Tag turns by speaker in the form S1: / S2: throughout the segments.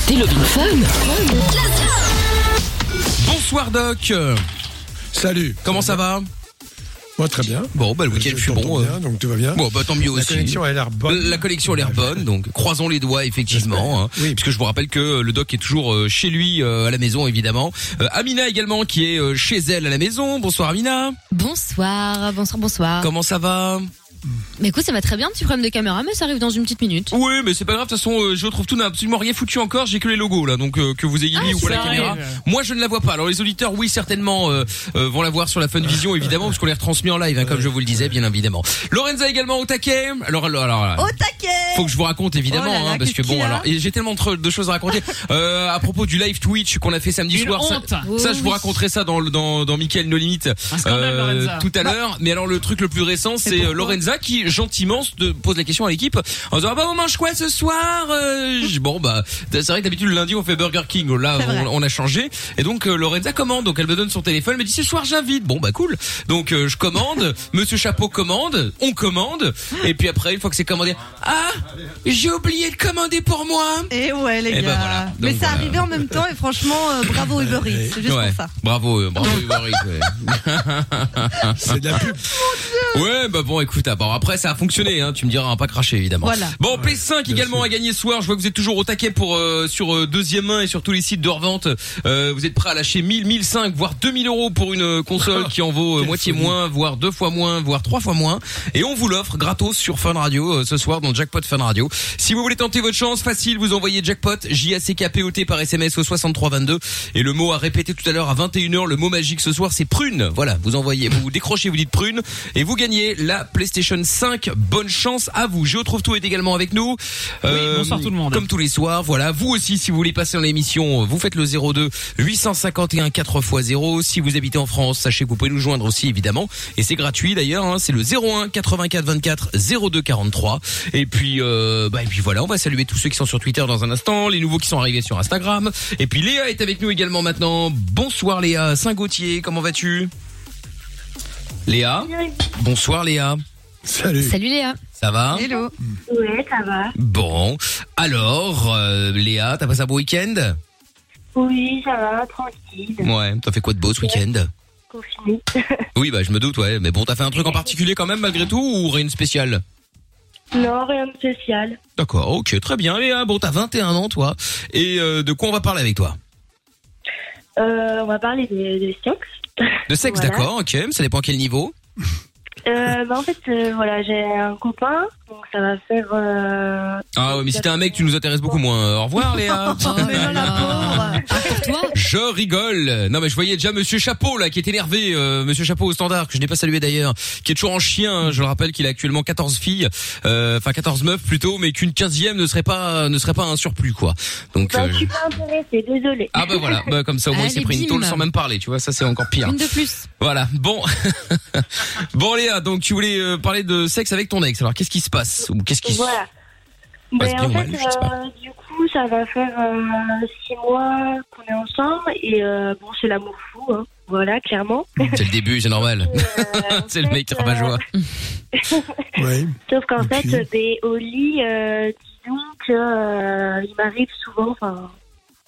S1: C'est Love in Fun.
S2: Bonsoir Doc.
S3: Salut.
S2: Comment ça va
S3: Moi, très bien.
S2: Bon, bah le week-end
S3: Je
S2: fut
S3: t'entends
S2: bon. euh.
S3: bien, donc tout va bien.
S2: Bon, bah tant mieux
S3: La
S2: aussi.
S3: connexion, elle a l'air bonne.
S2: La collection a l'air bonne, donc croisons les doigts effectivement. Hein,
S3: Oui.
S2: Puisque je vous rappelle que euh, le doc est toujours euh, chez lui euh, à la maison évidemment. Euh, Amina également qui est euh, chez elle à la maison. Bonsoir Amina.
S4: Bonsoir, bonsoir, bonsoir.
S2: Comment ça va
S4: Mais écoute, ça va très bien, petit problème de caméra, mais ça arrive dans une petite minute.
S2: Oui, mais c'est pas grave. De toute façon, euh, je retrouve tout n'a absolument rien foutu encore. J'ai que les logos là, donc euh, que vous ayez
S4: Ah,
S2: mis ou pas la
S4: ça
S2: caméra.
S4: arrive.
S2: Moi, je ne la vois pas. Alors les auditeurs, oui, certainement euh, euh, vont la voir sur la Fun Vision évidemment, parce qu'on les retransmet en live, hein, comme je vous le disais, bien évidemment. Lorenza également au taquet. Alors, alors, alors,
S5: Au taquet
S2: faut que je vous raconte évidemment
S5: Oh là là,
S2: hein, parce que
S5: qu'est-ce
S2: bon
S5: qu'il a
S2: alors et j'ai tellement de, de choses à raconter euh, à propos du live Twitch qu'on a fait samedi
S6: Une
S2: soir ça,
S6: honte.
S4: Oh
S2: ça, je vous
S4: oui.
S2: raconterai ça dans le- dans dans Michael No Limite euh,
S6: scandale, Lorenza.
S2: tout à l'heure mais alors le truc le plus récent c'est euh, Lorenza qui gentiment se de- pose la question à l'équipe en disant ah bah on mange quoi ce soir Euh, je- bon bah c'est vrai que d'habitude le lundi on fait Burger King là
S5: C'est vrai.
S2: on, on a changé et donc euh, Lorenza commande donc elle me donne son téléphone elle me dit ce soir j'invite bon bah cool donc euh, je commande Monsieur Chapeau commande on commande et puis après une fois que c'est commandé ah j'ai oublié de commander pour moi
S5: Et ouais, les
S2: Eh ben
S5: gars.
S2: voilà. Donc
S5: Mais ça
S2: voilà.
S5: arrivait en même temps, et franchement, euh, bravo Uber Eats, c'est juste
S2: Ouais.
S5: pour ça.
S2: Bravo, euh, bravo Uber Eats, ouais.
S3: C'est de la pub.
S2: Ouais, bah bon, écoute, ah, bon, après ça a fonctionné, hein, tu me diras, on a pas craché évidemment.
S5: Voilà.
S2: Bon, PS5 également à gagner ce soir. Je vois que vous êtes toujours au taquet pour euh, sur euh, deuxième main et sur tous les sites de revente. Euh, vous êtes prêts à lâcher 1000, 1005, voire 2000 euros pour une console qui en vaut euh, moitié moins, voire deux fois moins, voire trois fois moins. Et on vous l'offre gratos sur Fun Radio euh, ce soir dans le Jackpot Fun Radio. Si vous voulez tenter votre chance, facile, vous envoyez jackpot J A C K P O T par SMS au 6322 et le mot à répéter tout à l'heure à 21h, le mot magique ce soir c'est prune. Voilà, vous envoyez, vous décrochez, vous dites prune et vous gagnez la Ah, PlayStation 5. Bonne chance à vous. Je retrouve tout est également avec nous. Euh,
S6: bonsoir tout le monde.
S2: Comme tous les soirs, voilà, vous aussi si vous voulez passer dans l'émission, vous faites le 02 851 4x0. Si vous habitez en France, sachez que vous pouvez nous joindre aussi évidemment et c'est gratuit d'ailleurs, hein. c'est le 01 84 24 02 43. Et puis euh, bah et puis voilà, on va saluer tous ceux qui sont sur Twitter dans un instant, les nouveaux qui sont arrivés sur Instagram. Et puis Léa est avec nous également maintenant. Bonsoir Léa Saint-Gauthier, comment vas-tu Léa Bonsoir Léa.
S3: Salut.
S4: Salut Léa.
S2: Ça va
S5: Hello.
S7: Ouais, ça va.
S2: Bon, alors euh, Léa, t'as passé un beau week-end
S7: Oui, ça va, tranquille,
S2: Ouais, t'as fait quoi de beau ce week-end
S7: confiné.
S2: Oui, bah je me doute, ouais. Mais bon, t'as fait un truc en particulier quand même malgré tout ou rien de spécial
S7: non, rien de spécial.
S2: D'accord, ok, très bien Léa. Bon, t'as 21 ans toi. Et euh, de quoi on va parler avec toi
S7: Euh, on va parler de, de sexe.
S2: De sexe,
S7: Voilà.
S2: d'accord, ok, mais ça dépend à quel niveau.
S7: Euh, bah, en fait, euh, voilà, j'ai un copain, donc ça va faire... Euh...
S2: Ah ouais, mais si t'es un mec, tu nous intéresses beaucoup moins. Au revoir Léa.
S4: Oh
S5: Mais non, la pauvre.
S4: Ah, pour toi
S2: Je rigole. Non mais je voyais déjà Monsieur Chapeau là qui est énervé, euh, Monsieur Chapeau au standard que je n'ai pas salué d'ailleurs, qui est toujours en chien. hein. Je le rappelle qu'il a actuellement 14 filles, euh, enfin 14 meufs plutôt, mais qu'une 15e ne serait pas ne serait pas un surplus quoi. Donc
S7: Bah,
S2: euh,
S7: je suis pas intéressée, désolée.
S2: ah bah voilà, bah, comme ça au moins il s'est
S4: Allez,
S2: pris une
S4: bim.
S2: tôle sans même parler, tu vois, ça c'est encore pire.
S4: Une de plus.
S2: Voilà. Bon, bon Léa, donc tu voulais euh, parler de sexe avec ton ex. Alors qu'est-ce qui se passe ou qu'est-ce qui se
S7: Voilà.
S2: Parce
S7: Ben, en
S2: qu'il y a
S7: fait,
S2: mal, je sais pas.
S7: euh, du coup, ça va faire euh, six mois qu'on est ensemble et euh, bon, c'est l'amour fou, hein, voilà, clairement.
S2: C'est le début, c'est normal.
S7: Et, euh, en
S2: C'est le
S7: fait,
S2: mec qui rabat joie.
S3: Oui.
S7: Sauf qu'en
S3: Et
S7: fait,
S3: puis
S7: euh, ben, au lit, euh, disons que euh, il m'arrive souvent, enfin,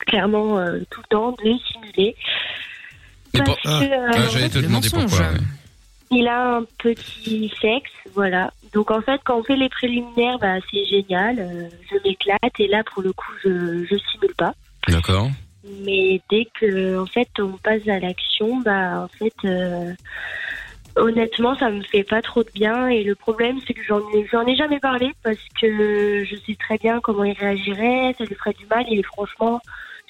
S7: clairement euh, tout le temps, de simuler.
S2: Mais
S7: Parce
S2: bon-
S3: ah,
S7: que, euh,
S2: Ah, J'allais te
S4: Le
S2: demander
S4: mensonge.
S2: pourquoi. ouais.
S7: il a un petit sexe, voilà. Donc en fait, quand on fait les préliminaires, bah, c'est génial, euh, je m'éclate et là, pour le coup, je, je simule pas.
S2: D'accord.
S7: Mais dès que, en fait, on passe à l'action, bah, en fait, euh, honnêtement, ça me fait pas trop de bien. Et le problème, c'est que j'en ai, j'en ai jamais parlé parce que je sais très bien comment il réagirait, ça lui ferait du mal. Et franchement,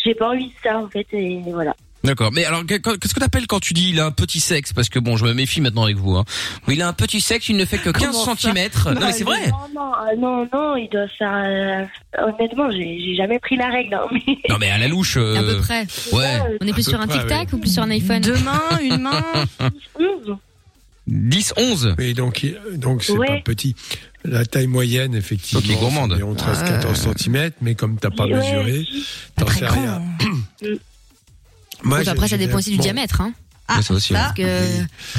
S7: j'ai pas envie de ça, en fait. Et voilà.
S2: D'accord. Mais alors, que- que- qu'est-ce que t'appelles quand tu dis il a un petit sexe Parce que bon, je me méfie maintenant avec vous. Hein. Oui, Il a un petit sexe, il ne fait que 15 cm. Non, mais c'est vrai.
S7: Non, non, ah, non, non, il doit faire. euh, honnêtement, j'ai, j'ai jamais pris la règle. hein, mais-
S2: Non, mais à la louche. euh,
S4: À peu près.
S2: Ouais.
S4: On est plus
S3: peu
S4: sur un
S3: près,
S4: tic-tac ou plus sur un iPhone
S5: Deux mains, une main.
S7: 11.
S2: 10, 11.
S3: Oui, donc, il- donc c'est
S7: Ouais.
S3: pas petit. La taille moyenne, effectivement.
S2: Ok, gourmande. Ah.
S3: c'est environ 13-14 cm, mais comme t'as pas
S7: Ouais,
S3: mesuré,
S7: si.
S3: t'en
S4: Pas très
S3: sais
S4: grand,
S3: rien.
S7: hein.
S3: Moi,
S4: Écoute,
S3: j'ai-
S4: Après, ça
S3: j'ai-
S4: dépend aussi du
S3: bon,
S4: diamètre. Hein.
S5: Ah,
S2: ça aussi,
S5: ça, très
S4: Bah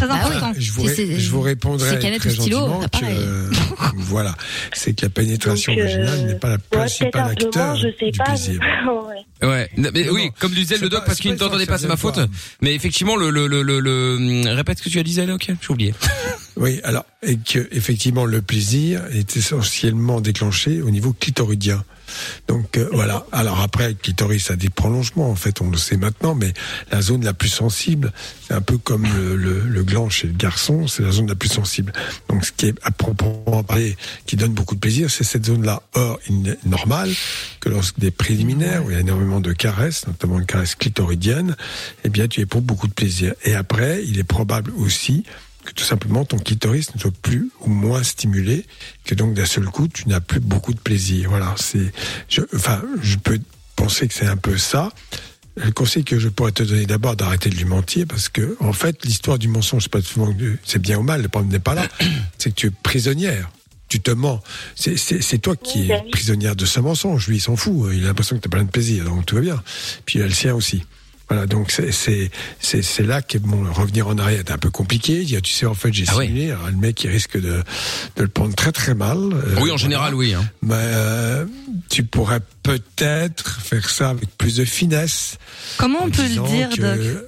S4: oui.
S5: important.
S3: Je vous,
S4: Si
S3: ré-
S4: c'est-
S3: je vous répondrai
S4: c'est canette
S3: très
S4: ou stylo,
S3: gentiment
S4: pas
S3: que,
S4: pareil.
S3: euh, voilà, c'est que la pénétration
S7: Donc, euh,
S3: vaginale n'est pas la
S7: Ouais,
S3: principale
S7: peut-être un peu moins,
S3: acteur
S7: je sais
S3: du
S7: pas.
S3: plaisir.
S7: ouais.
S2: Ouais, non, mais
S3: Non,
S2: oui,
S3: non,
S2: comme disait
S3: c'est
S2: le doc,
S3: pas-
S2: parce
S3: c'est
S2: qu'il
S3: pas
S2: ne t'entendait
S3: une
S2: pas, c'est ma
S3: sorte
S2: faute.
S3: de
S2: Mais effectivement, le, le, le, le, le- hum, répète ce que tu as dit, Zélie, ok, j'ai oublié.
S3: Oui, alors et que effectivement le plaisir est essentiellement déclenché au niveau clitoridien. Donc euh, voilà. Alors après, le clitoris a des prolongements. En fait, on le sait maintenant, mais la zone la plus sensible, c'est un peu comme le, le- le gland chez le garçon, c'est la zone la plus sensible. Donc ce qui est à proprement parler, qui donne beaucoup de plaisir, c'est cette zone-là. Or, il est normal que lorsque des préliminaires, où il y a énormément de caresses, notamment une caresse clitoridienne, eh bien tu éprouves beaucoup de plaisir. Et après, il est probable aussi que tout simplement ton clitoris ne soit plus ou moins stimulé, que donc d'un seul coup tu n'as plus beaucoup de plaisir. Voilà, c'est, je, enfin, je peux penser que c'est un peu ça. Le conseil que je pourrais te donner d'abord, d'arrêter de lui mentir, parce que en fait, l'histoire du mensonge, c'est pas souvent que c'est bien ou mal. Le problème n'est pas là, c'est que tu es prisonnière. Tu te mens. C'est- C'est c'est toi qui
S7: Oui, bah
S3: es
S7: oui.
S3: prisonnière de ce mensonge. Lui, il s'en fout. Il a l'impression que tu as plein de plaisir, donc tout va bien. Puis il a le sien aussi. Voilà, donc c'est- c'est c'est- c'est là que bon, revenir en arrière est un peu compliqué. Dire, tu sais, en fait, j'ai
S2: Ah ouais.
S3: simulé. Alors, le mec, il risque de, de le prendre très très mal. Euh,
S2: oui, en
S3: voilà.
S2: général, oui. Hein.
S3: Mais, euh, tu pourrais peut-être faire ça avec plus de finesse.
S5: Comment
S3: en
S5: on peut
S3: disant
S5: le dire,
S3: que-
S5: Doc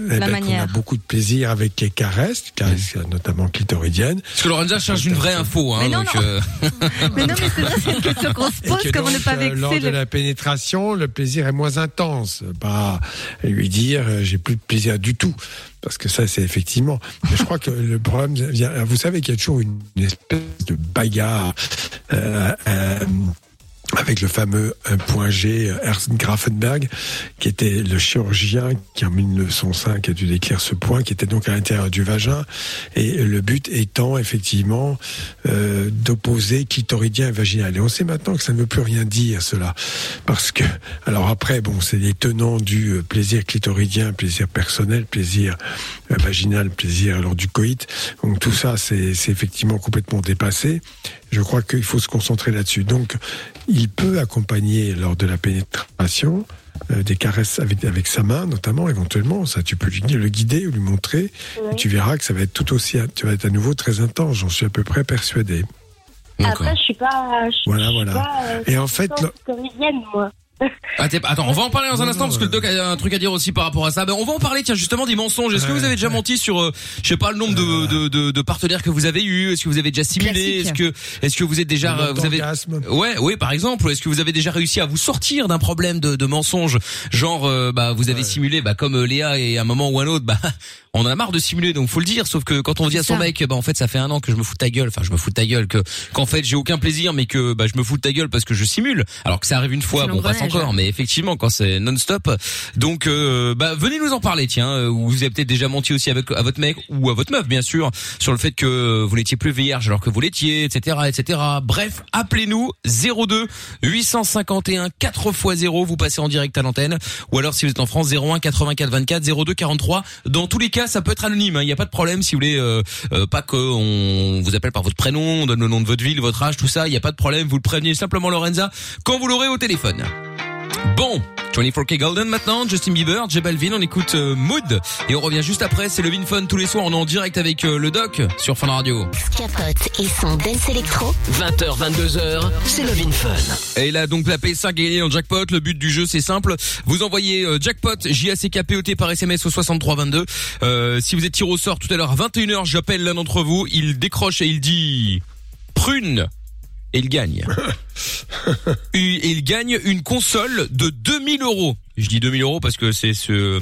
S3: eh
S5: La
S3: ben, qu'on a
S5: manière.
S3: beaucoup de plaisir avec les caresses, caresses notamment clitoridiennes.
S2: Parce que Lorenza cherche une vraie info, hein,
S5: Mais non,
S2: donc.
S5: non.
S2: euh,
S5: Mais non, mais c'est vrai, c'est une question qu'on se
S3: Et
S5: pose,
S3: que
S5: comment ne
S3: donc,
S5: pas
S3: euh, Lors
S5: vexer
S3: de
S5: le...
S3: la pénétration, le plaisir est moins intense. Pas lui dire euh, j'ai plus de plaisir du tout, parce que ça c'est effectivement. Mais je crois que le problème vient. alors, Vous savez qu'il y a toujours une, une espèce de bagarre. euh, euh, avec le fameux euh, point G, euh, Ernst Grafenberg, qui était le chirurgien qui en 1905 a dû décrire ce point, qui était donc à l'intérieur du vagin, et le but étant effectivement euh, d'opposer clitoridien et vaginal. Et on sait maintenant que ça ne veut plus rien dire cela, parce que alors après bon, c'est les tenants du euh, plaisir clitoridien, plaisir personnel, plaisir euh, vaginal, plaisir lors du coït. Donc tout ça c'est c'est effectivement complètement dépassé. Je crois qu'il faut se concentrer là-dessus. Donc il peut accompagner lors de la pénétration euh, des caresses avec, avec sa main, notamment, éventuellement. Ça, tu peux lui- le guider ou lui montrer.
S7: Ouais.
S3: Et tu verras que ça va être tout aussi, tu vas être à nouveau très intense. J'en suis à peu près persuadé.
S2: d'accord.
S7: Après, je suis pas. Je,
S3: Voilà,
S7: je suis
S3: voilà.
S7: Pas, euh,
S3: Et en fait, le-
S7: comédienne, moi.
S2: Ah, t'es- Attends, on va en parler dans un
S3: Non,
S2: instant
S3: non,
S2: parce que le doc a un truc à dire aussi par rapport à ça. Ben, on va en parler, tiens, justement des mensonges. Est-ce que vous avez déjà menti sur, euh, je sais pas, le nombre
S3: Euh.
S2: de, de, de, de partenaires que vous avez eu Est-ce que vous avez déjà simulé Est-ce
S4: Classique.
S2: que, est-ce que vous êtes déjà,
S3: Le
S2: euh, vous avez,
S3: orgasme.
S2: ouais, oui, par exemple, est-ce que vous avez déjà réussi à vous sortir d'un problème de, de mensonge Genre, euh, bah, vous avez
S3: Ouais.
S2: simulé, bah, comme euh, Léa et à un moment ou un autre, bah, on en a marre de simuler, donc faut le dire. Sauf que quand on dit à
S4: C'est
S2: son
S4: ça.
S2: mec, bah, en fait, ça fait un an que je me fous de ta gueule. Enfin, je me fous de ta gueule, que qu'en fait, j'ai aucun plaisir, mais que bah, je me fous de ta gueule parce que je simule. Alors que ça arrive une fois,
S4: C'est
S2: bon, passe
S4: l'engrenage,
S2: encore. Mais effectivement, quand c'est non-stop, donc, euh, bah, venez nous en parler, tiens. euh, Ou vous avez peut-être déjà menti aussi avec à votre mec ou à votre meuf, bien sûr, sur le fait que vous n'étiez plus vierge alors que vous l'étiez, etc., etc. Bref, appelez-nous 02 851 4 x 0. Vous passez en direct à l'antenne. Ou alors, si vous êtes en France, 01 84 24 02 43. Dans tous les cas, ça peut être anonyme. hein, Il n'y a pas de problème si vous voulez euh, euh, pas qu'on vous appelle par votre prénom, on donne le nom de votre ville, votre âge, tout ça. Il n'y a pas de problème. Vous le prévenez simplement Lorenza quand vous l'aurez au téléphone. Bon, 24K Golden maintenant, Justin Bieber, J Balvin, on écoute euh, Mood et on revient juste après, c'est le Winfun tous les soirs, on est en direct avec euh, le doc sur Fun Radio.
S1: Capote et son dance électro
S8: 20h, 22h, c'est Love in Fun.
S2: Et là donc la PS5 gagnée en jackpot, le but du jeu c'est simple, vous envoyez euh, jackpot j a c k p o t par SMS au 6322. Euh, si vous êtes tiré au sort tout à l'heure à 21h, j'appelle l'un d'entre vous, il décroche et il dit prune et il gagne. U- et il gagne une console de 2000 euros. Je dis 2000 euros parce que c'est ce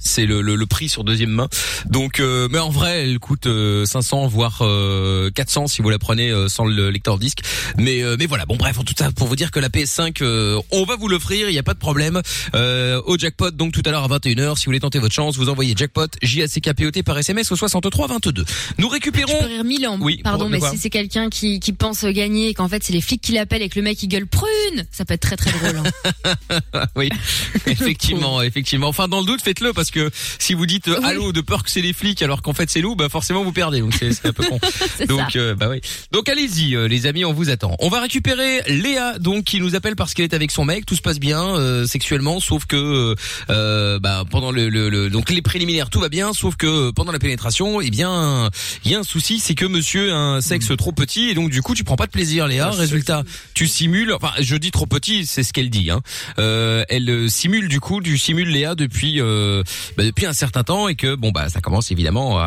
S2: c'est le, le, le prix sur deuxième main. Donc, euh, mais en vrai, elle coûte euh, 500 voire euh, 400 si vous la prenez euh, sans le lecteur disque. Mais euh, mais voilà, bon bref, en tout cas pour vous dire que la PS5, euh, on va vous l'offrir, il n'y a pas de problème. Euh, au jackpot, donc tout à l'heure à 21h, si vous voulez tenter votre chance, vous envoyez jackpot J A C K P O T par SMS au 63 22. Nous
S4: Je peux
S2: récupérons.
S4: rire mille ans.
S2: Oui,
S4: Pardon,
S2: pour-
S4: mais
S2: de quoi
S4: si bah, c'est quelqu'un qui, qui pense gagner et qu'en fait c'est les flics qui l'appellent et que le mec il gueule prune, ça peut être très très drôle. hein.
S2: oui, effectivement, effectivement. Enfin, dans le doute, faites-le parce parce que si vous dites euh, allô de peur que c'est les flics alors qu'en fait c'est nous, bah forcément vous perdez. Donc c'est c'est un peu con. donc euh, bah oui. Donc allez-y euh, les amis, on vous attend. On va récupérer Léa donc qui nous appelle parce qu'elle est avec son mec, tout se passe bien euh, sexuellement sauf que euh, euh, bah pendant le, le- le- donc les préliminaires tout va bien sauf que euh, pendant la pénétration, eh bien il y a un souci, c'est que monsieur a un sexe trop petit et donc du coup tu prends pas de plaisir Léa, résultat tu simules enfin je dis trop petit, c'est ce qu'elle dit hein. Euh, elle euh, simule du coup, tu simules Léa depuis euh, bah, depuis un certain temps et que bon bah ça commence évidemment à,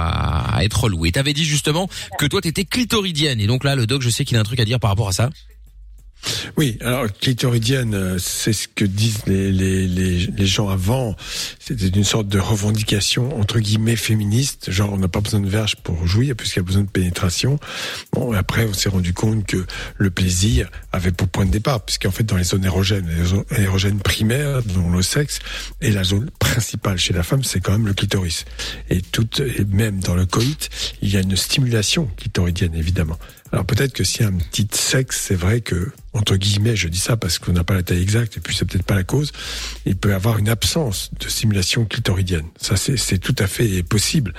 S2: à être relou. Et t'avais dit justement que toi t'étais clitoridienne et donc là le doc je sais qu'il a un truc à dire par rapport à ça.
S3: Oui, alors clitoridienne, euh, c'est ce que disent les, les, les, les gens avant. C'était une sorte de revendication entre guillemets féministe, genre on n'a pas besoin de verge pour jouir puisqu'il y a besoin de pénétration. Bon, et après on s'est rendu compte que le plaisir avait pour point de départ, puisqu'en fait dans les zones érogènes, les zones érogènes primaires, dont le sexe, et la zone principale chez la femme, c'est quand même le clitoris. Et tout, et même dans le coït, il y a une stimulation clitoridienne évidemment. Alors peut-être que si un petit sexe, c'est vrai que, entre guillemets, je dis ça parce qu'on n'a pas la taille exacte et puis c'est peut-être pas la cause, il peut avoir une absence de stimulation clitoridienne. Ça, c'est c'est tout à fait possible.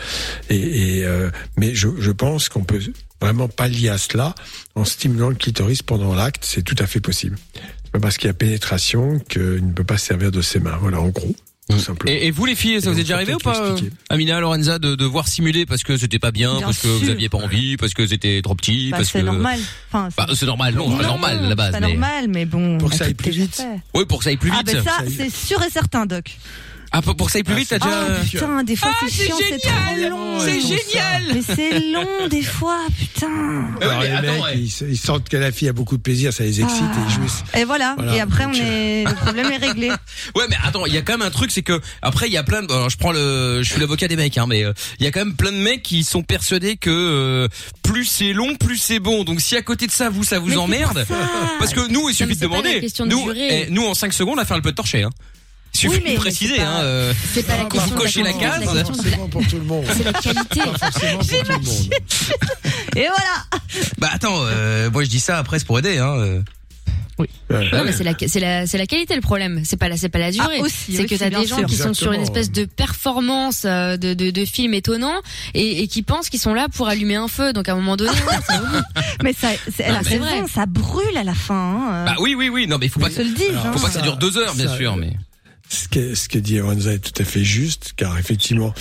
S3: Et, et, euh, mais je, je pense qu'on peut vraiment pallier à cela en stimulant le clitoris pendant l'acte. C'est tout à fait possible. C'est pas parce qu'il y a pénétration qu'il ne peut pas se servir de ses mains. Voilà, en gros, tout simplement.
S2: Et, et vous les filles, ça vous est déjà arrivé ou
S3: peut-être
S2: pas euh, Amina, Lorenza, de devoir simuler parce que c'était pas bien,
S5: Bien
S2: parce que vous
S5: sûr.
S2: aviez pas envie, parce que c'était trop petit,
S5: Bah,
S2: parce que
S5: c'est normal. Enfin,
S2: Bah, c'est normal, non, pas normal à la base.
S5: C'est
S2: mais-
S5: normal, mais bon.
S3: Pour que ça
S5: on a
S3: aille
S5: tout
S3: plus
S5: déjà
S3: vite.
S5: fait.
S2: Oui, pour que ça aille plus
S5: Ah,
S2: vite.
S5: ben ça,
S3: Ça y est.
S5: c'est sûr et certain, Doc.
S2: Ah, pour pour que ça aille plus vite, t'as déjà.
S5: Ah, putain, des fois, c'est chiant, c'est trop long.
S2: C'est
S5: Attends,
S2: génial
S5: Mais c'est long, des fois, putain.
S2: Ah ouais,
S3: Alors,
S2: mais
S3: les
S2: attends,
S3: mecs,
S2: ouais.
S3: ils, se- ils sentent que la fille a beaucoup de plaisir, ça les excite et ils jouissent.
S5: Et voilà.
S3: Voilà,
S5: et après, on
S3: donc,
S5: est, le problème est réglé.
S2: Ouais, mais attends, il y a quand même un truc, c'est que après il y a plein de. Alors, je prends le, je suis l'avocat des mecs, hein, mais euh, il y a quand même plein de mecs qui sont persuadés que euh, plus c'est long, plus c'est bon. Donc si à côté de ça, vous, ça vous
S5: Mais c'est
S2: emmerde,
S5: pour ça.
S2: parce que nous,
S4: mais
S2: il suffit de
S4: c'est pas la
S2: demander.
S4: question de
S2: nous,
S4: durée.
S2: eh, nous, en 5 secondes, on va faire le peu de torcher. Hein. Il suffit
S5: Oui,
S2: de
S5: mais- mais
S2: préciser.
S5: c'est
S2: hein,
S5: pas-
S2: euh,
S4: C'est pas la
S2: Quand vous
S4: question de la
S2: cochez la
S4: quantité,
S2: case,
S4: c'est la
S3: Pas
S4: question de la-
S3: forcément pour tout le monde.
S4: c'est la qualité.
S3: Pas forcément pour tout le monde.
S4: hein.
S5: Et voilà.
S2: bah attends, euh, moi je dis ça après c'est pour aider. Hein, euh.
S3: Ouais.
S4: Non, mais c'est la, c'est la, c'est la qualité le problème. C'est pas la, c'est pas la durée.
S5: Ah, aussi,
S4: c'est que
S5: aussi,
S4: t'as
S5: bien
S4: des gens
S5: sûr.
S4: qui sont sur une
S3: Exactement.
S4: espèce de performance euh, de, de, de film étonnant et, et qui pensent qu'ils sont là pour allumer un feu. Donc à un moment donné, ouais, c'est relou.
S5: Mais ça, c'est, elle a
S4: mais-
S5: raison,
S4: C'est vrai.
S5: ça brûle à la fin.
S2: Bah
S5: Hein.
S2: oui, oui, oui. Non, mais il faut pas.
S5: on se le dit.
S3: Alors,
S5: hein.
S2: Faut pas que ça dure deux heures, bien
S3: Ça,
S2: sûr, mais.
S3: Ce que, ce que dit Lorenza est tout à fait juste, car effectivement,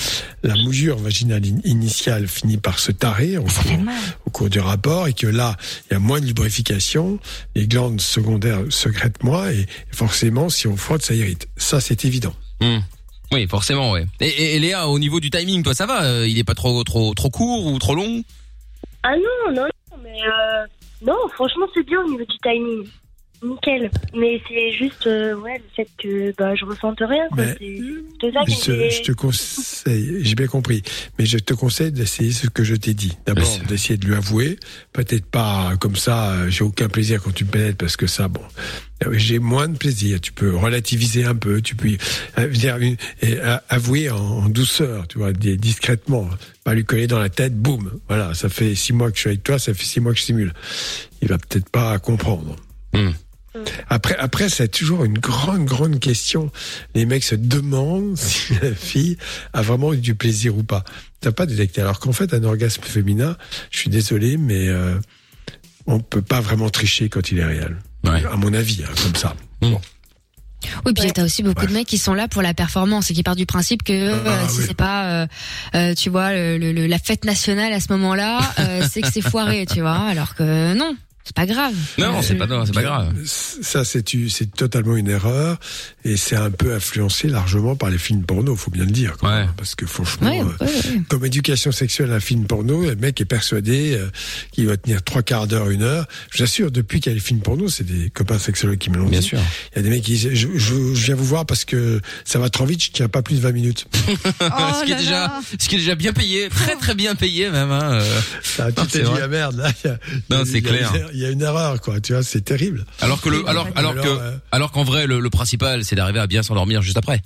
S3: la mouillure vaginale in- initiale finit par se tarer au
S5: Ça fait
S3: cours,
S5: mal.
S3: au cours du rapport, et que là, il y a moins de lubrification, les glandes secondaires secrètent moins, et forcément, si on frotte, ça irrite. Ça, c'est évident.
S2: Hmm. Oui, forcément, ouais. Et, et- et Léa, au niveau du timing, toi, ça va euh, Il est pas trop, trop, trop court ou trop long
S7: Ah non, non, non, mais euh, non, franchement, c'est bien au niveau du timing. Nickel. Mais c'est juste, euh, ouais, le fait que bah, je ressente rien, quoi.
S3: Mais-
S7: C'est c'est ça
S3: Je
S7: qui
S3: te,
S7: est-
S3: je te conseille, j'ai bien compris, mais je te conseille d'essayer ce que je t'ai dit. D'abord,
S2: Merci.
S3: d'essayer de lui avouer. Peut-être pas euh, comme ça, euh, j'ai aucun plaisir quand tu me pénètes parce que ça, bon, euh, j'ai moins de plaisir. Tu peux relativiser un peu, tu peux euh, dire une- et, euh, avouer en, en douceur, tu vois, di- discrètement. Pas lui coller dans la tête, boum. Voilà, ça fait six mois que je suis avec toi, ça fait six mois que je simule. Il va peut-être pas comprendre.
S2: Hmm.
S3: Après, après, c'est toujours une grande, grande question. Les mecs se demandent si la fille a vraiment eu du plaisir ou pas. T'as pas détecté. Alors qu'en fait, un orgasme féminin, je suis désolé, mais euh, on peut pas vraiment tricher quand il est réel.
S2: Ouais.
S3: À mon avis, hein, comme ça.
S4: Oui, puis t'as aussi beaucoup de mecs qui sont là pour la performance et qui partent du principe que euh,
S3: Ah,
S4: si
S3: oui.
S4: c'est pas, euh, euh, tu vois, le, le- le- la fête nationale à ce moment-là, euh, c'est que c'est foiré, tu vois. Alors que non, c'est pas grave.
S2: Non, c'est pas, non, c'est pas grave.
S3: Ça, c'est une- c'est totalement une erreur et c'est un peu influencé largement par les films porno, faut bien le dire. quand
S2: Ouais.
S3: même, Parce que franchement,
S4: Ouais, ouais,
S3: euh,
S4: ouais.
S3: comme éducation sexuelle à un film porno, le mec est persuadé euh, qu'il va tenir trois quarts d'heure, une heure. J'assure, depuis qu'il y a les films porno, c'est des copains sexologues qui me l'ont
S2: Bien
S3: dit.
S2: sûr.
S3: Il y a des mecs qui disent, je, je- je viens vous voir parce que ça va trop vite, je tiens pas plus de 20 minutes.
S5: Oh
S2: ce, qui est
S5: là
S2: déjà,
S5: là.
S2: ce qui est déjà bien payé, très très bien payé même. hein, euh.
S3: Ça, tu
S2: Ah, c'est
S3: t'es dit,
S2: vrai.
S3: ah merde, là, il y a-
S2: Non,
S3: il y a-
S2: c'est
S3: il y a
S2: clair.
S3: une- Il y a une erreur, quoi, tu vois, c'est terrible.
S2: Alors que le, alors, alors que,
S3: euh,
S2: alors qu'en vrai, le, le principal, c'est d'arriver à bien s'endormir juste après.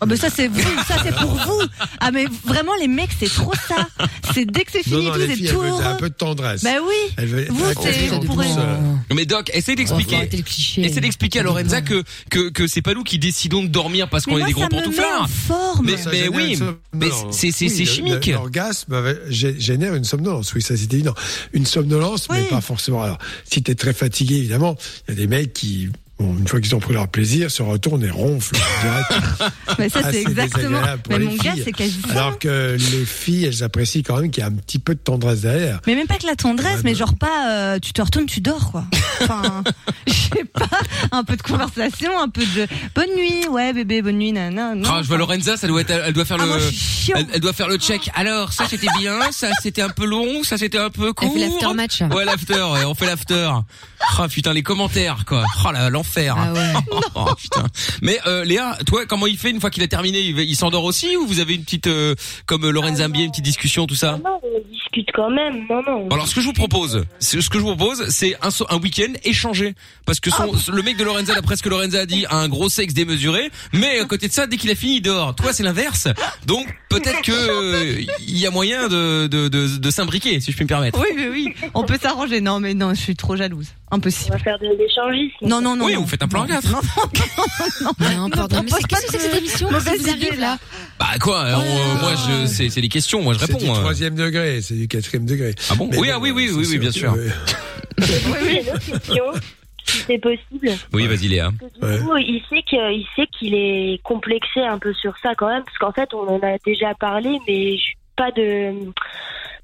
S5: Oh, mais ça c'est vous, ça c'est pour vous. Ah mais vraiment les mecs c'est trop ça. C'est dès que c'est
S3: Non,
S5: fini,
S3: non,
S5: et tout,
S3: les
S5: c'est
S3: filles,
S5: tout
S3: elles veulent un
S5: heureux.
S3: peu de tendresse.
S5: Bah oui.
S3: Elles veulent-
S5: vous,
S3: elles
S5: c'est
S3: veulent
S5: pour
S3: plus,
S5: elle.
S3: euh,
S2: Mais Doc, essaye d'expliquer.
S4: Arrêtez le cliché.
S2: Essaye d'expliquer à Lorenza que que que c'est pas nous qui décidons de dormir parce qu'on
S5: Mais
S2: est
S5: moi
S2: des gros
S5: ça me met en
S2: pantouflards.
S5: forme.
S2: Mais-
S3: ça
S2: mais
S3: génère
S2: oui,
S3: une som-
S2: mais
S3: non.
S2: c'est- c'est-
S3: Oui,
S2: c'est
S3: le-
S2: chimique.
S3: le- L'orgasme euh, gé- génère une somnolence, oui, ça c'est évident. Une somnolence, mais
S5: Oui.
S3: pas forcément. Alors, si t'es très fatigué, évidemment, il y a des mecs qui, bon, une fois qu'ils ont pris leur plaisir, se retournent et ronflent. Je dirais que-
S5: Mais ça
S3: Ah,
S5: c'est
S3: c'est
S5: exactement.
S3: désagréable pour
S5: Mais
S3: les
S5: mon gars
S3: filles.
S5: c'est quasi ça.
S3: Alors que les filles, elles apprécient quand même qu'il y a un petit peu de tendresse derrière.
S5: Mais même pas que la tendresse,
S3: Ouais,
S5: mais
S3: bah.
S5: genre pas, euh, tu te retournes, tu dors quoi. Enfin, je sais pas, un peu de conversation, un peu de bonne nuit, ouais bébé, bonne nuit, nanana. Non,
S2: Ah, je vois Lorenza, ça doit être, elle doit faire
S5: Ah,
S2: le.
S5: moi, je suis chiant.
S2: Elle, elle doit faire le check. Alors, ça c'était bien, ça c'était un peu long, ça c'était un peu
S4: Elle
S2: court.
S4: fait l'after match.
S2: Ouais, l'after, ouais, on fait l'after. Ah putain, les commentaires quoi. Oh là, l'enfer.
S4: Ah ouais.
S2: Oh, putain. Mais euh, Léa, toi, comment il fait une fois qu'il a terminé Il, va- il s'endort aussi ou vous avez une petite, euh, comme euh, Lorenza aime bien, une petite discussion, tout ça
S7: Non, on discute quand même. Non, non.
S2: alors ce que je vous propose, c'est- ce que je vous propose, c'est un, so- un week-end échangé, parce que son,
S4: Ah.
S2: le mec de Lorenza, d'après ce que Lorenza a dit, a un gros sexe démesuré, mais à côté de ça, dès qu'il a fini, il dort. Toi, c'est l'inverse, donc peut-être que euh, il y a moyen de de, de, de s'imbriquer, si je puis me permettre.
S5: Oui, oui, oui, on peut s'arranger. Non, mais non, je suis trop jalouse.
S7: On
S5: Impossible.
S7: va faire de l'échangisme.
S5: Non, non, non.
S2: Oui,
S5: non.
S2: vous faites un plan
S5: Non,
S2: gaffe.
S5: non, non.
S4: Mais non, pardon. Mais
S5: propose
S4: c'est-
S5: pas
S4: qu'est-ce que c'est que
S5: de-
S4: cette émission Qu'est-ce qui
S5: mauvaise
S4: vous arrive
S5: idée,
S4: là
S2: Bah quoi alors, euh, Moi, je, c'est c'est des questions, moi je
S3: C'est du
S2: réponds. euh.
S3: troisième degré, c'est du quatrième degré.
S2: Ah bon
S3: Mais
S2: Oui,
S3: bon,
S2: ah oui, oui,
S3: ça,
S2: oui,
S3: c'est-
S2: oui, bien sûr.
S3: euh,
S7: Oui, oui, une autre question, si c'est possible.
S2: Oui, vas-y Léa.
S3: Ouais.
S7: Du coup, il sait que- il sait qu'il est complexé un peu sur ça quand même, parce qu'en fait, on en a déjà parlé, mais je suis pas de,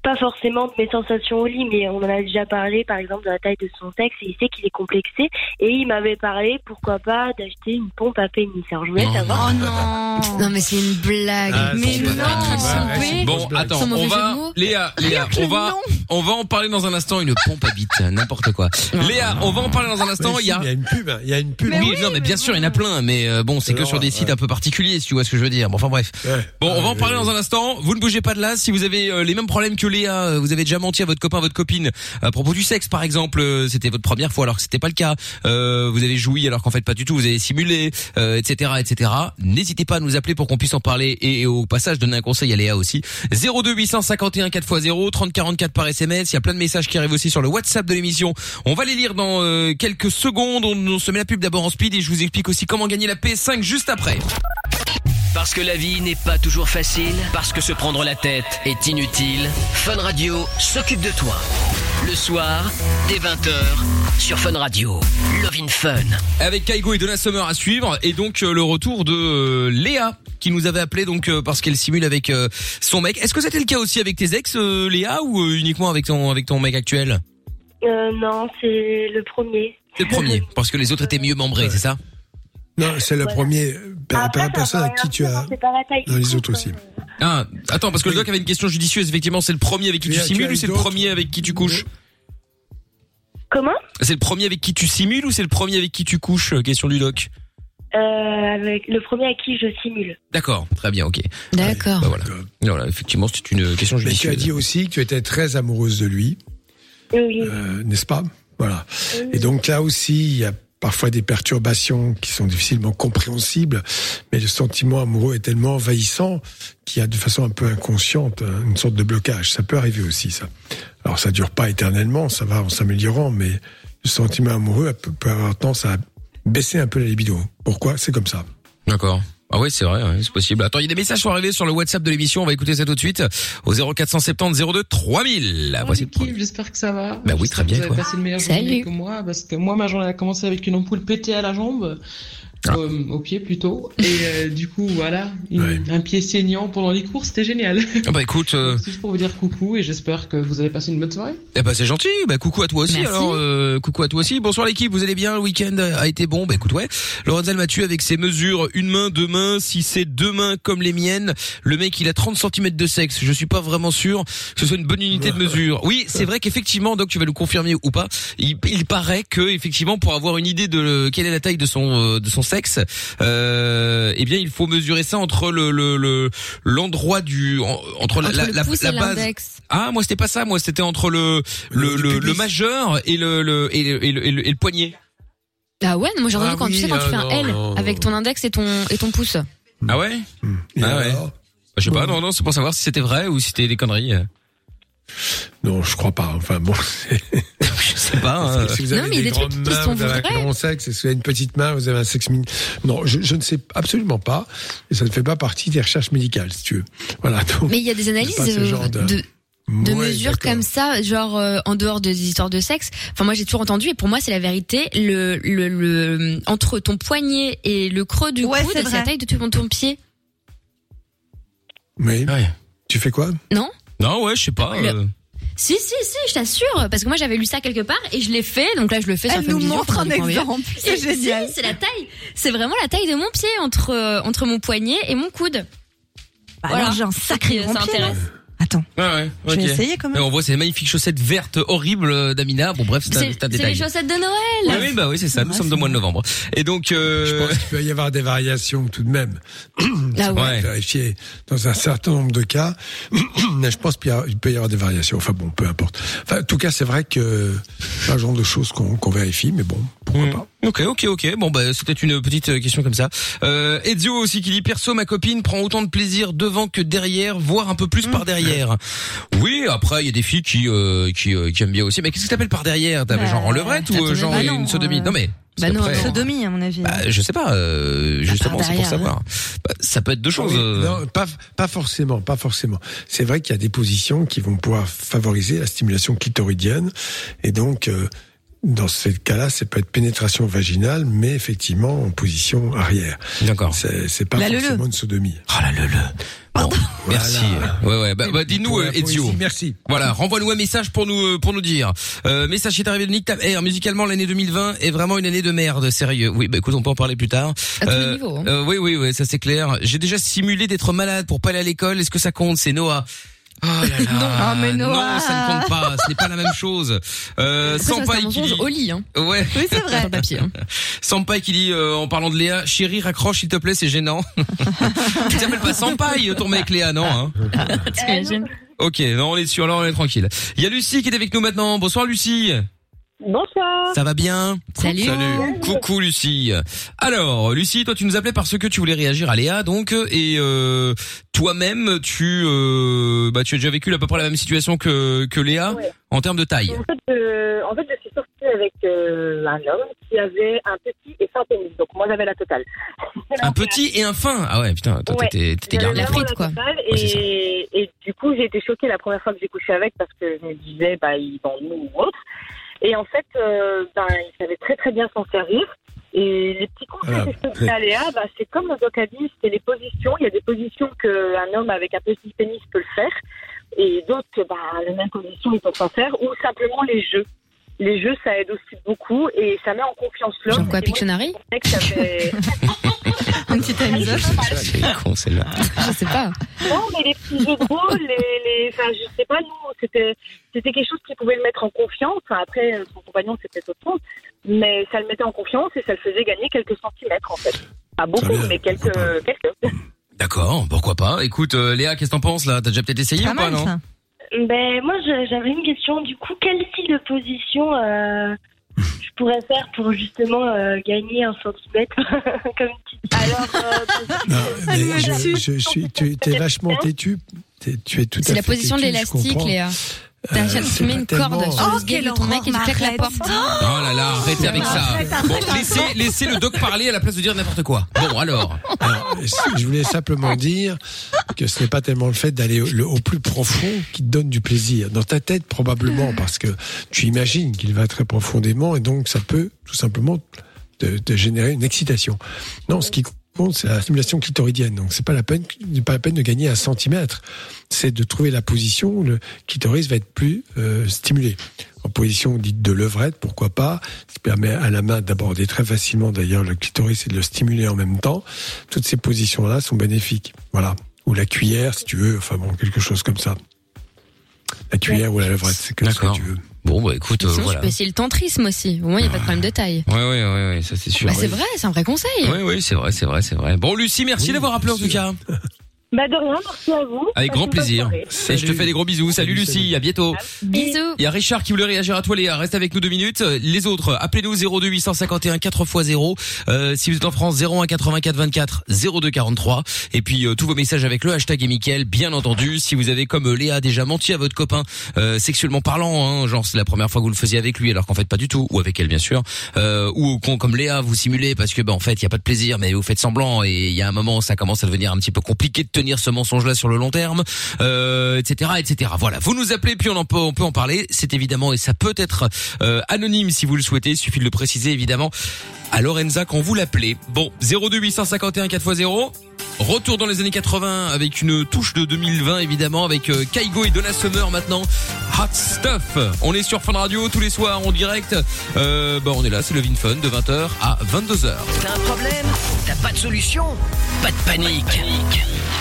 S7: pas forcément de mes sensations au lit, mais on en a déjà parlé, par exemple, de la taille de son sexe, et il sait qu'il est complexé, et il m'avait parlé, pourquoi pas, d'acheter une pompe à pénis. Alors, je voulais
S2: Non,
S7: savoir.
S5: Oh non.
S4: Non, mais c'est une blague.
S3: Ah,
S4: mais
S3: c'est
S4: non.
S3: une blague.
S4: sans
S3: Ouais, ouais,
S4: paix.
S3: c'est
S2: Bon,
S3: Grosse blague.
S2: attends,
S4: Sans mauvais jeu
S2: on va,
S4: de mots.
S2: Léa, Léa, on va, on va en parler dans un instant. Une pompe à bite, n'importe quoi. Léa, on va en parler dans un instant.
S3: Ah, mais
S2: Il
S3: si,
S2: y a,
S3: il y a une pub, hein, il y a une pub.
S2: oui, non, mais bien sûr, il y en a plein, mais euh, bon, c'est que
S3: Alors,
S2: sur des
S3: ouais.
S2: sites un peu particuliers, si tu vois ce que je veux dire. Bon, enfin bref.
S3: Ouais.
S2: Bon, on va en
S3: Ouais,
S2: parler
S3: ouais,
S2: dans un instant. Vous ne bougez pas de là. Si vous avez euh, les mêmes problèmes que Léa, euh, vous avez déjà menti à votre copain, à votre copine euh, à propos du sexe, par exemple. euh, C'était votre première fois alors que c'était pas le cas. Euh, vous avez joui alors qu'en fait pas du tout. Vous avez simulé, euh, etc., etc. N'hésitez pas à nous appeler pour qu'on puisse en parler et, et au passage donner un conseil à Léa aussi. 02 851 4x0 30 44 par SMS. Il y a plein de messages qui arrivent aussi sur le WhatsApp de l'émission. On va les lire dans euh, quelques secondes. On, on se met la pub d'abord en speed et je vous explique aussi comment gagner la PS5 juste après.
S8: Parce que la vie n'est pas toujours facile, parce que se prendre la tête est inutile, Fun Radio s'occupe de toi. Le soir, dès 20h, sur Fun Radio. Love in Fun.
S2: avec Kaigo et Donna Summer à suivre et donc euh, le retour de euh, Léa qui nous avait appelé donc euh, parce qu'elle simule avec euh, son mec. Est-ce que c'était le cas aussi avec tes ex euh, Léa ou euh, uniquement avec ton avec ton mec actuel
S7: Euh, non, c'est le premier.
S2: C'est le premier parce que les autres étaient mieux membrés, c'est ça
S3: Non, c'est le
S7: Voilà.
S3: premier, par
S7: Après,
S3: la
S7: ça
S3: personne
S7: va
S3: à qui tu
S7: rien
S3: as.
S7: faire, c'est pas la taille
S3: Dans
S7: du
S3: les autres aussi.
S7: couple, hein.
S2: Ah, attends parce que le doc avait une question judicieuse effectivement, c'est le premier avec qui
S3: Tu
S2: tu
S3: as- tu
S2: simules
S3: as
S2: ou
S3: eu
S2: c'est le
S3: d'autres
S2: premier avec qui tu couches
S7: Comment
S2: C'est le premier avec qui tu simules ou c'est le premier avec qui tu couches Euh, Question du doc.
S7: euh, avec Le premier à qui je simule.
S2: D'accord, très bien, OK.
S4: D'accord.
S2: Bah voilà. Voilà, effectivement, c'est une question
S3: Mais tu as
S2: judicieuse.
S3: dit aussi que tu étais très amoureuse de lui,
S7: Oui,
S3: euh, n'est-ce pas Voilà.
S7: oui.
S3: Et donc là aussi, il y a parfois des perturbations qui sont difficilement compréhensibles, mais le sentiment amoureux est tellement envahissant qu'il y a de façon un peu inconsciente hein, une sorte de blocage. Ça peut arriver aussi, ça. Alors ça dure pas éternellement, ça va en s'améliorant, mais le sentiment amoureux peut, peut avoir tendance à baisser un peu la libido. Pourquoi C'est comme ça.
S2: D'accord. Ah oui, c'est vrai, ouais, c'est possible. Attends, il y a des messages qui sont arrivés sur le WhatsApp de l'émission, on va écouter ça tout de suite au 0470 02 3000. Ah, voici le
S9: L'équipe,
S2: premier.
S9: J'espère que ça va.
S2: Bah oui,
S9: J'espère
S2: très
S9: que
S2: bien,
S9: Vous avez
S2: toi.
S9: passé une meilleure
S4: Salut.
S9: journée que moi, parce que moi, ma journée a commencé avec une ampoule pétée à la jambe,
S2: Ah.
S9: euh, au pied plutôt. Et euh, du coup, voilà, une-
S3: Ouais.
S9: un pied saignant pendant les cours, c'était génial.
S2: Ah bah écoute, euh,
S9: C'est juste pour vous dire coucou et j'espère que vous avez passé une bonne soirée.
S2: eh bah c'est gentil. Bah coucou à toi aussi.
S4: Merci.
S2: Alors euh, coucou à toi aussi. Bonsoir l'équipe, vous allez bien Le week-end a été bon. Bah écoute ouais. Lorenzel Mathieu avec ses mesures une main, deux mains. Si c'est deux mains comme les miennes, le mec il a 30 cm de sexe. Je suis pas vraiment sûr que ce soit une bonne unité de mesure. Oui, c'est vrai qu'effectivement, donc tu vas nous confirmer ou pas. Il, il paraît que effectivement pour avoir une idée de quelle est la taille de son euh, de son sexe, euh, eh bien il faut mesurer ça entre le le- le l'endroit du en- entre, la-
S4: Entre
S2: la,
S4: le
S2: la-
S4: pouce
S2: la
S4: et
S2: base.
S4: l'index.
S2: Ah, moi c'était pas ça, moi c'était entre le
S3: Le-
S2: le,
S3: du
S2: le, le
S3: pubis.
S2: majeur et le, le, et le, et le, et le- et le poignet.
S4: Ah ouais, non, moi j'ai
S3: Ah
S4: entendu quand tu
S3: oui,
S4: sais quand tu
S3: ah
S4: fais un
S3: non,
S4: L
S3: non,
S4: avec ton index et ton et ton pouce.
S3: Hmm.
S2: Ah ouais Ah ouais. Bah, Je sais pas, non, non, c'est pour savoir si c'était vrai ou si c'était des conneries.
S5: Bah,
S3: Non, je crois pas. Enfin bon,
S2: je sais pas. hein.
S3: Si vous avez
S2: Non, mais il y
S3: des,
S2: a des
S3: grandes
S2: trucs qui
S3: mains,
S2: sont
S3: vous avez un
S2: vrais.
S3: grand sexe, si vous avez une petite main, vous avez un sexe mini. Non, je, je ne sais absolument pas. Et ça ne fait pas partie des recherches médicales, si tu veux. Voilà. donc,
S4: Mais il y a des analyses
S3: pas ce
S4: euh,
S3: genre
S4: de,
S3: de-
S4: de,
S3: Ouais,
S4: mesures
S3: d'accord.
S4: comme ça, genre euh, en dehors des histoires de sexe. Enfin, moi j'ai toujours entendu, et pour moi c'est la vérité, le, le,
S3: Euh,
S4: le- entre ton poignet et le creux du coude, c'est la taille de ton, ton pied.
S3: Oui.
S2: Tu
S3: fais quoi
S4: Non
S2: Non, ouais, je sais pas.
S4: Le-
S2: euh.
S4: Si, si, si, je t'assure, parce que moi j'avais lu ça quelque part et je l'ai fait, donc là je le fais sur
S5: Elle nous
S4: Funvision,
S5: montre un
S4: Funvision.be.
S5: exemple, c'est
S4: Et si,
S5: génial.
S4: C'est la taille, c'est vraiment la taille de mon pied entre, euh, entre mon poignet et mon coude.
S5: Bah alors, j'ai un sacré
S4: Ça
S5: grand pied,
S4: intéresse.
S2: Ouais, Ah ouais.
S5: Je vais
S2: ok.
S5: essayer quand même.
S2: Et on voit ces magnifiques chaussettes vertes horribles euh, d'Amina. Bon, bref, c'est un,
S4: C'est
S2: c'est un
S4: c'est
S2: détail.
S4: les chaussettes de
S2: Oui,
S4: Noël.
S2: oui, bah oui, c'est
S5: Ah,
S2: ça. Nous sommes de mois de novembre. Et donc, euh...
S3: Je pense qu'il peut y avoir des variations tout de même.
S4: Ah ouais.
S2: Ouais.
S3: Vérifier dans un certain nombre de cas. je pense qu'il y a- il peut y avoir des variations. Enfin bon, peu importe. Enfin, en tout cas, c'est vrai que c'est un genre de choses qu'on qu'on vérifie, mais bon, pourquoi pas.
S2: Ok, ok, ok. Bon, bah, c'était une petite euh, question comme ça. Euh, Ezio aussi qui dit perso, ma copine prend autant de plaisir devant que derrière, voire un peu plus par derrière. Oui, après il y a des filles qui euh, qui, euh, qui aiment bien aussi. Mais qu'est-ce que t'appelles par derrière T'as
S5: Bah,
S2: genre en levrette
S5: t'as
S2: ou
S5: ton
S2: euh, genre
S5: avis. Bah non,
S2: une sodomie
S5: euh,
S2: Non mais.
S5: Bah
S2: c'est
S5: non,
S2: après.
S5: sodomie à mon avis. Ah,
S2: Bah, je sais pas. euh, justement, c'est pour
S5: derrière,
S2: savoir. Bah, ça peut être deux choses.
S3: Ah Oui,
S2: euh.
S3: Non, pas, pas forcément, pas forcément. C'est vrai qu'il y a des positions qui vont pouvoir favoriser la stimulation clitoridienne. Et donc, euh, dans ce cas-là, ça peut être pénétration vaginale, mais effectivement en position arrière.
S2: D'accord.
S3: C'est c'est pas
S5: La leu-leu.
S3: forcément une sodomie.
S2: Oh là le le. Bon, merci. Ouais ouais. Bah, bah, dis-nous,
S3: Pour la
S2: euh, Ezio.
S3: poésie, Merci.
S2: Voilà, renvoie-nous un message pour nous euh, pour nous dire. Euh, message qui est arrivé de Nick Taber. Musicalement, l'année 2020 est vraiment une année de merde, sérieux. Oui, bah écoute, on peut en parler plus tard.
S4: À tous les niveaux, hein.
S2: euh, oui, oui, oui, ça c'est clair. J'ai déjà simulé d'être malade pour pas aller à l'école. Est-ce que ça compte C'est Noah. Oh là là.
S4: Non. Ah, mais Noah.
S2: Non, ça ne compte pas. Ce n'est pas la même chose. Euh,
S4: Après, ça,
S2: sans
S4: c'est un
S2: paille qui Euh,
S4: mensonge
S2: dit.
S4: au lit, hein.
S2: Ouais.
S5: Oui, c'est
S4: Sur
S5: vrai.
S4: le papier. hein.
S2: Sampai qui dit euh, en parlant de Léa, chérie raccroche s'il te plaît, c'est gênant. tu t'appelles pas Sampai ton mec Léa, non hein
S7: Euh,
S4: T'imagines
S2: Ok, non, on est sûr, là, on est tranquille. Il y a Lucie qui est avec nous maintenant. Bonsoir, Lucie.
S7: Bonsoir.
S2: Ça va bien
S4: Salut.
S2: Coucou, Lucie. Alors, Lucie, toi, tu nous appelais parce que tu voulais réagir à Léa, donc, et euh, toi-même, tu, euh, bah, tu as déjà vécu à peu près la même situation que, que Léa
S7: Ouais.
S2: en termes de taille.
S7: En fait, euh, en fait, je suis sortie avec euh, un homme qui avait un petit et fin pénis. Donc moi, j'avais la totale.
S2: Un petit et un fin. Ah ouais, putain, toi,
S7: Ouais.
S2: t'étais t'étais
S7: J'avais
S2: garni.
S4: la
S7: vraiment
S4: frite, quoi.
S7: totale
S2: Ouais, c'est ça.
S7: et, et du coup, j'ai été choquée la première fois que j'ai couché avec parce que je me disais, bah, il nous ou autre. Et en fait, euh, ben, il savait très très bien s'en servir. Et les petits conseils
S3: Ah.
S7: que je peux donner à Léa, bah, c'est comme le doc a dit, c'est les positions. Il y a des positions qu'un homme avec un petit pénis peut le faire. Et d'autres, que, bah, les mêmes conditions, ils peuvent pas faire. Ou simplement les jeux. Les jeux, ça aide aussi beaucoup et ça met en confiance l'homme.
S4: Genre quoi,
S7: Et moi,
S4: Pictionary
S7: je pensais que ça avait-
S5: Une petite anecdote.
S2: C'est con, celle-là.
S4: Je sais pas.
S7: Non, mais les petits jeux de rôle, les, les, enfin, je sais pas, nous, c'était, c'était quelque chose qui pouvait le mettre en confiance. Enfin, après, euh, son compagnon, c'était autre chose. Mais ça le mettait en confiance et ça le faisait gagner quelques centimètres, en fait. Pas beaucoup,
S3: Très bien.
S7: mais quelques, quelques.
S2: D'accord, pourquoi pas. Écoute, euh, Léa, qu'est-ce que t'en penses, là T'as déjà peut-être essayé
S5: Pas
S2: ou pas,
S5: mal
S2: non
S5: ça.
S10: Ben, moi, je- j'avais une question. Du coup, quel style de position euh, je pourrais faire pour justement euh, gagner un centimètre comme tu dis
S7: Alors, euh, parce
S3: Non, mais
S4: Ah,
S5: Salut,
S3: je,
S5: Lucie.
S3: je suis, tu es vachement têtu. T'es- tu es tout
S4: C'est
S3: à
S4: la
S3: fait
S4: position de
S3: têtu, je
S4: l'élastique,
S3: comprends.
S4: Léa.
S3: Euh,
S4: T'as jamais
S3: c'est
S7: Ah,
S4: tu mets
S3: pas
S4: une corde
S3: tellement-
S4: sur
S5: Oh,
S4: le sgeg de
S5: quelle
S4: ton mec et tu
S5: horreur,
S4: claques la
S5: m'arrête.
S4: porte.
S2: Oh là là, arrêtez avec ça.
S5: Arrête, arrête,
S2: Bon,
S5: arrête.
S2: laissez, laissez le doc parler à la place de dire n'importe quoi. Bon, alors.
S3: Alors, euh, je voulais simplement dire que ce n'est pas tellement le fait d'aller au, le- au plus profond qui te donne du plaisir. Dans ta tête, probablement, parce que tu imagines qu'il va très profondément et donc ça peut tout simplement te, te générer une excitation. Non, ce qui compte, c'est la stimulation clitoridienne. Donc, c'est pas la peine, c'est pas la peine de gagner un centimètre. C'est de trouver la position où le clitoris va être plus euh, stimulé. En position dite de levrette, pourquoi pas, ce qui permet à la main d'aborder très facilement d'ailleurs le clitoris et de le stimuler en même temps toutes ces positions-là sont bénéfiques. Voilà. Ou la cuillère, si tu veux. Enfin bon, quelque chose comme ça. La cuillère ou la levrette, c'est que ce que
S2: D'accord.
S3: tu veux.
S2: Bon, bah écoute, euh,
S4: Sinon,
S2: voilà.
S4: tu peux essayer le tantrisme aussi. Au moins, il n'y a pas de problème de taille.
S2: Ouais, ouais, ouais, ouais, ça c'est sûr.
S4: Bah, c'est
S2: oui.
S4: vrai, c'est un vrai conseil.
S2: Oui, oui, c'est vrai, c'est vrai, c'est vrai. Bon, Lucie, merci
S3: Oui,
S2: d'avoir appelé en
S3: bien
S2: tout
S3: sûr.
S2: cas.
S10: Bah de rien, merci à vous.
S2: Avec grand plaisir. Et je te fais des gros bisous. Salut, Lucie, à bientôt.
S4: Bisous.
S2: Il y a Richard qui voulait réagir à toi, Léa. Reste avec nous deux minutes. Les autres, appelez-nous 02 851 4x0. Euh, si vous êtes en France, 01 84 24 02 43. Et puis, euh, tous vos messages avec le hashtag et Mickaël, bien entendu. Si vous avez, comme euh, Léa, déjà menti à votre copain, euh, sexuellement parlant, hein, genre c'est la première fois que vous le faisiez avec lui, alors qu'en fait pas du tout, ou avec elle, bien sûr. Euh, ou au con comme Léa, vous simulez parce que, ben, en fait, il y a pas de plaisir, mais vous faites semblant. Et il y a un moment, ça commence à devenir un petit peu compliqué de tenir ce mensonge-là sur le long terme, euh, etc., etc. Voilà. Vous nous appelez, puis on, en peut, on peut en parler. C'est évidemment, et ça peut être euh, anonyme si vous le souhaitez. Il suffit de le préciser, évidemment, à Lorenza quand vous l'appelez. Bon, 02851 4x0. Retour dans les années 80 avec une touche de 2020, évidemment, avec euh, Kaigo et Donna Summer maintenant. Hot Stuff. On est sur Fun Radio tous les soirs en direct. Euh, bah, on est là, c'est le Vin Fun de 20h à 22h.
S8: T'as un problème T'as pas de solution Pas de panique.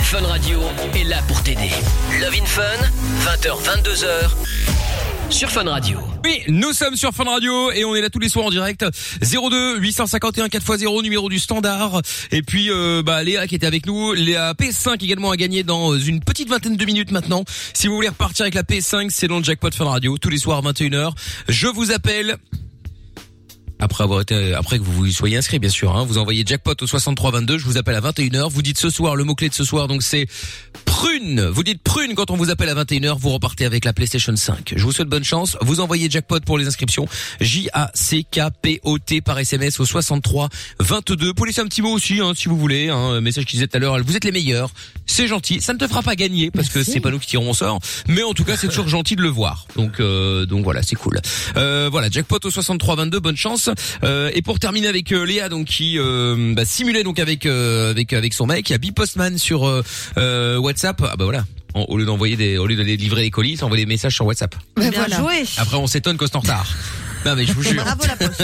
S8: Fun Radio est là pour t'aider. Love in Fun, 20h, 22h, sur Fun Radio.
S2: Oui, nous sommes sur Fun Radio et on est là tous les soirs en direct. 02 851 4x0 numéro du standard. Et puis euh, bah, Léa qui était avec nous, Léa PS5 également à gagner dans euh, une petite vingtaine de minutes maintenant. Si vous voulez repartir avec la PS5, c'est dans le jackpot Fun Radio tous les soirs 21h. Je vous appelle après avoir été, après que vous vous y soyez inscrit, bien sûr. Hein. Vous envoyez jackpot au 6322. Je vous appelle à 21h. Vous dites ce soir le mot clé de ce soir. Donc c'est prune. Vous dites prune quand on vous appelle à 21h. Vous repartez avec la PlayStation 5. Je vous souhaite bonne chance. Vous envoyez jackpot pour les inscriptions. J A C K P O T par SMS au 6322. Pour laisser un petit mot aussi, hein, si vous voulez. Hein, un message qui disait tout à l'heure. Vous êtes les meilleurs. C'est gentil. Ça ne te fera pas gagner parce que c'est pas nous qui tirons au sort. Mais en tout cas, c'est toujours gentil de le voir. Donc euh, donc voilà, c'est cool. Euh, voilà, jackpot au 6322. Bonne chance. Euh, et pour terminer avec euh, Léa, donc qui euh, bah, simulait donc avec euh, avec avec son mec, il y a B Postman sur euh, euh, WhatsApp. Ah bah voilà. En- au lieu d'envoyer des, au lieu d'aller livrer les colis, t'envoies des messages sur WhatsApp.
S5: Bah, bien joué.
S2: Après, on s'étonne qu'au standard. Non mais je vous jure.
S5: Bravo la poste.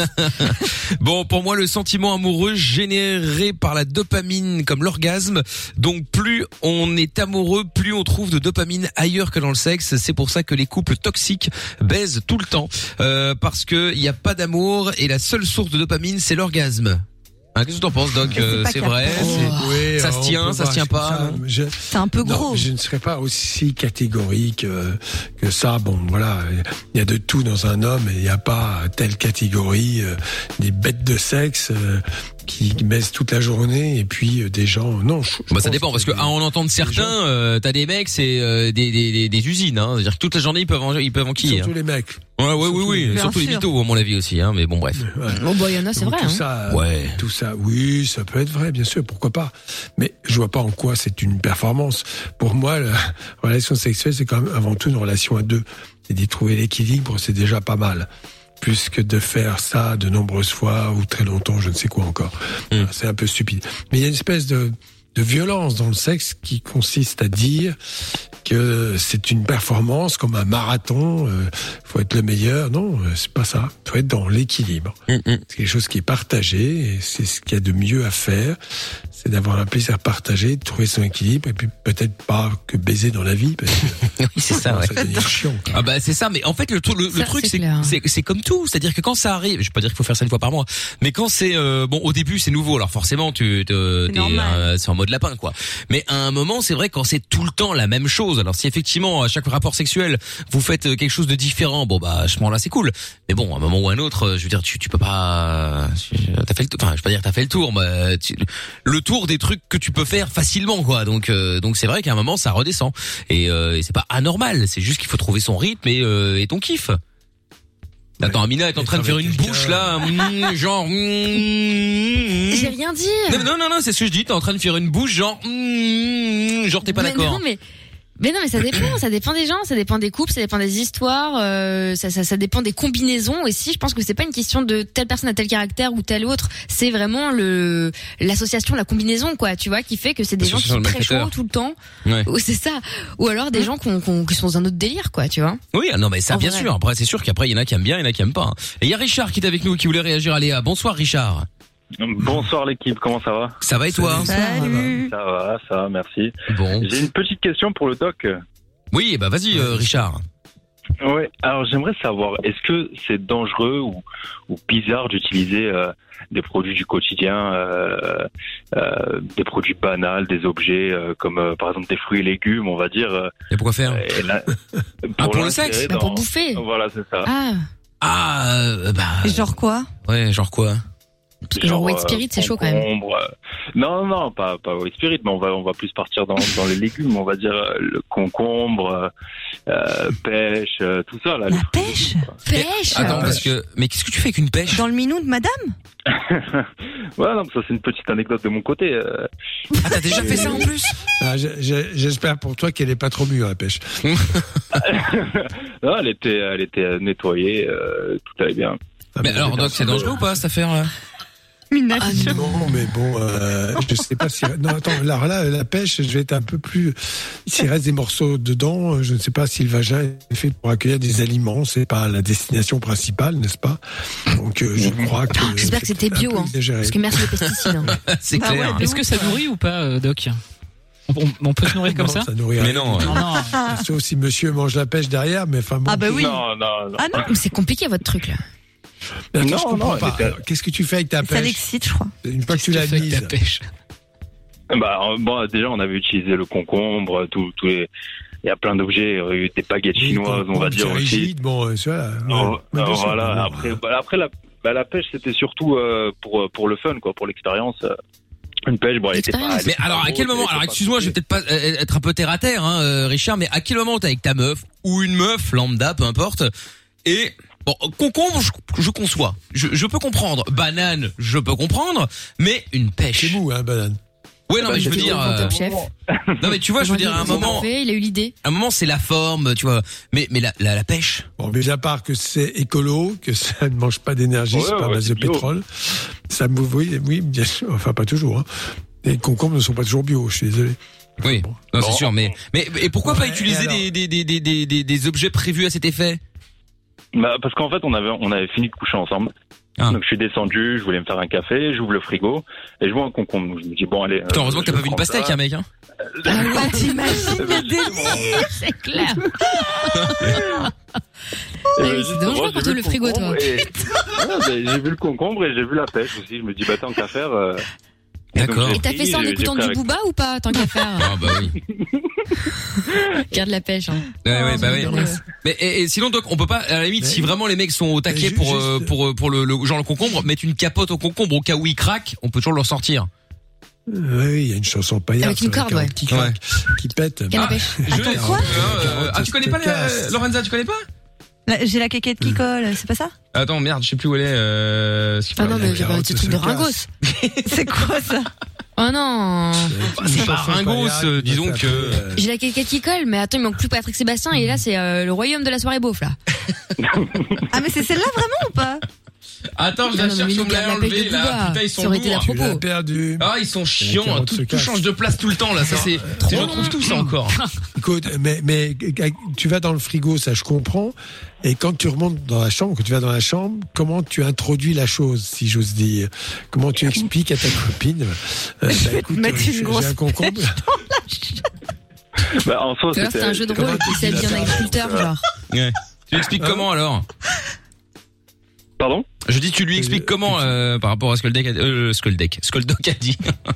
S2: Bon, pour moi, le sentiment amoureux généré par la dopamine comme l'orgasme. Donc, plus on est amoureux, plus on trouve de dopamine ailleurs que dans le sexe. C'est pour ça que les couples toxiques baisent tout le temps. Euh, parce que il n'y a pas d'amour et la seule source de dopamine, c'est l'orgasme. Hein, Qu'est-ce que t'en penses, Doc Euh,
S5: pas
S2: C'est vrai
S5: capable.
S2: c'est-
S3: Oui,
S2: Ça se
S3: Oh. on
S2: tient,
S3: peut
S2: ça se tient
S3: voir,
S2: pas hein.
S3: je- je-
S5: C'est un peu
S3: Non,
S5: gros.
S3: je ne serais pas aussi catégorique euh, que ça. Bon, voilà, il y a de tout dans un homme et il n'y a pas telle catégorie euh, des bêtes de sexe euh, qui baissent toute la journée et puis euh, des gens. Non, je- je
S2: Bah, ça
S3: pense
S2: dépend, parce que
S3: des-
S2: à en entendre certains, euh, t'as des mecs, c'est euh, des, des, des, des usines. Hein. C'est-à-dire que toute la journée, ils peuvent en, ils peuvent en quiller.
S3: Surtout les mecs.
S2: Ouais, ouais, oui, oui,
S5: Bien
S2: surtout les
S5: sûr.
S2: mythos, à mon avis aussi, hein, mais bon, bref.
S3: Ouais.
S4: Bon, bah, il y en a, c'est
S3: Donc,
S4: vrai.
S3: Tout
S4: hein.
S3: ça, euh,
S2: Ouais.
S3: tout ça, oui, ça peut être vrai, bien sûr, pourquoi pas. Mais je vois pas en quoi c'est une performance. Pour moi, la relation sexuelle, c'est quand même avant tout une relation à deux. Et d'y trouver l'équilibre, c'est déjà pas mal. Plus que de faire ça de nombreuses fois ou très longtemps, je ne sais quoi encore.
S2: Mm.
S3: C'est un peu stupide. Mais il y a une espèce de, de violence dans le sexe qui consiste à dire que c'est une performance comme un marathon, euh, faut être le meilleur. Non, euh, c'est pas ça. Faut être dans l'équilibre.
S2: Mm,
S3: C'est quelque chose qui est partagé et c'est ce qu'il y a de mieux à faire. C'est d'avoir un plaisir partagé, de trouver son équilibre et puis peut-être pas que baiser dans la vie parce que
S2: Oui, c'est ça, ouais.
S3: ça devient chiant. quoi.
S2: Ah bah c'est ça, mais en fait le, tru- le, le
S4: Ça,
S2: truc
S4: c'est
S2: c'est
S4: clair.
S2: c'est- c'est comme tout, c'est-à-dire que quand ça arrive, je vais pas dire qu'il faut faire ça une fois par mois, mais quand c'est euh, bon au début c'est nouveau, alors forcément tu te-
S5: C'est
S2: t'es,
S5: normal.
S2: euh, c'est en mode lapin quoi. Mais à un moment c'est vrai quand c'est tout le temps la même chose, alors si effectivement à chaque rapport sexuel vous faites euh, quelque chose de différent, bon bah je m'en là c'est cool, mais bon à un moment ou à un autre, euh, je veux dire tu tu peux pas, euh, t'as fait le tour, enfin je vais pas dire que t'as fait le tour, mais euh, tu- le tour des trucs que tu peux faire facilement quoi, donc euh, donc c'est vrai qu'à un moment ça redescend et, euh, et c'est pas anormal, c'est juste qu'il faut trouver son rythme et, euh, et ton kiff. Attends, Amina est en
S3: Et
S2: train de faire
S3: travailler
S2: une
S3: quelqu'un.
S2: bouche là, mm, genre. mm,
S4: J'ai
S2: mm,
S4: rien dit.
S2: mm. Non, non, non, c'est ce que je dis. T'es en train de faire une bouche, genre, mm, genre t'es pas
S4: Mais
S2: d'accord.
S4: Non, mais. Mais non, mais ça dépend, ça dépend des gens, ça dépend des couples, ça dépend des histoires, euh, ça, ça, ça dépend des combinaisons aussi. Je pense que c'est pas une question de telle personne a tel caractère ou tel autre. C'est vraiment le l'association, la combinaison, quoi, tu vois, qui fait que c'est des gens qui
S2: L'association
S4: sont
S2: de
S4: très
S2: malfaiteurs.
S4: chauds tout le temps.
S2: Ouais.
S4: Ou c'est ça. Ou alors des gens qu'on- qu'on- qui sont dans un autre délire, quoi, tu vois.
S2: Oui, ah non, mais ça,
S4: En
S2: bien
S4: vrai.
S2: sûr. Après, c'est sûr qu'après, il y en a qui aiment bien, il y en a qui aiment pas. hein. Et il y a Richard qui est avec nous, qui voulait réagir à Léa. Bonsoir, Richard.
S11: Bonsoir l'équipe, comment ça va
S2: Ça va et toi
S5: Salut.
S11: Ça va, ça va, merci.
S2: Bon.
S11: J'ai une petite question pour le doc.
S2: Oui, bah vas-y, euh, Richard.
S11: Ouais, alors j'aimerais savoir, est-ce que c'est dangereux ou, ou bizarre d'utiliser euh, des produits du quotidien, euh, euh, des produits banals, des objets euh, comme euh, par exemple des fruits et légumes, on va dire. euh,
S2: Et pourquoi faire
S11: et là-
S2: Ah, pour le
S11: l'intérêt
S2: sexe
S11: dans-
S2: Bah, pour bouffer.
S11: Voilà, c'est ça.
S4: Ah,
S2: Ah, euh, bah.
S5: genre quoi
S2: Ouais, genre quoi
S4: Parce que genre White
S11: euh,
S4: Spirit, c'est chaud quand même.
S11: concombre, euh, Non, non, non, pas, pas White Spirit, mais on va, on va plus partir dans, dans les légumes, on va dire euh, le concombre, euh, euh, pêche, euh, tout ça. Là, les fruits.
S5: Pêche Pêche
S4: euh,
S2: Attends, parce que. Mais qu'est-ce que tu fais avec une pêche
S5: Dans le minou de madame
S11: Ouais, non, mais ça c'est une petite anecdote de mon côté. euh.
S2: Ah, t'as déjà fait ça en plus
S3: Ah, j'ai- j'ai- J'espère pour toi qu'elle est pas trop mûre, la pêche.
S11: Non, elle était, elle était nettoyée, euh, tout allait bien.
S2: Ah, Mais alors, Doc, c'est dangereux ou pas cette affaire
S6: euh,
S2: là
S3: Ah, Non, mais bon, euh, je sais pas si. Non, attends, là, là, la pêche, je vais être un peu plus. S'il reste des morceaux dedans, euh, je ne sais pas si le vagin est fait pour accueillir des aliments. C'est pas la destination principale, n'est-ce pas Donc, euh, je crois que.
S4: J'espère que c'était bio, hein.
S3: exagéré.
S4: Parce que merci les pesticides. hein.
S2: C'est
S6: Ah ouais,
S2: clair.
S6: de Est-ce que ça nourrit ou pas, euh, Doc on, on- on peut se nourrir comme
S3: Non,
S6: ça
S3: ça nourrit
S2: Mais
S3: rien.
S2: non.
S6: Non, non.
S4: Ah,
S3: Sauf si monsieur mange la pêche derrière, mais enfin bon.
S5: Ah bah oui
S11: Non, non, non.
S5: Ah non
S4: Mais C'est compliqué votre truc là.
S3: Mais attends,
S4: Ah,
S11: Non,
S3: je comprends
S11: non,
S3: pas.
S11: elle était-
S3: Alors, Qu'est-ce que tu fais avec ta
S5: Ça
S3: pêche
S5: l'excite, je crois.
S3: Une fois que tu
S6: Qu'est-ce
S3: l'as
S6: fais avec
S3: mise.
S6: ta pêche
S11: Bah, euh, bon, déjà, on avait utilisé le concombre, tout, tous les. Il y a plein d'objets, euh, des baguettes
S3: Oui,
S11: chinoises, on
S3: bon,
S11: va dire
S3: c'est
S11: aussi.
S3: rigide, bon, euh, c'est voilà.
S11: Oh,
S3: Ouais. Mais
S11: euh,
S3: bien sûr,
S11: voilà.
S3: bon,
S11: après,
S3: euh,
S11: bah, après la, bah, la pêche, c'était surtout euh, pour euh, pour le fun, quoi, pour l'expérience. euh. Une pêche, bon, elle était pas.
S4: L'expérience.
S11: elle
S2: Mais
S11: était
S2: alors,
S11: pas
S2: à quel
S11: grosse,
S2: moment
S11: elle
S2: Alors,
S11: était pas
S2: excuse-moi, je vais peut-être pas euh, être un peu terre à terre, hein, euh, Richard, mais à quel moment t'es avec ta meuf ou une meuf lambda, peu importe, et bon, concombre, je, je conçois, je, je peux comprendre, banane, je peux comprendre, mais une
S3: C'est
S2: pêche.
S3: mou, hein, banane.
S2: Ouais, non, mais je veux
S11: c'est
S2: dire,
S4: Bon,
S2: euh,
S4: top chef.
S2: non, mais tu vois, je veux dire, à un
S4: Ils ont
S2: moment,
S4: parfait, il a eu l'idée.
S2: à un moment, c'est la forme, tu vois, mais mais la la, la pêche.
S3: Bon, mais à part que c'est écolo, que ça ne mange pas d'énergie,
S11: Ouais,
S3: c'est pas
S11: ouais,
S3: base de
S11: c'est bio.
S3: pétrole, ça me oui, oui, bien sûr, enfin pas toujours. Hein. Les concombres ne sont pas toujours bio, je suis désolé.
S2: Oui, non, c'est
S11: Bon.
S2: sûr, mais mais et pourquoi
S3: Ouais,
S2: pas
S3: et
S2: utiliser
S3: alors
S2: des des, des des des des des objets prévus à cet effet
S11: Bah, parce qu'en fait, on avait, on avait fini de coucher ensemble.
S2: Ah.
S11: Donc, je suis descendu, je voulais me faire un café, j'ouvre le frigo et je vois un concombre. Donc, je me dis, bon, allez.
S2: Putain,
S11: euh,
S2: heureusement que t'as
S11: je
S2: pas vu une
S11: prends
S2: pastèque,
S11: ça.
S2: hein, mec. Hein.
S5: Ah ouais, t'imagines
S11: Euh,
S5: le délire
S4: C'est clair. Eh,
S11: Et
S4: Ouais,
S11: euh,
S4: c'est
S11: juste
S4: dangereux
S11: avant,
S4: quand
S11: j'ai
S4: t'as
S11: vu
S4: le frigo, toi.
S11: concombre et- Ouais, mais J'ai vu le concombre et j'ai vu la pêche aussi. Je me dis, bah, tant qu'à faire. euh, et donc,
S2: D'accord.
S11: j'ai
S4: Et t'as
S11: pris,
S4: fait ça en
S11: j'ai- j'ai
S4: écoutant
S11: pris
S4: du
S11: avec-
S4: booba ou pas, tant qu'à faire
S2: Ah bah oui.
S4: Garde la pêche. Hein.
S2: Ouais, ouais,
S4: Oh,
S2: bah
S4: c'est
S2: ouais.
S4: drôle.
S2: Mais et, et sinon, donc, on peut pas, à la limite,
S3: Mais-
S2: si vraiment les mecs sont au taquet
S3: ju-
S2: pour, euh,
S3: juste-
S2: pour, euh, pour le, le- genre le concombre, mettre une capote au concombre au cas où il craque, on peut toujours le ressortir.
S3: Euh, oui, il y a une chanson paillarde.
S4: Avec une
S3: sur
S4: corde,
S3: laquelle
S4: ouais.
S3: un Petit crack qui pète. Bah,
S4: Garde la pêche.
S2: Attends,
S5: quoi
S2: Ah, tu connais pas la-
S3: Casse.
S2: Lorenza, tu connais pas
S5: Là, J'ai la caquette
S2: Euh.
S5: qui colle, c'est pas ça
S2: Attends, merde, je sais plus où elle est. Euh... c'est
S4: Ah
S2: pas-
S4: non, mais
S3: la
S4: j'ai pas un
S3: carotte
S4: petit
S3: se
S4: truc de
S3: casse.
S4: ringos.
S5: C'est quoi ça
S4: Oh non
S2: c'est pas ringos, euh, disons que-
S4: J'ai la caquette qui colle, mais attends, il manque plus que Patrick Sébastien, et là, c'est euh, le royaume de la soirée beauf, là.
S5: Ah mais c'est celle-là vraiment ou pas
S2: Attends, je la
S4: Non, non, mais
S2: cherche,
S4: nous,
S2: on me l'a
S4: garde la
S2: enlevé
S4: pêche de
S2: là.
S4: Booba.
S2: Putain, ils
S4: Ça
S2: sont
S4: aurait été
S2: lourds.
S4: la
S3: Tu l'as
S4: propos.
S3: perdu.
S2: Ah, ils sont chiants, hein,
S3: carottes
S2: tout,
S3: se
S2: tout
S3: cassent.
S2: change de place tout le temps là, ça c'est. Je retrouve tout ça encore.
S3: Écoute, mais, mais euh, tu vas dans le frigo, ça je comprends. Et quand tu remontes dans la chambre, quand tu vas dans la chambre, comment tu introduis la chose, si j'ose dire Comment tu expliques à ta copine euh, bah, écoute,
S5: mettre
S3: euh,
S5: une
S3: j'ai
S5: grosse
S3: un concombre.
S11: Bah, en soi,
S4: Tu Hein vois, c'est un jeu de rôle,
S3: Comment
S4: il s'habille
S3: tu
S4: en
S3: dis
S4: agriculteur, genre.
S2: Ouais. Tu lui expliques comment alors
S11: Pardon
S2: Je dis, tu lui expliques comment euh, par rapport à ce que le deck a, euh, ce que le deck, ce que le doc a dit.
S4: Ah,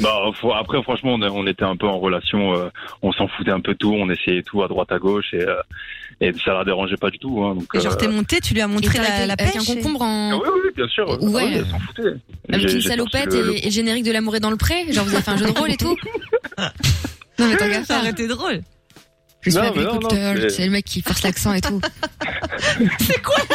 S11: Bah, faut- après, franchement, on, on était un peu en relation, euh, on s'en foutait un peu tout, on essayait tout à droite à gauche et, euh, et ça la dérangeait pas du tout. Hein, donc,
S5: Et Genre
S11: euh,
S5: t'es monté, tu lui as
S4: Et
S5: montré
S4: t'arrêtes
S5: la, la
S4: avec
S5: pêche
S4: un
S5: et-
S4: concombre
S11: ah
S4: en...
S11: oui, oui, bien sûr. Ah
S4: Ouais.
S11: oui, elle s'en foutait. J'ai-
S4: Avec
S11: j'ai
S4: une
S11: sorti
S4: salopette
S11: le- le-
S4: et, et le générique de l'amour est dans le pré Genre, vous avez fait un jeu de rôle et tout Non, mais tant qu'à
S5: Ça
S4: faire.
S5: aurait été drôle.
S4: Je suis
S11: Non, mais non, non,
S4: agriculteur,
S11: mais-
S4: c'est le mec qui force l'accent et tout.
S5: C'est quoi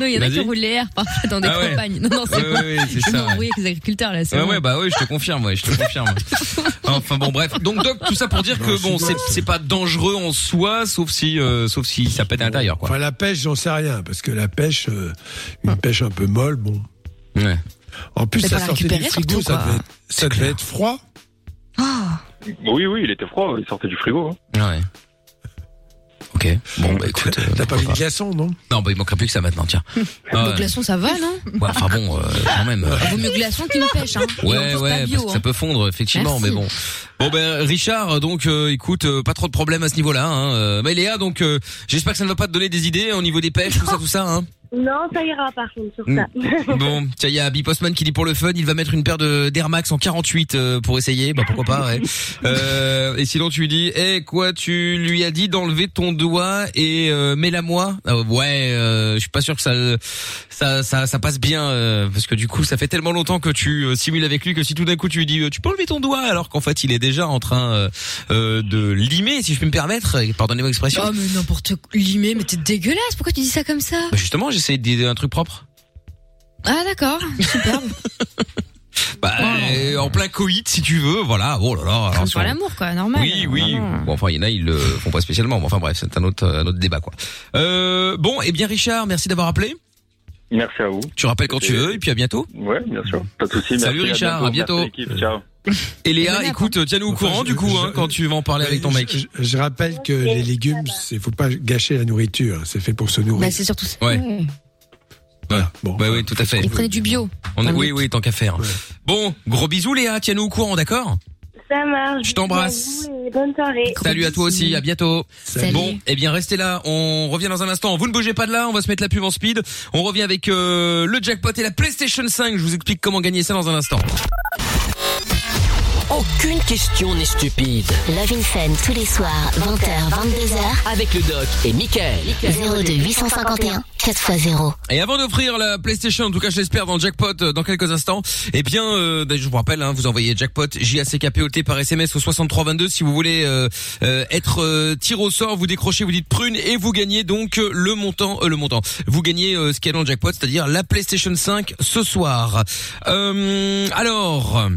S4: Non, il y en a qui
S2: Vas-y.
S4: roulent les airs parfois dans des
S2: Ah ouais.
S4: campagnes. Non, non, c'est
S2: Ouais, ouais, ouais, c'est
S4: Je
S2: ça, ouais.
S4: m'embrouille avec les agriculteurs, là, c'est
S2: Ouais,
S4: bon.
S2: ouais, bah oui, je te confirme, ouais, je te confirme. enfin bon, bref. Donc Doc, tout ça pour dire que bon, c'est c'est pas dangereux en soi, sauf si, euh, sauf si ça pète à l'intérieur, quoi.
S3: Enfin, la pêche, j'en sais rien, parce que la pêche, euh, une pêche un peu molle, bon.
S2: Ouais.
S3: En plus,
S4: Mais
S3: ça
S4: pour la
S3: sortait du
S4: récupérer,
S3: frigo,
S4: surtout,
S3: ça
S4: quoi.
S3: devait, être, ça devait être froid.
S5: Ah,
S11: Oui, oui, il était froid, il sortait du frigo. hein.
S2: Ouais. Ah Ok. Ok. Bon, bah écoute. T'as
S3: pas mis de glaçon, non
S2: Non, bah il manquerait plus que ça maintenant, tiens.
S4: Hum,
S2: Ah,
S4: Le glaçon, ça va, non Ah,
S2: ouais, enfin bon, euh, quand même.
S3: Ah,
S2: euh,
S4: Vaut mieux glaçon qu'une pêche, hein. Et
S2: Ouais,
S4: encore pas
S2: ouais,
S4: bio,
S2: parce que
S4: hein.
S2: ça peut fondre, effectivement,
S4: Merci.
S2: mais bon. Bon ben, Richard, donc, euh, écoute, euh, pas trop de problèmes à ce niveau-là. Hein. Euh, Mais Léa, donc, euh, j'espère que ça ne va pas te donner des idées au niveau des pêches, tout ça, tout ça. Hein.
S10: Non, ça ira par contre sur ça.
S2: Mm. bon, tiens, il y a Abby Postman qui dit pour le fun, il va mettre une paire de d'Air Max en 48 euh, pour essayer. Bah pourquoi pas. Ouais. Euh, et sinon, tu lui dis, eh quoi, tu lui as dit d'enlever ton doigt et euh, mets-la moi. Ah, ouais, euh, je suis pas sûr que ça, ça, ça, ça passe bien euh, parce que du coup, ça fait tellement longtemps que tu euh, simules avec lui que si tout d'un coup tu lui dis, euh, tu peux enlever ton doigt alors qu'en fait, il est déjà en train euh, euh, de limer, si je puis me permettre. Pardonnez-moi l'expression.
S4: Oh, mais n'importe quoi. Limé, mais t'es dégueulasse. Pourquoi tu dis ça comme ça
S2: Bah, justement, j'essaie de dire un truc propre.
S4: Ah, d'accord. Superbe.
S2: Bah, euh, en plein coït, si tu veux, voilà. Oh là là. alors,
S4: Comme
S2: si
S4: pour
S2: on-
S4: l'amour, quoi. Normal. Ah,
S2: Oui, oui. Bon, enfin, il y en a, ils le font pas spécialement. Mais enfin, bref, c'est un autre, un autre débat, quoi. Euh, bon, eh bien, Richard, merci d'avoir appelé.
S11: Merci à vous.
S2: Tu rappelles quand tu veux, et puis à bientôt.
S11: Ouais, bien sûr. Pas de soucis.
S2: Salut,
S11: merci,
S2: Richard, à bientôt.
S11: Merci, l'équipe, ciao.
S2: Et Léa, écoute, tiens-nous au
S3: Enfin,
S2: courant,
S3: je-
S2: du coup,
S3: je-
S2: hein, quand tu vas en parler avec ton
S3: Je-
S2: mec.
S3: Je, je rappelle que les légumes, il faut pas gâcher la nourriture. C'est fait pour se
S4: Bah,
S3: nourrir.
S4: c'est surtout ça.
S2: Ouais. Bah oui, tout à fait.
S4: Et prenez du bio.
S2: On est- oui, oui, tant qu'à faire. Bon, gros bisous, Léa. Tiens-nous au courant, d'accord
S10: Ça marche.
S2: Je t'embrasse.
S10: bisous à vous et Bonne soirée.
S2: Salut à toi aussi, à bientôt.
S10: Salut.
S2: Bon, eh bien restez là, on revient dans un instant. Vous ne bougez pas de là, on va se mettre la pub en speed. On revient avec euh, le jackpot et la PlayStation 5. Je vous explique comment gagner ça dans un instant.
S8: Aucune question n'est stupide.
S1: Love in Fun tous les soirs, 20h, 22h.
S8: Avec le doc et Michael.
S1: 02 851 4x0.
S2: Et avant d'offrir la PlayStation, en tout cas je l'espère dans le jackpot euh, dans quelques instants, eh bien euh, je vous rappelle, hein, vous envoyez jackpot J A C K P O T par SMS au 6322 si vous voulez euh, euh, être euh, tiré au sort, vous décrochez, vous dites prune et vous gagnez donc euh, le montant, euh, le montant. Vous gagnez euh, ce qu'il y a dans le jackpot, c'est-à-dire la PlayStation 5 ce soir. Euh, alors.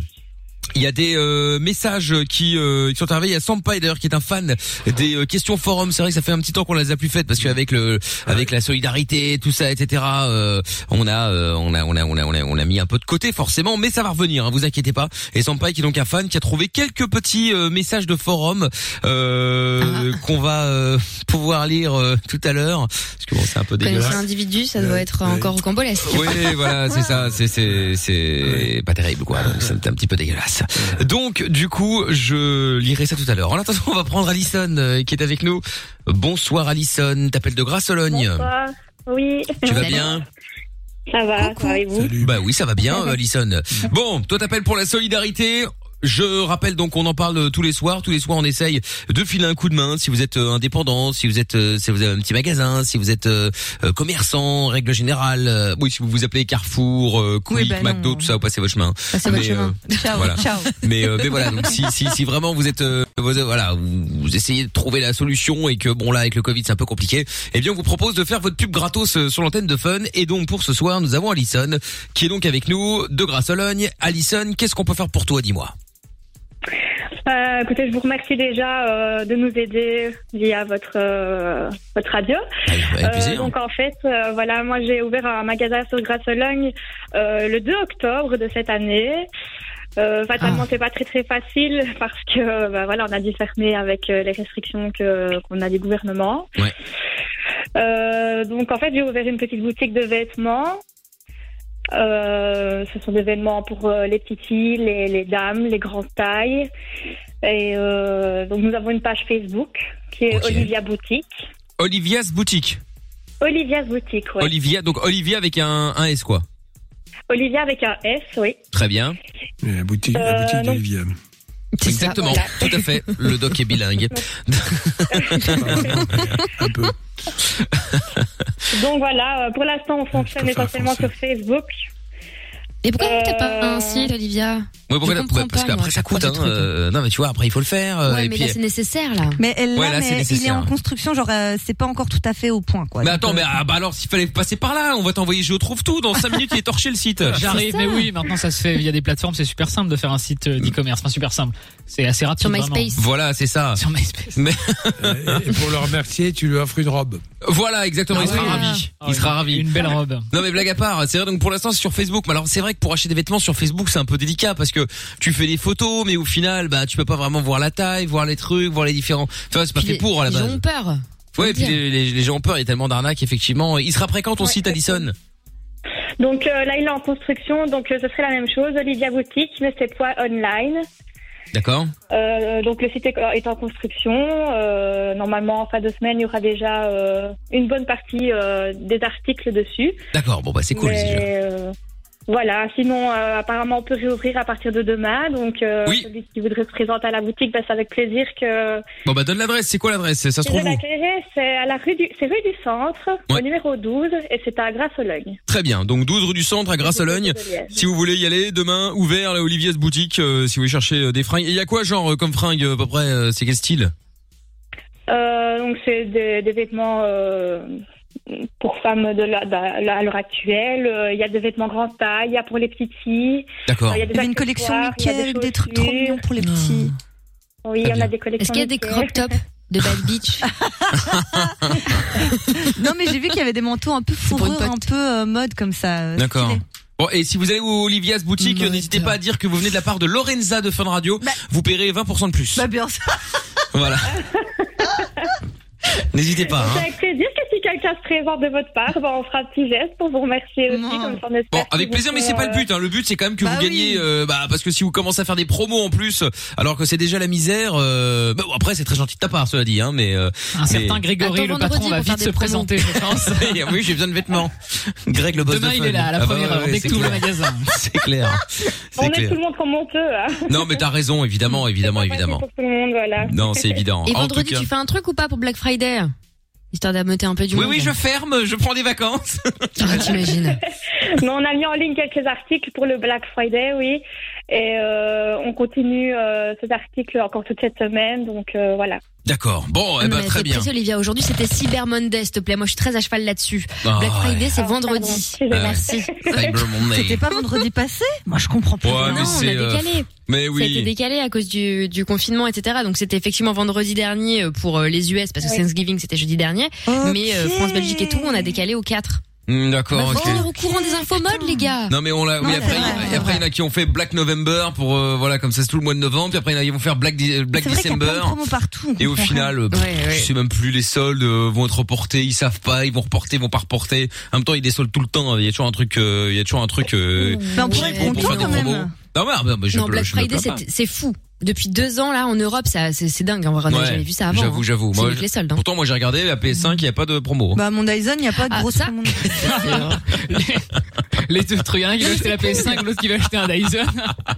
S2: Il y a des euh, messages qui, euh, qui sont arrivés. Il y a Sampaider qui est un fan des euh, questions forum. C'est vrai que ça fait un petit temps qu'on les a plus faites parce qu'avec le avec la solidarité, tout ça, etc. euh, on a euh, on a on a on a on a on a mis un peu de côté forcément, mais ça va revenir. Hein, vous inquiétez pas. Et Sampai qui est donc un fan qui a trouvé quelques petits euh, messages de forum euh, qu'on va euh, pouvoir lire euh, tout à l'heure parce que bon c'est un peu
S4: Connaissez
S2: dégueulasse.
S4: l'individu, ça doit être encore au cambolesque.
S2: Oui, voilà, c'est ça, c'est c'est c'est pas terrible quoi. Donc c'est un petit peu dégueulasse. Donc du coup, je lirai ça tout à l'heure. En attendant, on va prendre Alison euh, qui est avec nous. Bonsoir Alison, t'appelles de Grasse-Sologne.
S10: Bonsoir. Oui.
S2: Tu vas bien
S10: Ça va, ça va et vous
S2: Bah oui, ça va bien euh, Alison. Bon, toi t'appelles pour la solidarité. Je rappelle donc on en parle euh, tous les soirs, tous les soirs on essaye de filer un coup de main si vous êtes euh, indépendant, si vous êtes euh, si vous avez un petit magasin, si vous êtes euh, euh, commerçant, règle générale, euh, oui si vous vous appelez Carrefour, euh, Quick,
S5: bah non.
S2: McDo, tout ça, vous passez votre chemin.
S5: Passez votre
S2: Mais,
S5: chemin.
S2: euh,
S5: Ciao,
S2: voilà.
S5: ciao.
S2: Mais euh, mais voilà, donc si si si vraiment vous êtes euh, vous, euh, voilà, vous, vous essayez de trouver la solution et que bon là avec le Covid c'est un peu compliqué, eh bien on vous propose de faire votre pub gratos euh, sur l'antenne de Fun et donc pour ce soir, nous avons Alison qui est donc avec nous de Grasse-Sologne. Alison, qu'est-ce qu'on peut faire pour toi, dis-moi
S10: Euh, écoutez, je vous remercie déjà euh, de nous aider via votre euh, votre radio. Euh, donc en fait, euh, voilà, moi j'ai ouvert un magasin sur Grasse-Logne euh, le 2 octobre de cette année. Euh, fatalement, c'est pas très très facile parce que bah, voilà, on a dû fermer avec euh, les restrictions que qu'on a du gouvernement. Euh, donc en fait, j'ai ouvert une petite boutique de vêtements. Euh, ce sont des vêtements pour euh, les petites filles, les, les dames, les grandes tailles. Et euh, donc nous avons une page Facebook qui est Olivia Boutique.
S2: Olivia's boutique.
S10: Olivia's Boutique, ouais.
S2: Olivia, donc Olivia avec un, un S quoi.
S10: Olivia avec un S, oui.
S2: Très bien.
S3: La boutique,
S10: Euh,
S3: la boutique
S10: non.
S3: d'Olivia.
S2: Exactement, tout à fait. Le doc est bilingue.
S10: Donc voilà, euh, pour
S2: Ah,
S10: l'instant, on fonctionne essentiellement sur Facebook. Euh,
S4: Et pourquoi t'as pas un site, Olivia
S2: Ouais, pourquoi
S4: Je
S2: t'as-
S4: comprends
S2: parce
S4: pas,
S2: qu'après
S4: moi,
S2: ça coûte. Hein, euh, non mais tu vois après il faut le faire. euh,
S4: Ouais,
S2: et
S4: mais
S2: puis,
S4: là, c'est nécessaire, là.
S5: Mais elle, là,
S2: Ouais, là, c'est
S5: mais il est
S2: nécessaire.
S5: en construction, genre, euh, c'est pas encore tout à fait au point, quoi.
S2: Mais
S5: Donc,
S2: attends,
S5: euh,
S2: mais ah, bah alors s'il fallait passer par là, on va t'envoyer Je trouve tout dans 5 minutes, il est torché le site.
S6: J'arrive, mais oui, maintenant ça se fait via des plateformes, c'est super simple de faire un site
S2: Mm.
S6: euh, d'e-commerce, enfin super simple. C'est assez rapide. vraiment.
S2: Voilà, c'est ça.
S6: Sur MySpace.
S2: Mais
S3: Euh, Et pour le remercier, tu lui offres une robe.
S2: voilà, exactement,
S6: Ah
S2: il sera
S6: oui.
S2: ravi.
S6: Ah
S2: il
S6: oui,
S2: sera ravi.
S6: une belle robe.
S2: Non mais blague à part, c'est vrai donc pour l'instant c'est sur Facebook. Mais alors c'est vrai que pour acheter des vêtements sur Facebook, c'est un peu délicat parce que tu fais des photos mais au final bah tu peux pas vraiment voir la taille, voir les trucs, voir les différents. Enfin, c'est pas
S4: Puis
S2: fait pour à la
S4: Ils
S2: base.
S4: ont peur. faut
S2: Ouais,
S4: le
S2: et puis
S4: dire.
S2: les, les- les gens ont peur, il y a tellement d'arnaques, effectivement. Il sera prêt quand ton site, Alison
S10: Donc euh, là, il est en construction, donc euh, ce serait la même chose. Olivia Boutique, mais cette fois online.
S2: D'accord
S10: Euh, donc le site est est en construction. Euh, normalement, en fin de semaine, il y aura déjà euh, une bonne partie euh, des articles dessus.
S2: D'accord, bon, bah c'est cool.
S10: Mais,
S2: déjà.
S10: euh, voilà, sinon euh, apparemment on peut réouvrir à partir de demain. Donc euh, celui qui voudrait se présenter à la boutique, bah, c'est avec plaisir que...
S2: Bon, bah donne l'adresse, c'est quoi l'adresse Ça
S10: Je
S2: se
S10: vais
S2: trouve où
S10: l'accueillir, c'est à la rue du, c'est rue du Centre, au numéro 12, et c'est à Grasse-Logne.
S2: Très bien. Donc 12 rue du Centre à Grasse-Logne. Si vous voulez y aller, demain ouvert la Olivier's boutique euh, si vous cherchez euh, des fringues. Et il y a quoi genre euh, comme fringues euh, à peu près euh, C'est quel style
S10: Euh, donc c'est des, des vêtements euh, pour femmes de la, de la- à l'heure actuelle. Euh, Il y a des vêtements grande taille, il y a pour les petites filles.
S2: D'accord. Ah.
S10: Euh, Il y a
S5: Il y avait une collection
S10: accessoires, il y a
S5: Michael, des trucs trop
S10: chaussures.
S5: mignons pour les petits.
S10: Oui,
S5: Très
S10: on a
S5: bien.
S10: des collections.
S4: Est-ce qu'il y a des
S10: Michael.
S4: crop tops de Bad Beach
S5: non, mais j'ai vu qu'il y avait des manteaux un peu fourrure, un peu euh, mode comme ça. euh,
S2: D'accord. Bon, et si vous allez au Olivia's boutique, euh, n'hésitez pas à dire que vous venez de la part de Lorenza de Fun Radio. vous paierez 20% de plus.
S5: Bah bien sûr.
S2: Voilà. n'hésitez pas.
S10: Donc,
S2: hein.
S10: avec plaisir que si quelqu'un se présente de votre part, bah, on fera un petit geste pour vous remercier aussi. Comme ça, on espère
S2: Bon, avec
S10: qu'ils
S2: plaisir, mais
S10: vous
S2: c'est pas
S10: font,
S2: le but. Hein. Le but, c'est quand même que
S10: Bah
S2: vous gagniez,
S10: oui.
S2: euh, bah, parce que si vous commencez à faire des promos en plus, alors que c'est déjà la misère. euh, bah, bon, après, c'est très gentil de ta part, cela dit, hein, mais euh,
S6: Un
S2: mais- Ah,
S6: certain Grégory, le patron, va vite se présenter, je pense.
S2: oui, j'ai besoin de vêtements. Greg, le boss
S6: Demain,
S2: de
S6: il
S2: Fun.
S6: est là, à la
S2: Ah bah
S6: première
S2: ouais,
S6: heure,
S2: ouais,
S6: dès
S2: c'est
S6: que tout le
S2: clair.
S6: magasin.
S2: C'est clair.
S10: euh,
S2: hein.
S10: On
S2: C'est
S10: est
S2: clair.
S10: tout le monde comme on peut. Hein.
S2: Non, mais t'as raison, évidemment, évidemment, évidemment.
S10: Pour tout le monde, voilà.
S2: Non, c'est évident.
S4: Et
S2: En
S4: vendredi,
S2: tout cas-
S4: tu fais un truc ou pas pour Black Friday Histoire d'ameuter un peu du
S2: Oui,
S4: monde.
S2: oui, je ferme, je prends des vacances.
S4: Ah, t'imagines.
S10: Mais on a mis en ligne quelques articles pour le Black Friday, oui. Et euh, on continue euh, cet article encore toute cette semaine, donc euh, voilà.
S2: D'accord. Bon, eh
S4: Non,
S2: ben,
S4: mais
S2: très
S4: t'es
S2: bien.
S4: pressée, Olivia. Aujourd'hui, c'était Cyber Monday, s'il te plaît. Moi, je suis très à cheval là-dessus.
S2: Ah,
S4: Black Friday,
S2: ouais.
S4: c'est vendredi.
S2: Ah, ouais.
S4: Merci.
S2: Cyber Monday. C'était
S5: pas vendredi passé Moi, je comprends
S2: Ouais, mais
S4: non, on
S2: c'est.
S4: a
S2: euh,
S4: décalé.
S2: Mais
S4: Ça a été
S2: oui.
S4: décalé à cause du, du confinement, etc. Donc c'était effectivement vendredi dernier euh, pour euh, les US parce que Thanksgiving c'était jeudi dernier. Mais euh, France, Belgique et tout, on a décalé au 4.
S2: Hmm, D'accord,
S6: Bah,
S4: Faut
S2: ok.
S4: tenir au courant des infos modes, les gars.
S2: Non mais on l'a. Oui, après, il y- après il y en a qui ont fait Black November pour euh, voilà comme ça c'est tout le mois de novembre. Puis après il y en a qui vont faire Black Di- euh, Black
S5: C'est vrai qu'il y a plein de
S2: December.
S5: promos partout.
S2: Et au final, euh, pff, je sais même plus les soldes euh, vont être reportés. Ils savent pas, ils vont reporter, ils vont pas reporter. En même temps, ils désolent tout le temps. Il y a toujours un truc. euh, Il y a toujours un truc. euh,
S4: Mais on
S2: qui
S4: pourrait
S2: est
S4: être
S2: bon
S4: content, quand même.
S2: Non, mais, ah, bah, bah, je,
S4: non,
S2: peux-
S4: Black
S2: je me
S4: Friday,
S2: plains pas.
S4: c'est- c'est fou. Depuis deux ans, là, en Europe, ça, c'est c'est dingue. hein, On
S2: Ouais,
S4: n'avait jamais vu ça avant.
S2: J'avoue,
S4: hein.
S2: j'avoue.
S4: C'est
S2: Moi,
S4: mieux que les soldes. hein.
S2: Pourtant, moi j'ai regardé la PS5, il y a pas de promo. hein.
S5: Bah, mon Dyson, il n'y a pas de
S4: Ah,
S5: grosse promo.
S6: ah, Les deux trucs, il y en a un qui va acheter la PS5, l'autre qui va acheter un Dyson.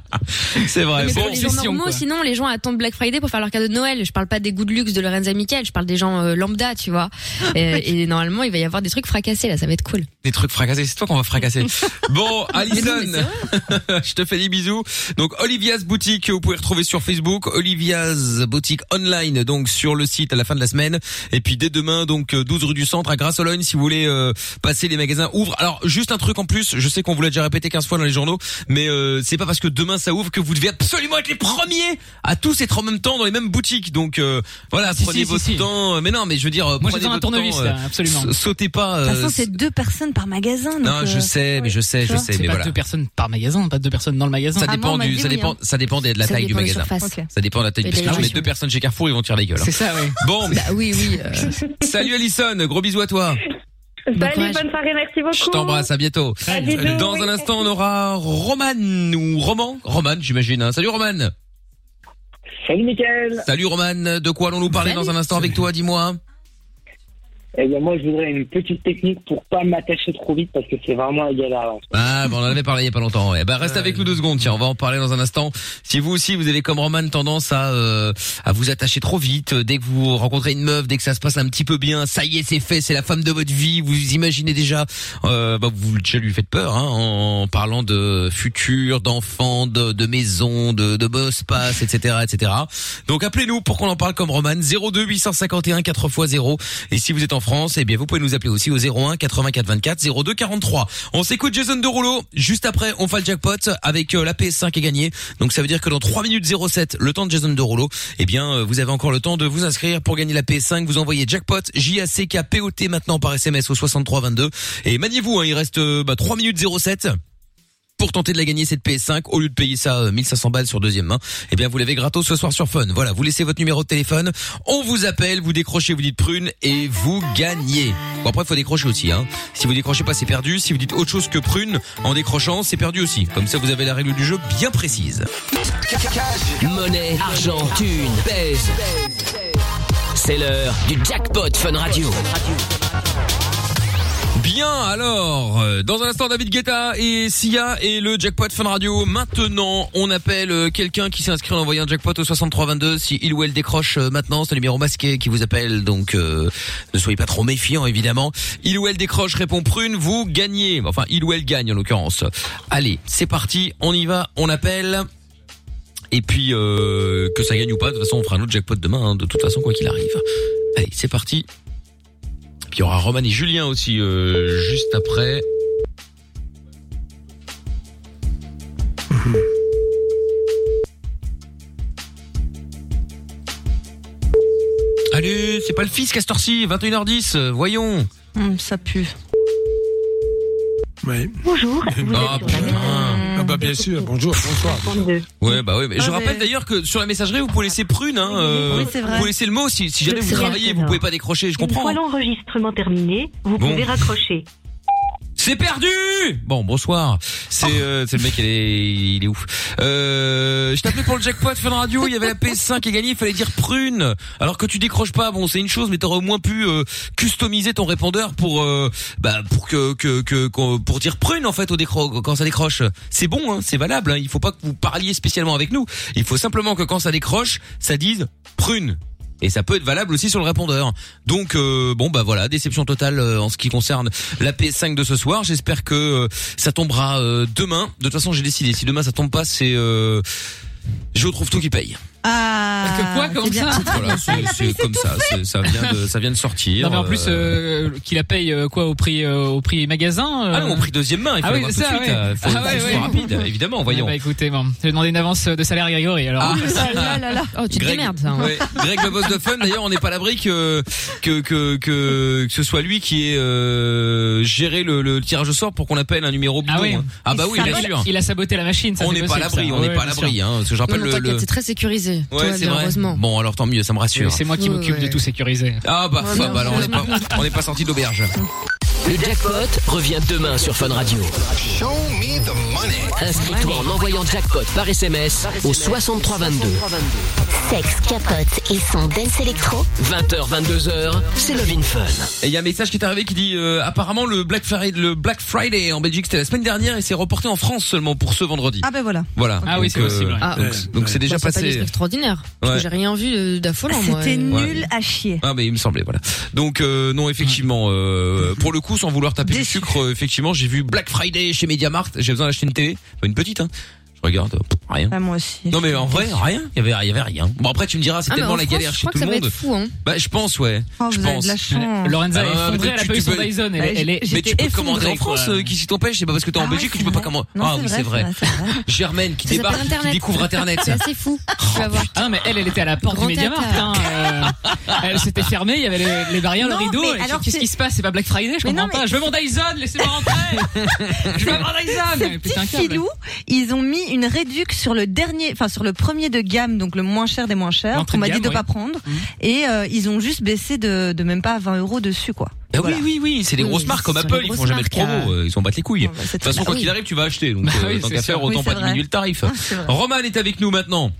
S2: c'est vrai.
S4: Mais
S2: Bon,
S4: pour les gens normaux, sinon, les gens attendent Black Friday pour faire leur cadeau de Noël. Je parle pas des goûts de luxe de Lorenza Michael, je parle des gens euh, lambda, tu vois. Euh, et normalement, il va y avoir des trucs fracassés, là, ça va être cool.
S2: Des trucs fracassés, c'est toi qu'on va fracasser. bon,
S4: non,
S2: Alison, je te fais des bisous. Donc Olivia's boutique, que vous pouvez retrouver sur Facebook, Olivia's boutique online, donc sur le site à la fin de la semaine. Et puis dès demain, donc euh, 12 rue du Centre à Grasse-Ologne, si vous voulez euh, passer, les magasins ouvrent. Alors juste un truc en plus, je sais qu'on vous l'a déjà répété 15 fois dans les journaux, mais euh, c'est pas parce que demain ça ouvre que vous devez absolument être les premiers à tous être en même temps dans les mêmes boutiques. Donc euh, voilà,
S6: Si,
S2: prenez
S6: si, si,
S2: votre
S6: si.
S2: temps. Mais non, mais je veux dire, euh,
S6: Moi, j'ai
S2: prenez
S6: besoin d'un
S2: votre temps,
S6: tournevis, là,
S2: euh,
S6: absolument. Bah,
S2: sa- Sautez pas.
S5: De toute
S2: euh,
S5: façon, c'est deux personnes par magasin. donc,
S2: non, je
S5: euh,
S2: sais, mais je sais, je sais,
S6: C'est
S2: mais
S6: pas
S2: voilà.
S6: deux personnes par magasin, pas deux personnes dans le magasin.
S2: Ça dépend du, ça
S6: hein.
S2: dépend, hein. ça dépend de la
S6: Ça
S2: taille
S6: dépend
S2: du
S6: des
S2: magasin.
S6: surfaces. Ok.
S2: Ça dépend de la taille.
S6: Et
S2: Parce que
S6: des
S2: je mets
S6: locations.
S2: deux personnes chez Carrefour, ils vont tirer les gueules. hein.
S6: C'est ça, oui.
S2: Bon.
S4: Bah oui, oui. euh.
S2: Salut Alison, gros bisous à toi.
S10: Salut, bonne soirée, merci beaucoup.
S2: Je t'embrasse, à bientôt.
S10: À bientôt,
S2: Dans
S10: oui,
S2: un instant, on aura Roman ou Roman. Roman, j'imagine. hein. Salut Roman.
S12: Salut Mickaël
S2: Salut Roman. De quoi allons-nous parler dans un instant avec toi Dis-moi.
S12: Eh bien moi je voudrais une petite technique pour pas m'attacher trop vite parce que c'est vraiment la galère.
S2: Ah, bon, on en avait parlé il y a pas longtemps. Eh ben, reste avec nous deux secondes. Tiens, on va en parler dans un instant. Si vous aussi, vous avez comme Roman tendance à euh, à vous attacher trop vite, euh, dès que vous rencontrez une meuf, dès que ça se passe un petit peu bien, ça y est, c'est fait, c'est la femme de votre vie. Vous imaginez déjà, euh, bah, vous déjà lui faites peur hein, en parlant de futur, d'enfants, de, de maison, de de beau espace, etc., etc. Donc appelez-nous pour qu'on en parle comme Roman 02 851 4 x 0. Et si vous êtes en France, eh bien vous pouvez nous appeler aussi au 01 84 24 02 43. On s'écoute Jason Derulo. Juste après, on fait le jackpot avec euh, la PS5 est gagnée. Donc ça veut dire que dans 3 minutes 07, le temps de Jason Derulo, eh bien euh, vous avez encore le temps de vous inscrire pour gagner la PS5. Vous envoyez jackpot J A C K P O T maintenant par SMS au 63 22. Et maniez-vous, hein, il reste euh, bah, 3 minutes 07. pour tenter de la gagner cette PS5 au lieu de payer ça euh, 1500 balles sur deuxième main. Eh bien, vous l'avez gratos ce soir sur Fun. Voilà, vous laissez votre numéro de téléphone, on vous appelle, vous décrochez, vous dites prune et vous gagnez. Bon après, faut décrocher aussi. Hein. Si vous décrochez pas, c'est perdu. Si vous dites autre chose que prune en décrochant, c'est perdu aussi. Comme ça, vous avez la règle du jeu bien précise.
S8: Monnaie, argent, thune, pèse. C'est l'heure du jackpot Fun Radio.
S2: Bien, alors, euh, dans un instant, David Guetta et Sia et le jackpot Fun Radio. Maintenant, on appelle euh, quelqu'un qui s'est inscrit en envoyant un jackpot au 6322. Si il ou elle décroche euh, maintenant, c'est le numéro masqué qui vous appelle, donc euh, ne soyez pas trop méfiant, évidemment. Il ou elle décroche, répond prune, vous gagnez. Enfin, il ou elle gagne, en l'occurrence. Allez, c'est parti, on y va, on appelle. Et puis, euh, que ça gagne ou pas, de toute façon, on fera un autre jackpot demain, hein, de toute façon, quoi qu'il arrive. Allez, c'est parti. Puis il y aura Roman et Julien aussi, euh, juste après. Allez, c'est pas le fils Castorci, 21h10, euh, voyons.
S5: Hum, ça pue.
S3: Oui.
S10: Bonjour.
S2: Ah,
S3: Ah bah bien sûr, bonjour, bonsoir.
S2: Ouais, bah oui, mais je rappelle d'ailleurs que sur la messagerie, vous pouvez laisser prune, hein, euh,
S10: Ah, Oui, c'est vrai.
S2: vous pouvez laisser le mot si, si jamais
S10: Je
S2: vous
S10: sais,
S2: travaillez,
S10: c'est
S2: vous
S10: vrai.
S2: pouvez pas décrocher, je
S10: Une
S2: comprends.
S10: fois l'enregistrement terminé, vous
S2: Bon.
S10: pouvez raccrocher.
S2: C'est perdu Bon, bonsoir. C'est euh, c'est le mec, il est, il est ouf. Euh, je t'appelais pour le jackpot Fun Radio, il y avait la PS5 qui est gagnée, il fallait dire prune. Alors que tu décroches pas, bon, c'est une chose, mais t'aurais au moins pu euh, customiser ton répondeur pour euh, bah pour que que, que qu'on- pour dire prune en fait au décro quand ça décroche. C'est bon, hein, c'est valable. Hein, il faut pas que vous parliez spécialement avec nous. Il faut simplement que quand ça décroche, ça dise prune. Et ça peut être valable aussi sur le répondeur. Donc euh, bon bah voilà, déception totale euh, en ce qui concerne la PS5 de ce soir. J'espère que euh, ça tombera euh, demain. De toute façon, j'ai décidé. Si demain ça tombe pas, c'est euh, je trouve tout qui paye.
S5: Ah.
S6: Quoi, comme ça
S2: Voilà, c'est Ah, c'est comme ça. c'est- Ça vient de ça vient de sortir.
S6: Non mais en plus
S2: euh,
S6: euh, qu'il la paye euh, quoi au prix euh, au prix magasin euh,
S2: Ah non, au prix deuxième main, il faut
S6: ah oui,
S2: l'avoir
S6: c'est
S2: tout de
S6: ça,
S2: suite,
S6: ouais.
S2: euh, faut-
S6: ah ouais,
S2: faut
S6: ouais.
S2: être rapide, évidemment, voyons.
S6: Ah bah écoutez, bon, je vais demander une avance euh, de salaire à Grégory alors.
S2: Ah.
S4: Oh, tu te
S2: Greg-
S4: démerdes, ça. hein.
S2: Ouais, Greg le boss de fun. D'ailleurs, on n'est pas à l'abri que, que que que que ce soit lui qui ait euh, géré le, le tirage au sort pour qu'on appelle un numéro bidon. hein.
S6: Ah
S2: Ah,
S6: oui.
S2: bah oui, bien sûr.
S6: Il a saboté la machine. Ça
S2: On
S6: c'est
S2: n'est pas à
S6: possible,
S2: l'abri,
S6: ça.
S2: on n'est
S6: Ouais,
S2: pas à
S6: bien sûr.
S2: l'abri. Hein, parce que je rappelle
S4: Non,
S2: le.
S4: t'inquiète,
S2: le-
S4: c'est très sécurisé. Toi,
S2: Ouais, c'est vrai.
S4: heureusement.
S2: Bon, alors tant mieux, ça me rassure.
S6: C'est moi qui m'occupe
S4: ouais.
S6: de tout sécuriser.
S2: Ah bah,
S6: Ouais,
S2: bah,
S6: non,
S2: bah, alors on n'est pas on n'est pas sorti d'auberge.
S8: Le jackpot revient demain sur Fun Radio. Inscris-toi en envoyant jackpot par SMS au 6322.
S1: Sexe, capote et son dance électro.
S8: 20h, 22h, c'est Love in Fun.
S2: Et il y a un message qui est arrivé qui dit euh, apparemment le Black Friday, le Black Friday en Belgique c'était la semaine dernière et c'est reporté en France seulement pour ce vendredi.
S5: Ah ben voilà.
S2: Voilà.
S6: Ah oui,
S2: Donc, euh,
S6: c'est possible,
S2: donc-
S6: ouais. Ah.
S2: Donc c'est déjà
S4: bah. Bon, C'est pas du
S2: passé.
S4: truc extraordinaire. Parce
S2: Ouais.
S4: que j'ai rien vu de- d'affolant, moi.
S5: C'était
S4: Euh,
S5: nul à chier.
S2: Ah mais il me semblait voilà. Donc euh, non effectivement euh, pour le coup sans vouloir taper du sucre euh, effectivement j'ai vu Black Friday chez Mediamart j'ai besoin d'acheter une télé Enfin, une petite hein. Je regarde euh, pff, rien.
S5: Ah, moi aussi.
S2: Non mais en vrai rien il y avait il y avait rien. Bon après tu me diras c'est
S4: Ah, mais
S2: tellement
S4: en
S2: la
S4: France,
S2: galère
S4: je
S2: chez
S4: crois
S2: tout
S4: que ça
S2: le
S4: va être
S2: monde.
S4: fou, hein.
S2: Bah je pense ouais.
S5: Oh,
S2: je
S5: vous avez
S2: pense.
S5: de la chance.
S6: Lorenza est
S2: Ah,
S6: effondrée,
S2: mais
S6: elle a
S2: tu-
S6: pas eu
S2: tu
S6: son
S2: peux- Bah,
S6: Dyson, elle- Ouais, elle est-
S2: Mais tu
S6: j'étais
S2: peux commander en
S6: effondrée,
S2: France
S6: quoi.
S2: euh, qui s'y t'empêche, c'est pas parce que t'es en Belgique que tu peux pas commander.
S6: Non,
S2: Ah
S6: Ah c'est
S2: oui,
S6: vrai,
S2: c'est
S6: c'est
S2: vrai.
S6: vrai,
S2: Germaine qui
S6: Ça
S2: débarque,
S6: s'appelle
S2: qui
S6: Internet.
S2: découvre internet.
S6: C'est assez
S4: fou.
S6: Ah non, mais elle, elle était à la porte
S4: Grand
S6: du Mediamart.
S4: tata.
S6: Hein, euh, elle s'était fermée, il y avait les, les barrières,
S5: Non,
S6: le rideau.
S5: mais
S6: et j'ai dit,
S5: alors
S6: Qu'est-ce
S5: c'est-
S6: qui se passe C'est pas Black Friday, je
S5: Mais
S6: comprends
S5: non, mais-
S6: pas. Je veux mon Dyson, laissez-moi rentrer. je veux mon Dyson.
S5: Ces
S6: Mais
S5: petits
S6: putain, câble.
S5: filous, ils ont mis une réduction sur le dernier, enfin sur le premier de gamme, donc le moins cher des moins chers,
S6: L'entrée
S5: qu'on m'a
S6: de
S5: dit
S6: gamme,
S5: de pas
S6: ouais. Mmh.
S5: prendre, et euh, ils ont juste baissé de, de même pas 20 euros dessus quoi.
S2: Ah
S5: Voilà.
S2: oui, oui, oui, c'est des
S5: Oui,
S2: grosses
S5: oui,
S2: marques comme
S5: ce sont des
S2: Apple, ils font
S5: grosses
S2: jamais de
S5: marques,
S2: promo, euh, ils ont battent les couilles. De
S5: c'est
S2: toute façon,
S5: très-
S2: quoi
S5: ah
S2: qu'il
S5: oui.
S2: arrive, tu vas acheter, donc
S6: Bah
S2: euh,
S6: oui,
S2: tant
S6: c'est
S2: qu'à
S6: sûr.
S2: faire,
S6: Oui,
S2: autant
S6: c'est
S2: pas
S6: vrai.
S2: diminuer le tarif.
S6: Ah, c'est vrai.
S2: Roman est avec nous maintenant.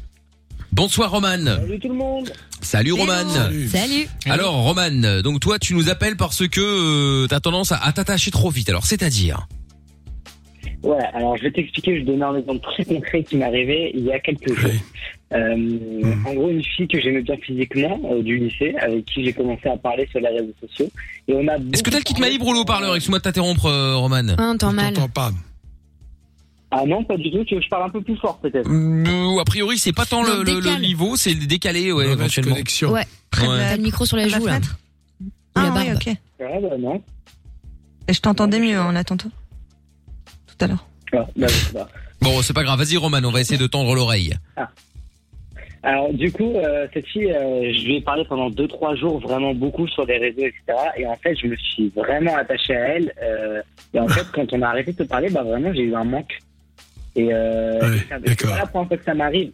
S2: Bonsoir Roman.
S12: Salut tout le
S8: Oh
S12: monde.
S2: Salut Roman.
S4: Salut.
S2: Alors Roman, euh, donc toi tu nous appelles parce que euh, t'as tendance à, à t'attacher trop vite. Alors c'est-à-dire
S12: Ouais, alors je vais t'expliquer, je vais donner un exemple très concret qui m'est arrivé il y a quelques jours. Euh,
S2: Mhm.
S12: En gros, une fille que j'aimais bien physiquement euh, du lycée, avec qui j'ai commencé à parler sur les réseaux sociaux. Et on a
S2: Est-ce que t'as le kit maïbre ou le haut-parleur Excuse-moi de t'interrompre euh, Roman.
S4: Euh, Ah, t'entends mal.
S2: pas.
S12: Ah non, pas du tout, tu veux que je parle un peu plus fort peut-être
S2: a priori c'est pas tant le,
S12: Non,
S2: le- le
S12: décale.
S2: niveau, c'est le décalé ouais, éventuellement.
S4: Ouais. T'as le micro sur les joues, là.
S5: Euh, Ah oui, ok.
S12: Ah bah non.
S5: Et je t'entendais mieux en attendant. Tout à l'heure.
S12: Ah, bah, bah.
S2: Bon c'est pas grave, vas-y Roman, on va essayer de tendre l'oreille.
S12: Alors du coup, euh, cette fille, euh, je lui ai parlé pendant 2-3 jours vraiment beaucoup sur les réseaux, etc. Et en fait, je me suis vraiment attaché à elle. euh, et en fait, quand on a arrêté de se parler, bah vraiment, j'ai eu un manque. Et, euh, et ça- c'est pas la première fois que ça m'arrive.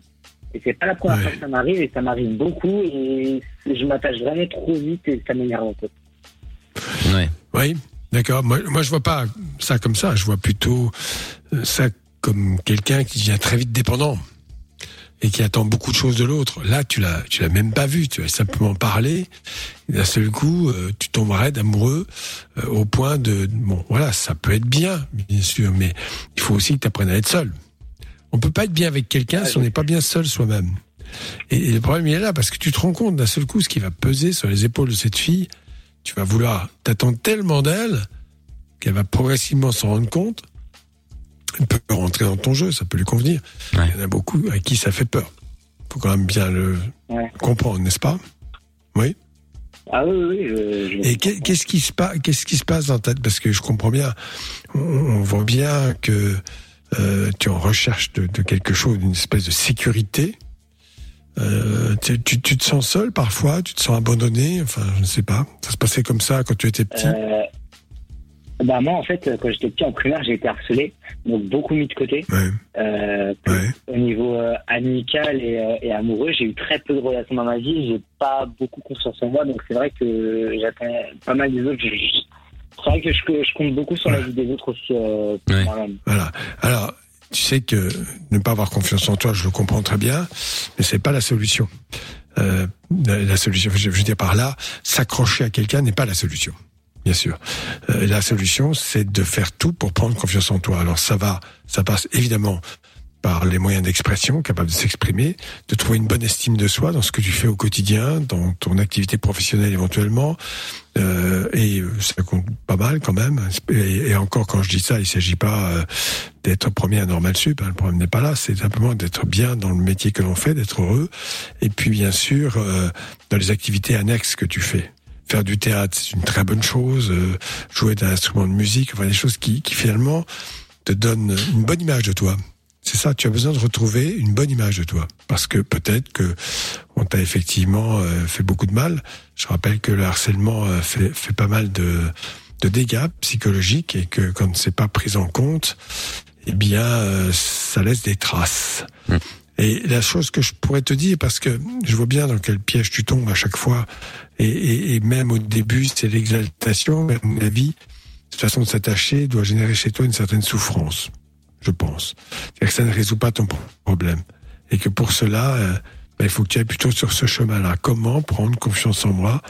S12: Et c'est pas la première fois que ça m'arrive, et ça m'arrive beaucoup, et je m'attache vraiment trop vite, et ça m'énerve un peu.
S3: Oui, d'accord. Moi, moi, je vois pas ça comme ça. Je vois plutôt euh, ça comme quelqu'un qui devient très vite dépendant et qui attend beaucoup de choses de l'autre. Là, tu l'as, tu l'as même pas vu. Tu as simplement parlé. Et D'un seul coup, euh, tu tombes raide amoureux euh, au point de bon, voilà, ça peut être bien, bien sûr, mais il faut aussi que tu apprennes à être seul. On peut pas être bien avec quelqu'un si on n'est pas bien seul soi-même. Et, et le problème il est là parce que tu te rends compte d'un seul coup ce qui va peser sur les épaules de cette fille. Tu vas vouloir t'attendre tellement d'elle qu'elle va progressivement s'en rendre compte. Elle peut rentrer dans ton jeu, ça peut lui convenir. Il y en a beaucoup à qui ça fait peur. Faut quand même bien le
S12: Ouais.
S3: comprendre, n'est-ce pas Oui.
S12: Ah oui, oui, je- je-
S3: Et qu'est- qu'est-ce qui se passe Qu'est-ce qui se passe dans ta tête Parce que je comprends bien, on, on voit bien que euh, tu es en recherche de, de quelque chose, d'une espèce de sécurité. Euh, tu, tu- tu te sens seul parfois, tu te sens abandonné. Enfin, je ne sais pas. Ça se passait comme ça quand tu étais petit.
S12: Euh, bah moi, en fait, quand j'étais petit en primaire, j'ai été harcelé, donc beaucoup mis de côté. Euh, Au niveau euh, amical et, euh, et amoureux, j'ai eu très peu de relations dans ma vie, j'ai pas beaucoup confiance en moi, donc c'est vrai que j'attends pas mal des autres. Je- je- C'est vrai que je, je compte beaucoup sur la vie des autres aussi euh, pour moi-même.
S3: Voilà. Alors, tu sais que ne pas avoir confiance en toi, je le comprends très bien, mais c'est pas la solution. Euh, la la solution, je veux dire par là, s'accrocher à quelqu'un n'est pas la solution, bien sûr. Euh, la solution, c'est de faire tout pour prendre confiance en toi. Alors ça va, ça passe évidemment par les moyens d'expression, capable de s'exprimer, de trouver une bonne estime de soi dans ce que tu fais au quotidien, dans ton activité professionnelle éventuellement, euh, et euh, ça compte pas mal quand même. Et, et encore, quand je dis ça, il s'agit pas euh, d'être premier à Normal Sup. hein, le problème n'est pas là. C'est simplement d'être bien dans le métier que l'on fait, d'être heureux. Et puis, bien sûr, euh, dans les activités annexes que tu fais. Faire du théâtre, c'est une très bonne chose. euh, jouer d'un instrument de musique, enfin des choses qui, qui finalement te donnent une bonne image de toi. C'est ça, tu as besoin de retrouver une bonne image de toi. Parce que peut-être que on t'a effectivement euh, fait beaucoup de mal. Je rappelle que le harcèlement euh, fait, fait pas mal de, de dégâts psychologiques et que quand c'est pas pris en compte, eh bien, euh, ça laisse des traces. Et la chose que je pourrais te dire, parce que je vois bien dans quel piège tu tombes à chaque fois, et, et- et même au début, c'est l'exaltation, mais à mon avis, cette façon de s'attacher doit générer chez toi une certaine souffrance, je pense. C'est-à-dire que ça ne résout pas ton pro- problème. Et que pour cela, euh, ben, il faut que tu ailles plutôt sur ce chemin-là. Comment prendre confiance en moi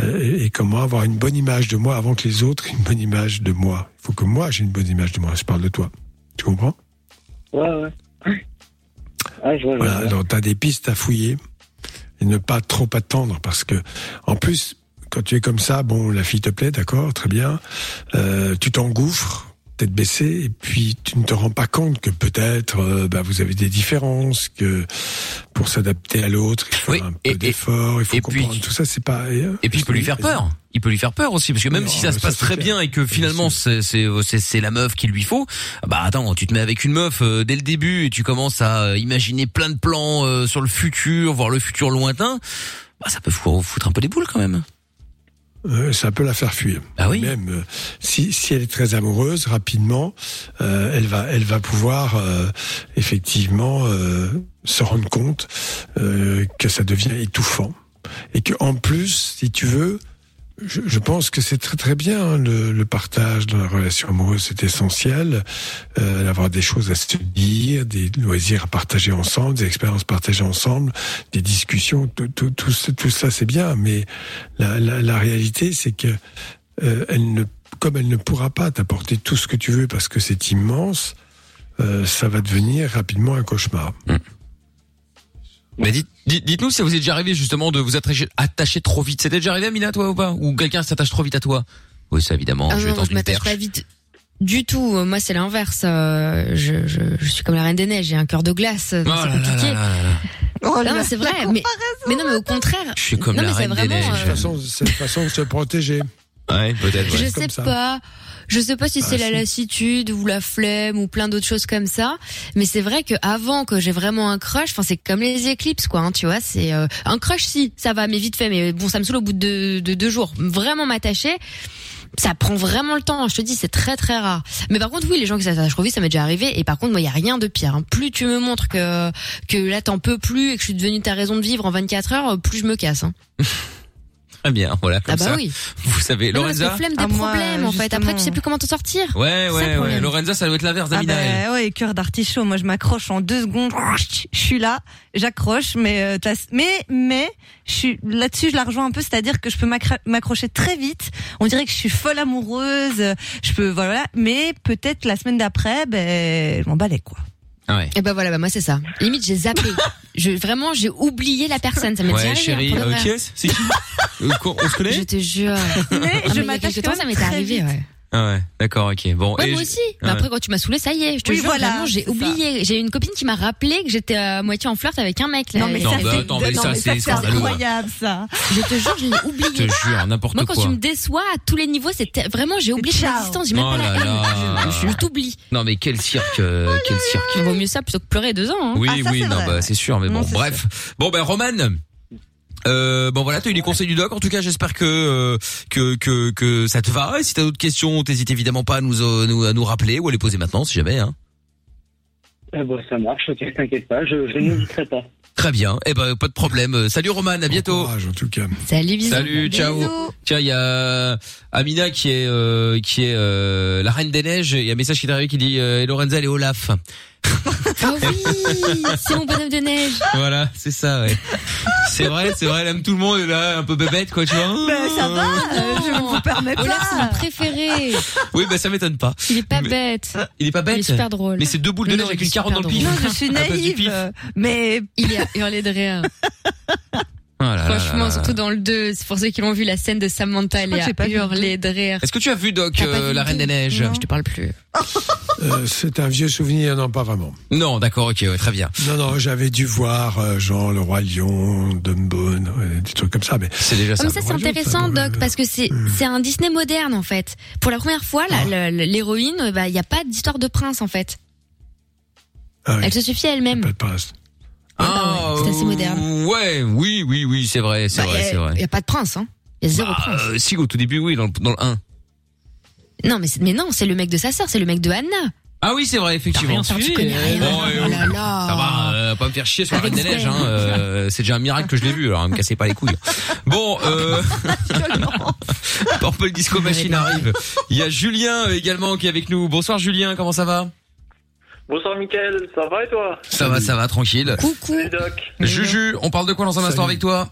S3: euh, et- et comment avoir une bonne image de moi avant que les autres aient une bonne image de moi. Il faut que moi j'ai une bonne image de moi. Je parle de toi. Tu comprends
S12: Ouais, ouais. Ouais, je vois, je vois.
S3: voilà, alors tu as des pistes à fouiller et ne pas trop attendre parce que en plus quand tu es comme ça, bon la fille te plaît, d'accord, très bien. Euh, tu t'engouffres tête baissée et puis tu ne te rends pas compte que peut-être euh, bah, vous avez des différences que pour s'adapter à l'autre, il faut un peu d'effort, il faut comprendre tout ça, c'est pas
S2: Et puis il peut lui faire peur. Il peut lui faire peur aussi, parce que même
S3: Non,
S2: si ça se
S3: mais ça,
S2: passe
S3: c'est
S2: très
S3: clair.
S2: bien et que finalement c'est c'est c'est- c'est la meuf qu'il lui faut, bah attends, tu te mets avec une meuf euh, dès le début et tu commences à euh, imaginer plein de plans euh, sur le futur, voir le futur lointain, bah ça peut fou- foutre un peu des boules quand même.
S3: Euh, ça peut la faire fuir. Même euh, si, si elle est très amoureuse, rapidement, euh, elle va elle va pouvoir euh, effectivement euh, se rendre compte euh, que ça devient étouffant et que en plus, si tu veux, je, je pense que c'est très très bien hein, le, le partage dans la relation amoureuse, c'est essentiel euh, d'avoir des choses à se dire, des loisirs à partager ensemble, des expériences partagées ensemble, des discussions, tout tout tout, ce- tout ça c'est bien, mais la, la, la réalité c'est que euh, elle ne comme elle ne pourra pas t'apporter tout ce que tu veux parce que c'est immense, euh, ça va devenir rapidement un cauchemar.
S2: Oh Mais dites, dites- dites-nous si ça vous est déjà arrivé justement de vous attacher, attacher trop vite. C'était déjà arrivé Amina toi ou pas Ou quelqu'un s'attache trop vite à toi Oui ça évidemment,
S4: Ah
S2: Oh, je vais
S4: non,
S2: tendre
S4: je
S2: une
S4: m'attache
S2: perche.
S4: pas vite du tout. Euh, Moi, c'est l'inverse. Euh, je, je, je suis comme la reine des neiges. J'ai un cœur de glace. euh, donc
S2: Oh
S4: c'est
S2: là là
S4: compliqué.
S2: là là là là.
S4: non, mais c'est vrai. Mais, mais non, mais au contraire.
S2: Je suis comme
S4: non,
S2: la
S4: mais c'est
S2: reine des
S4: vraiment,
S2: neiges.
S4: euh,
S3: C'est une façon de se protéger.
S2: Ouais, peut-être.
S4: Je
S2: ouais.
S4: sais pas. Je sais pas si
S2: Ah,
S4: c'est la
S2: si.
S4: lassitude ou la flemme ou plein d'autres choses comme ça, mais c'est vrai que avant que j'ai vraiment un crush, enfin c'est comme les éclipses quoi, hein, tu vois, c'est euh, un crush si ça va mais vite fait, mais bon ça me saoule au bout de, de deux jours, vraiment m'attacher. ça prend vraiment le temps. hein, je te dis, c'est très très rare. Mais par contre, oui, les gens qui s'attachent trop vite, ça m'est déjà arrivé. Et par contre, moi, il y a rien de pire. hein. Plus tu me montres que que là t'en peux plus et que je suis devenue ta raison de vivre en 24 heures, plus je me casse. hein.
S2: Très bien, voilà, comme
S4: Ah bah
S2: ça.
S4: oui.
S2: Vous savez,
S4: Non, parce que
S2: Lorenza
S4: flemme des
S5: Ah, moi,
S4: problèmes en fait. Après, tu sais plus comment t'en sortir.
S2: Ouais,
S5: le
S2: ouais, ouais.
S5: problème.
S2: Lorenza, ça doit être l'inverse
S5: Ah
S2: d'Amina. elle.
S5: bah ouais, cœur d'artichaut. Moi, je m'accroche en deux secondes. Je suis là, j'accroche, mais euh, t'as- mais mais je suis là-dessus, je la rejoins un peu, c'est-à-dire que je peux m'accra- m'accrocher très vite. On dirait que je suis folle amoureuse. Je peux voilà, mais peut-être la semaine d'après, ben je m'en balais quoi.
S2: Ah
S4: Et ben voilà, bah moi c'est ça. Limite j'ai zappé. je vraiment j'ai oublié la personne. Ça m'est déjà
S2: Ouais,
S4: arrivé,
S2: chérie,
S4: hein, pour de
S2: euh,
S4: vrai.
S2: qui est-ce C'est qui Euh, quoi, On se connaît
S4: Je te jure. Mais
S5: je
S4: il y a
S5: m'attache
S4: quelques
S5: quand
S4: temps, ça
S5: même
S4: m'est
S5: très
S4: arrivé. Ouais.
S2: Ah ouais, d'accord, ok. Bon,
S4: Ouais,
S2: et
S4: moi
S2: je-
S4: aussi. Mais
S2: Ouais.
S4: après, quand tu m'as saoulé, ça y est. Je te
S5: Oui,
S4: jure,
S5: voilà,
S4: vraiment, j'ai
S5: c'est ça.
S4: oublié. J'ai une copine qui m'a rappelé que j'étais à moitié en flirt avec un mec. Là.
S5: Non mais
S2: Non,
S5: ça
S2: bah,
S5: c'est
S2: attends, mais
S5: non,
S2: ça,
S5: mais
S2: c'est
S5: c'est
S2: scandaleux.
S5: incroyable ça.
S4: Je te jure, je l'ai
S2: Je te
S4: oublié.
S2: jure, n'importe
S4: Moi, quand
S2: quoi.
S4: tu me déçois à tous les niveaux, c'est ter- vraiment, j'ai oublié ton
S5: Ciao.
S4: existence. J'ai même
S2: Oh
S4: pas la
S2: là
S4: haine.
S2: là.
S4: Je, je t'oublie.
S2: Non, mais quel cirque, euh,
S4: Ah,
S2: quel cirque.
S4: Vaut mieux ça plutôt que pleurer deux ans. hein.
S2: Oui, oui, non, bah, c'est sûr, mais bon, bref. Bon, ben, Roman. Euh, bon voilà, t'as eu les conseils du doc. En tout cas, j'espère que euh, que que que ça te va. Et si t'as d'autres questions, t'hésites évidemment pas à nous, euh, nous à nous rappeler ou à les poser maintenant, si jamais. Hein.
S12: Ah bon, ça marche, ok, t'inquiète pas, je, je n'hésiterai pas.
S2: Très bien. Eh ben, pas de problème. Euh, Salut Roman, à bientôt.
S3: en tout cas.
S4: Salut, bisous.
S2: Salut, ciao. Tiens, il y a euh, Amina qui est euh, qui est euh, la reine des neiges. Il y a un message qui est arrivé qui dit euh, et Lorenza elle est Olaf.
S4: Ah oui, c'est mon bonhomme de neige.
S2: voilà, c'est ça. ouais. C'est vrai, c'est vrai. Elle aime tout le monde. Elle est là, un peu bébête, quoi, tu vois.
S4: Mmh.
S5: Ben, ça va, euh, je ne vous permets pas.
S4: Olaf, c'est mon préféré.
S2: Oui, ben ça m'étonne pas.
S4: Il est pas
S2: Mais- euh,
S4: bête.
S2: Il est pas bête.
S4: Il est super drôle.
S2: Mais c'est deux boules de
S4: Non,
S2: neige
S4: non,
S2: avec
S4: il est
S2: une carotte dans
S4: super
S2: le pif.
S4: drôle. Non, je suis
S2: À cause du
S4: naïve.
S2: pif.
S5: Mais
S4: il est à hurler de rire.
S2: Oh là là là
S4: Franchement,
S2: là.
S4: surtout dans le 2, c'est pour ceux qui l'ont vu, la scène de Samantha, elle
S5: crois
S4: est
S5: que j'ai pas
S4: à
S5: vu le
S4: hurler de rire.
S2: Est-ce que tu as vu Doc euh, la Reine des Neiges
S4: Je te parle plus.
S3: Euh, c'est un vieux souvenir, non, pas vraiment.
S2: Non, d'accord, ok, ouais, très bien.
S3: Non, non, j'avais dû voir euh, Jean, le roi lion, Dumbo, non, euh, des trucs comme ça, mais
S2: c'est déjà
S4: Ah, mais ça c'est intéressant Doc parce que c'est
S2: Mmh.
S4: c'est un Disney moderne en fait. Pour la première fois
S2: Ah.
S4: la- la- la- l'héroïne euh, bah il y a pas d'histoire de prince en fait.
S3: Ah oui.
S4: Elle se suffit à elle-même.
S2: Ah,
S4: ouais, c'est assez moderne.
S2: Ouais, oui, oui, oui, c'est vrai, c'est
S4: Bah,
S2: vrai,
S4: y a-
S2: c'est vrai.
S4: y a pas de prince hein. Il y a zéro
S2: Bah,
S4: prince.
S2: euh, si, au tout début, oui, dans le, dans le 1.
S4: Non mais c'est- mais non, c'est le mec de sa sœur, c'est le mec de Anna.
S2: Ah oui, c'est vrai, effectivement.
S4: T'as rien suivi, connais rien.
S2: Bon, ouais,
S4: Oh
S2: ouais.
S4: là là.
S2: Ça va, euh, pas me faire chier sur la Reine
S4: Avec
S2: des Neiges,
S4: Sven.
S2: hein, euh, c'est déjà un miracle que je l'ai vu, alors ne me cassez pas les couilles. Bon, euh... Purple Disco Machine arrive. Il y a Julien euh, également qui est avec nous. Bonsoir Julien, comment ça va
S13: Bonsoir Mickaël, ça va et toi
S2: Ça va, ça va, tranquille.
S4: Coucou
S13: Doc,
S2: Juju, on parle de quoi dans un instant avec toi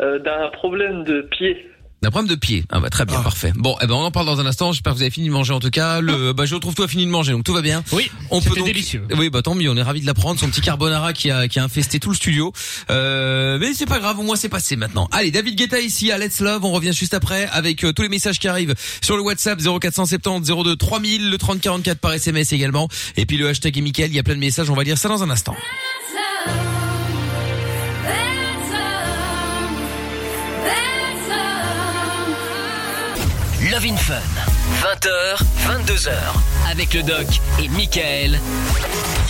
S13: euh, d'un problème de pied.
S2: D'un problème de pied. Ah bah très bien, parfait. Bon, eh ben on en parle dans un instant. J'espère que vous avez fini de manger en tout cas. Le, bah je retrouve toi fini de manger, donc tout va bien. Oui. On peut donc. Délicieux. Oui, bah tant mieux. On est ravi de l'apprendre. Son petit carbonara qui a qui a infesté tout le studio. Euh, mais c'est pas grave. Au moins c'est passé maintenant. Allez, David Guetta ici à Let's Love. On revient juste après avec euh, tous les messages qui arrivent sur le WhatsApp 0470 02 3000 le 3044 par SMS également. Et puis le hashtag est Mickaël. Il y a plein de messages. On va lire ça dans un instant.
S8: Love in Fun, 20h, 22h, avec le doc et Michael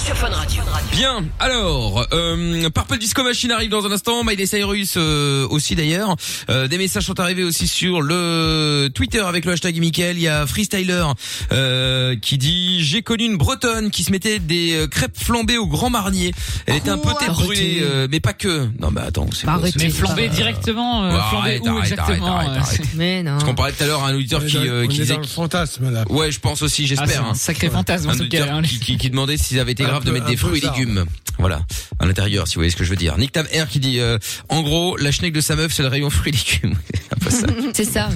S8: sur Fun Radio.
S2: Bien, alors, euh, Purple Disco Machine arrive dans un instant, Miley Cyrus euh, aussi d'ailleurs. Euh, des messages sont arrivés aussi sur le Twitter avec le hashtag Mickaël. Il y a Freestyler euh, qui dit « J'ai connu une bretonne qui se mettait des euh, crêpes flambées au Grand Marnier. Elle était un peu tête
S6: Arrêtez.
S2: brûlée, euh, mais pas que. » Non mais attends, c'est quoi ce-
S6: Mais flamber directement, euh,
S2: Ouais,
S6: flamber
S2: Bah, arrête,
S6: où
S2: arrête,
S6: exactement
S2: arrête,
S6: euh,
S2: arrête, arrête.
S4: Mais non.
S2: Parce qu'on parlait tout à l'heure à un auditeur
S3: On est
S2: qui,
S3: dans-
S2: euh,
S3: on
S2: qui
S3: est
S2: disait
S3: dans le
S2: que-
S3: fantasme là.
S2: Ouais, je pense aussi, j'espère. hein.
S3: Ah, c'est un sacré
S6: fantasme, en
S2: un
S6: tout cas,
S2: auditeur
S6: hein.
S2: qui, qui, qui demandait s'ils avaient été
S6: Un
S2: grave de
S6: peu-
S2: mettre
S6: un
S2: des
S6: peu
S2: fruits et
S6: ça,
S2: légumes. Voilà, à l'intérieur, si vous voyez ce que je veux dire. Nick Tam R qui dit, euh, en gros, la schneck de sa meuf, c'est le rayon fruits et légumes. C'est un peu ça.
S4: C'est ça.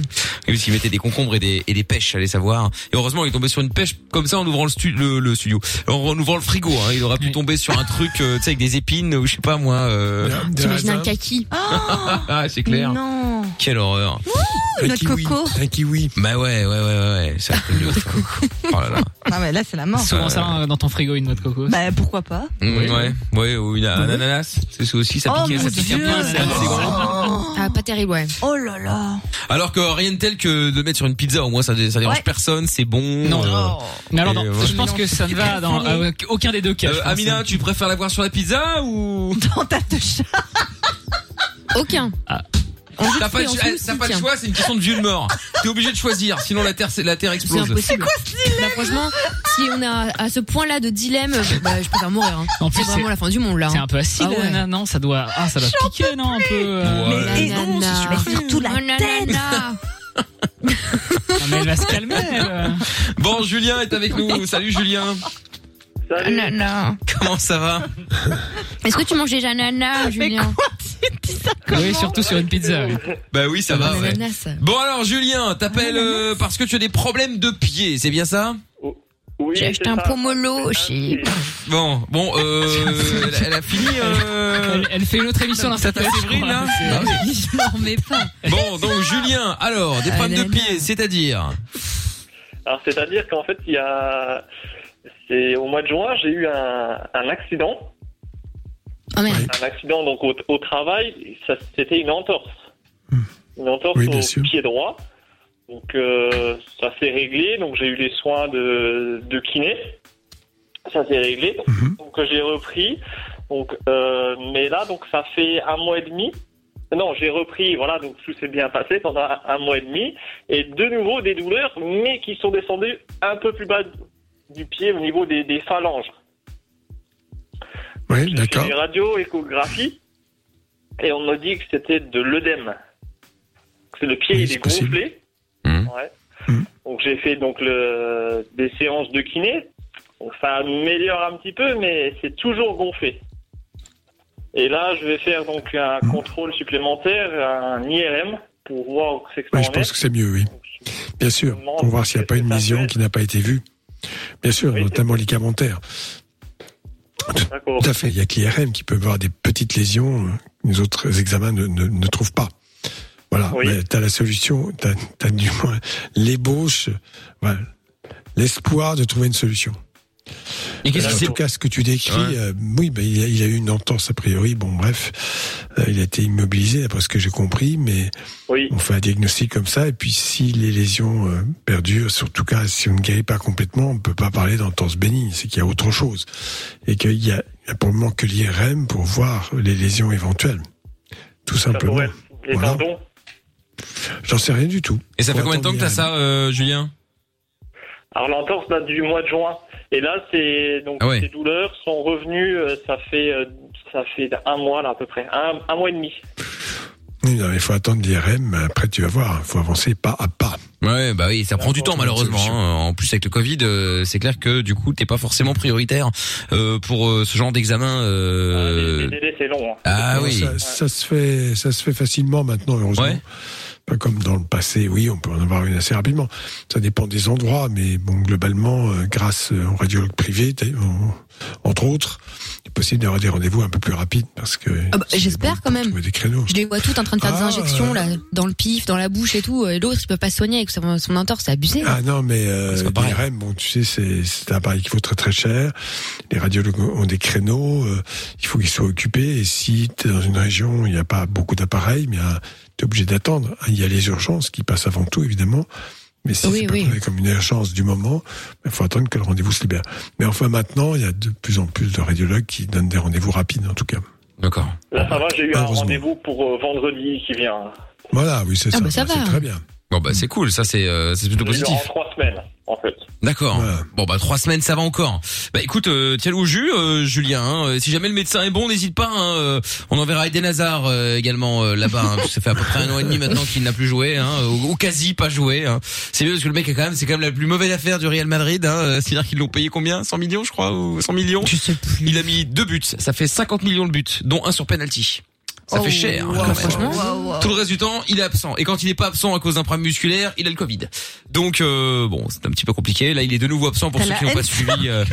S2: Et Parce qu'il mettait des concombres et des, et des pêches, allez savoir. Et heureusement, il est tombé sur une pêche comme ça en ouvrant le, stu- le, le studio. En, en ouvrant le frigo, hein. il aurait pu tomber sur un truc, euh, tu sais, avec des épines ou je sais pas moi. Euh...
S4: T'imagines un kaki
S2: Ah, c'est clair.
S5: Non.
S2: Quelle horreur.
S5: Un notre kiwi, coco.
S3: Un kiwi.
S2: Bah ouais, ouais, ouais, ouais. ouais. C'est un truc de fou. Oh là là.
S5: Non mais Ah là c'est la mort.
S2: Souvent, ça,
S6: euh, dans ton frigo une noix de coco.
S5: Bah pourquoi pas
S2: Mm, ouais, ouais, ou une,
S6: Mm-hmm.
S2: un ananas. C'est aussi, ça
S5: Oh,
S2: piquait,
S5: mon
S2: ça piquait un
S5: Dieu.
S2: peu. c'est- c'est grand.
S4: Ah pas terrible ouais.
S5: Oh là là.
S2: Alors que rien de tel que de mettre sur une pizza, au moins ça, dé- ça dérange
S6: Ouais.
S2: personne, c'est bon. euh.
S6: Non. Mais alors,
S2: Et,
S6: non,
S2: ouais.
S6: je pense que ça ne va dans euh, aucun des deux cas.
S2: Euh,
S6: je pense,
S2: Amina,
S6: hein.
S2: tu préfères la voir sur la pizza ou
S5: Dans ta de chat.
S6: Ah.
S4: Aucun.
S2: T'as pas, le- t'as pas le choix, c'est une question de vie ou de mort. T'es obligé de choisir, sinon la terre, c'est- la terre
S4: C'est
S2: explose.
S4: impossible. Bah, franchement, si on est à, à ce point-là de dilemme, bah, je préfère mourir. hein.
S6: En plus,
S4: c'est vraiment la fin du monde là.
S6: C'est un peu acide,
S4: Ah ouais.
S6: l'ananas, non Ça doit, ah, ça doit piquer, non Un peu. euh,
S4: Mais et- non, c'est super
S5: Mais surtout Oh, la tête.
S6: Non, mais elle va se calmer. elle.
S2: Bon, Julien est avec nous. Salut, Julien.
S4: Ananas.
S2: Comment ça va
S4: Est-ce que tu manges déjà ananas, Julien
S6: Oui, surtout sur une pizza.
S2: Bah oui, ça va.
S4: Un
S2: ouais.
S4: ananas.
S2: Bon alors, Julien, t'appelles
S6: Ah,
S2: euh, parce que tu as des problèmes de pied, c'est bien ça
S13: Oh,
S4: J'ai acheté un pomolo chez.
S2: Bon, bon, euh, elle, elle a fini. euh,
S6: Elle fait une autre émission dans
S2: Ça
S6: sa
S2: t'a
S6: tête. je
S2: sévrine,
S6: crois.
S2: là
S6: C'est-
S2: Ah oui.
S4: Je m'en remets pas.
S2: Bon, donc Julien, alors des problèmes
S6: Ah,
S2: de pied, c'est-à-dire
S13: Alors, c'est-à-dire qu'en fait, il y a. C'est au mois de juin, j'ai eu un, un accident.
S3: Ah,
S13: Un accident donc au, au travail, ça- c'était une entorse. Une entorse
S3: Hmm. Oui, bien
S13: au
S3: sûr.
S13: pied droit. Donc euh, ça s'est réglé, donc j'ai eu les soins de, de kiné. Ça s'est réglé, donc,
S3: Hmm.
S13: donc, j'ai repris. Donc, euh, mais là, donc ça fait un mois et demi. Non, j'ai repris, voilà, donc tout s'est bien passé pendant un, un mois et demi. Et de nouveau des douleurs, mais qui sont descendues un peu plus bas du pied au niveau des, des phalanges.
S3: Oui,
S13: J'ai
S3: d'accord.
S13: des radios, échographies, et on m'a dit que c'était de l'œdème. Que le pied, il est gonflé. Ouais.
S3: Mmh.
S13: Donc j'ai fait donc le, des séances de kiné. Donc ça améliore un petit peu, mais c'est toujours gonflé. Et là, je vais faire donc un
S3: Mmh.
S13: contrôle supplémentaire, un IRM, pour voir ce que
S3: Oui,
S13: ça
S3: je
S13: en
S3: pense
S13: est.
S3: que c'est mieux, oui. Bien sûr, pour voir s'il n'y a pas une lésion qui n'a pas été vue. Bien sûr, notamment ligamentaire.
S13: D'accord.
S3: Tout à fait. Il y a que l'IRM qui peut voir des petites lésions euh, que les autres examens ne, ne, ne trouvent pas. Voilà, tu as la solution, tu as, du moins l'ébauche, voilà, l'espoir de trouver une solution.
S2: Et qu'est-ce
S3: Voilà,
S2: qui
S3: en
S2: s'est-
S3: tout cas, ce que tu décris,
S2: Ouais.
S3: euh, oui, bah, il, y a, il y a eu une entorse a priori. Bon, bref, euh, il a été immobilisé, d'après ce que j'ai compris, mais
S13: on
S3: fait un diagnostic comme ça. Et puis, si les lésions euh, perdurent, surtout cas, si on ne guérit pas complètement, on ne peut pas parler d'entorse bénigne. C'est qu'il y a autre chose et qu'il y a, il y a pour le moment que l'IRM pour voir les lésions éventuelles, tout simplement.
S13: Les tendons.
S3: J'en sais rien du tout.
S2: Et ça fait
S3: Faut
S2: combien de temps
S3: attendre
S2: que t'as
S3: l'IRM.
S2: ça, euh, Julien
S13: Alors l'entorse date du mois de juin. Et là, c'est donc
S2: Ah ouais.
S13: ces douleurs sont revenues. euh, Ça fait euh, ça fait un mois là à peu près, un, un mois et demi.
S3: Oui, non, il faut attendre l'IRM. Après, tu vas voir. Il faut avancer pas à pas.
S2: Ouais, bah oui, ça prend du temps malheureusement. hein. En plus avec le Covid, euh, c'est clair que du coup t'es pas forcément prioritaire euh, pour euh, ce genre d'examen. euh,
S13: Les délais Ah, c'est long. hein.
S2: Ah
S3: Non,
S2: oui.
S3: Ça, ça se fait, ça se fait facilement maintenant, heureusement. Pas comme dans le passé, oui, on peut en avoir une assez rapidement. Ça dépend des endroits, mais bon, globalement, euh, grâce euh, aux radiologues privés, t'as- on- entre autres, il est possible d'avoir des rendez-vous un peu plus rapides parce que
S4: Ah bah, J'espère quand même.
S3: trouver des Ah, créneaux.
S4: Je les vois toutes en train de faire des injections là, dans le pif, dans la bouche et tout. euh, Et l'autre, il peut pas se soigner avec son, son entorse, c'est abusé.
S3: Ah non, mais euh, l'IRM, bon, tu sais, c'est c'est un appareil qui vaut très très cher. Les radiologues ont des créneaux, euh, il faut qu'ils soient occupés. Et si tu es dans une région où il n'y a pas beaucoup d'appareils, mais tu es obligé d'attendre. Hein, Il y a les urgences qui passent avant tout, évidemment. Mais si
S4: Oui,
S3: c'est pas
S4: oui.
S3: pris comme une urgence du moment, il faut attendre que le rendez-vous se libère. Mais enfin, maintenant, il y a de plus en plus de radiologues qui donnent des rendez-vous rapides, en tout cas.
S2: D'accord.
S13: Là ça va, j'ai eu un rendez-vous pour euh, vendredi qui vient.
S3: Voilà, oui, c'est
S13: Ah
S3: ça.
S13: bah, ça
S3: C'est
S13: va.
S3: très bien.
S2: Bon bah c'est cool, ça c'est euh, c'est plutôt
S13: Je l'ai eu
S2: positif.
S13: En trois semaines en fait.
S2: D'accord. Bon bah trois semaines ça va encore. Bah écoute, euh, tiens au jus, euh, Julien. hein. Euh, Si jamais le médecin est bon, n'hésite pas. hein. Euh, On enverra Eden Hazard euh, également euh, là-bas. hein, parce que ça fait à peu près un an et demi maintenant qu'il n'a plus joué, hein, ou, ou quasi pas joué. hein. C'est mieux parce que le mec est quand même, c'est quand même la plus mauvaise affaire du Real Madrid. Hein. Euh, C'est-à-dire qu'ils l'ont payé combien 100 millions je crois ou 100 millions Il a mis deux buts. Ça fait 50 millions de buts, dont un sur penalty. Ça
S8: Oh,
S2: fait cher.
S8: wow,
S2: quand même.
S8: franchement. Wow, wow.
S2: Tout le reste du temps, il est absent. Et quand il n'est pas absent à cause d'un problème musculaire, il a le Covid. Donc euh, bon, c'est un petit peu compliqué. Là, il est de nouveau absent pour
S3: T'as
S2: ceux
S3: la
S2: qui n'ont pas
S3: haine.
S2: suivi. euh,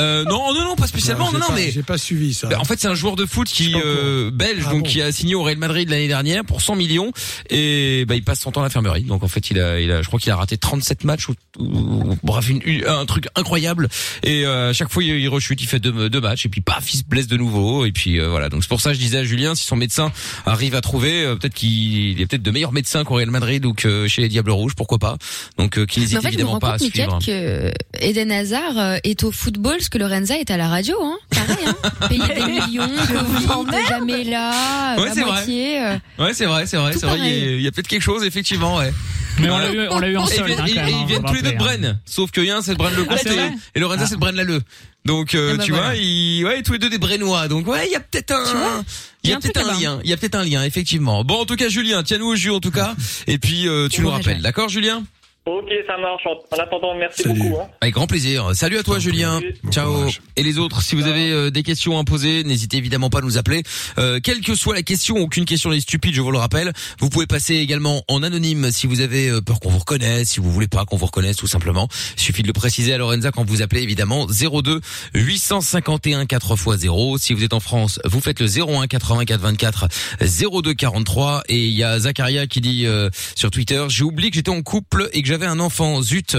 S2: euh, non, non, non, pas spécialement.
S3: j'ai
S2: Non, non,
S3: pas-
S2: mais
S3: J'ai pas suivi ça.
S2: bah, en fait, c'est un joueur de foot qui euh, belge,
S3: Ah
S2: donc
S3: bon.
S2: qui a signé au Real Madrid l'année dernière pour 100 millions et bah, il passe son temps à l'infirmerie. Donc en fait, il a, il a, je crois qu'il a raté 37 matchs ou, ou- bref, une- une- un truc incroyable. Et euh, à chaque fois, il, il rechute, il fait deux, deux matchs et puis paf, il se blesse de nouveau. Et puis euh, voilà. Donc c'est pour ça, que je disais à Julien, si son médecin arrive à trouver, euh, peut-être qu'il il y a peut-être de meilleurs médecins qu'au Real Madrid ou que chez les Diables Rouges, pourquoi pas. Donc euh, qui
S4: Mais
S2: n'hésite
S4: en fait, je me
S2: évidemment
S4: rends
S2: pas à
S4: compte, Mickaël,
S2: suivre.
S4: que Eden Hazard euh, est au football ce que Lorenza est à la radio, hein.
S3: Ah,
S4: Pareil, hein. Pays des millions, Covid, jamais là,
S2: Ouais,
S4: à
S2: c'est vrai.
S4: moitié. euh,
S2: Ouais, c'est vrai, c'est vrai,
S4: Tout
S2: c'est vrai. Il y a-
S4: pareil.
S2: il y a, peut-être quelque chose, effectivement, ouais.
S6: Mais on l'a eu- on l'a eu en
S2: Et
S6: solde,
S2: Ils,
S6: hein,
S2: ils-
S6: quand même,
S2: ils
S6: on
S2: viennent
S6: va
S2: tous les deux de
S6: rappeler, hein.
S2: Brenne. Sauf que un, c'est de Brenne le
S6: Ah,
S2: Comte
S6: c'est
S2: et,
S6: vrai
S2: et Lorenza, c'est de Brenne Lalleux. Donc, euh,
S6: Ah bah
S2: tu
S6: voilà.
S2: vois, ils, ouais, tous les deux des Brennois. Donc, ouais, il y a peut-être un, il y a peut-être un lien. Il y a peut-être un lien, effectivement. Bon, en tout cas, Julien, tiens-nous au jus, en tout cas. Et puis, euh, tu nous rappelles, d'accord, Julien?
S13: Ok, ça marche. En en attendant, merci beaucoup. hein.
S2: Avec grand plaisir. Salut à toi Julien. Ciao. Et les autres, si vous avez euh, des questions à poser, n'hésitez évidemment pas à nous appeler. Euh, quelle que soit la question, aucune question n'est stupide, je vous le rappelle. Vous pouvez passer également en anonyme si vous avez euh, peur qu'on vous reconnaisse, si vous voulez pas qu'on vous reconnaisse tout simplement. Il suffit de le préciser à Lorenza quand vous appelez évidemment 02 851 4x0. Si vous êtes en France, vous faites le 01 84 24 02 43 et il y a Zacharia qui dit euh, sur Twitter, j'ai oublié que j'étais en couple et que j'avais un enfant. Zut.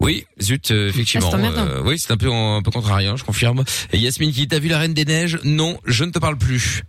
S2: Oui, zut, euh, effectivement.
S14: Ah, c'est emmerdant.
S2: oui, c'est un peu un peu contrariant, je confirme. Et Yasmine qui dit, t'as vu la Reine des Neiges Non, je ne te parle plus.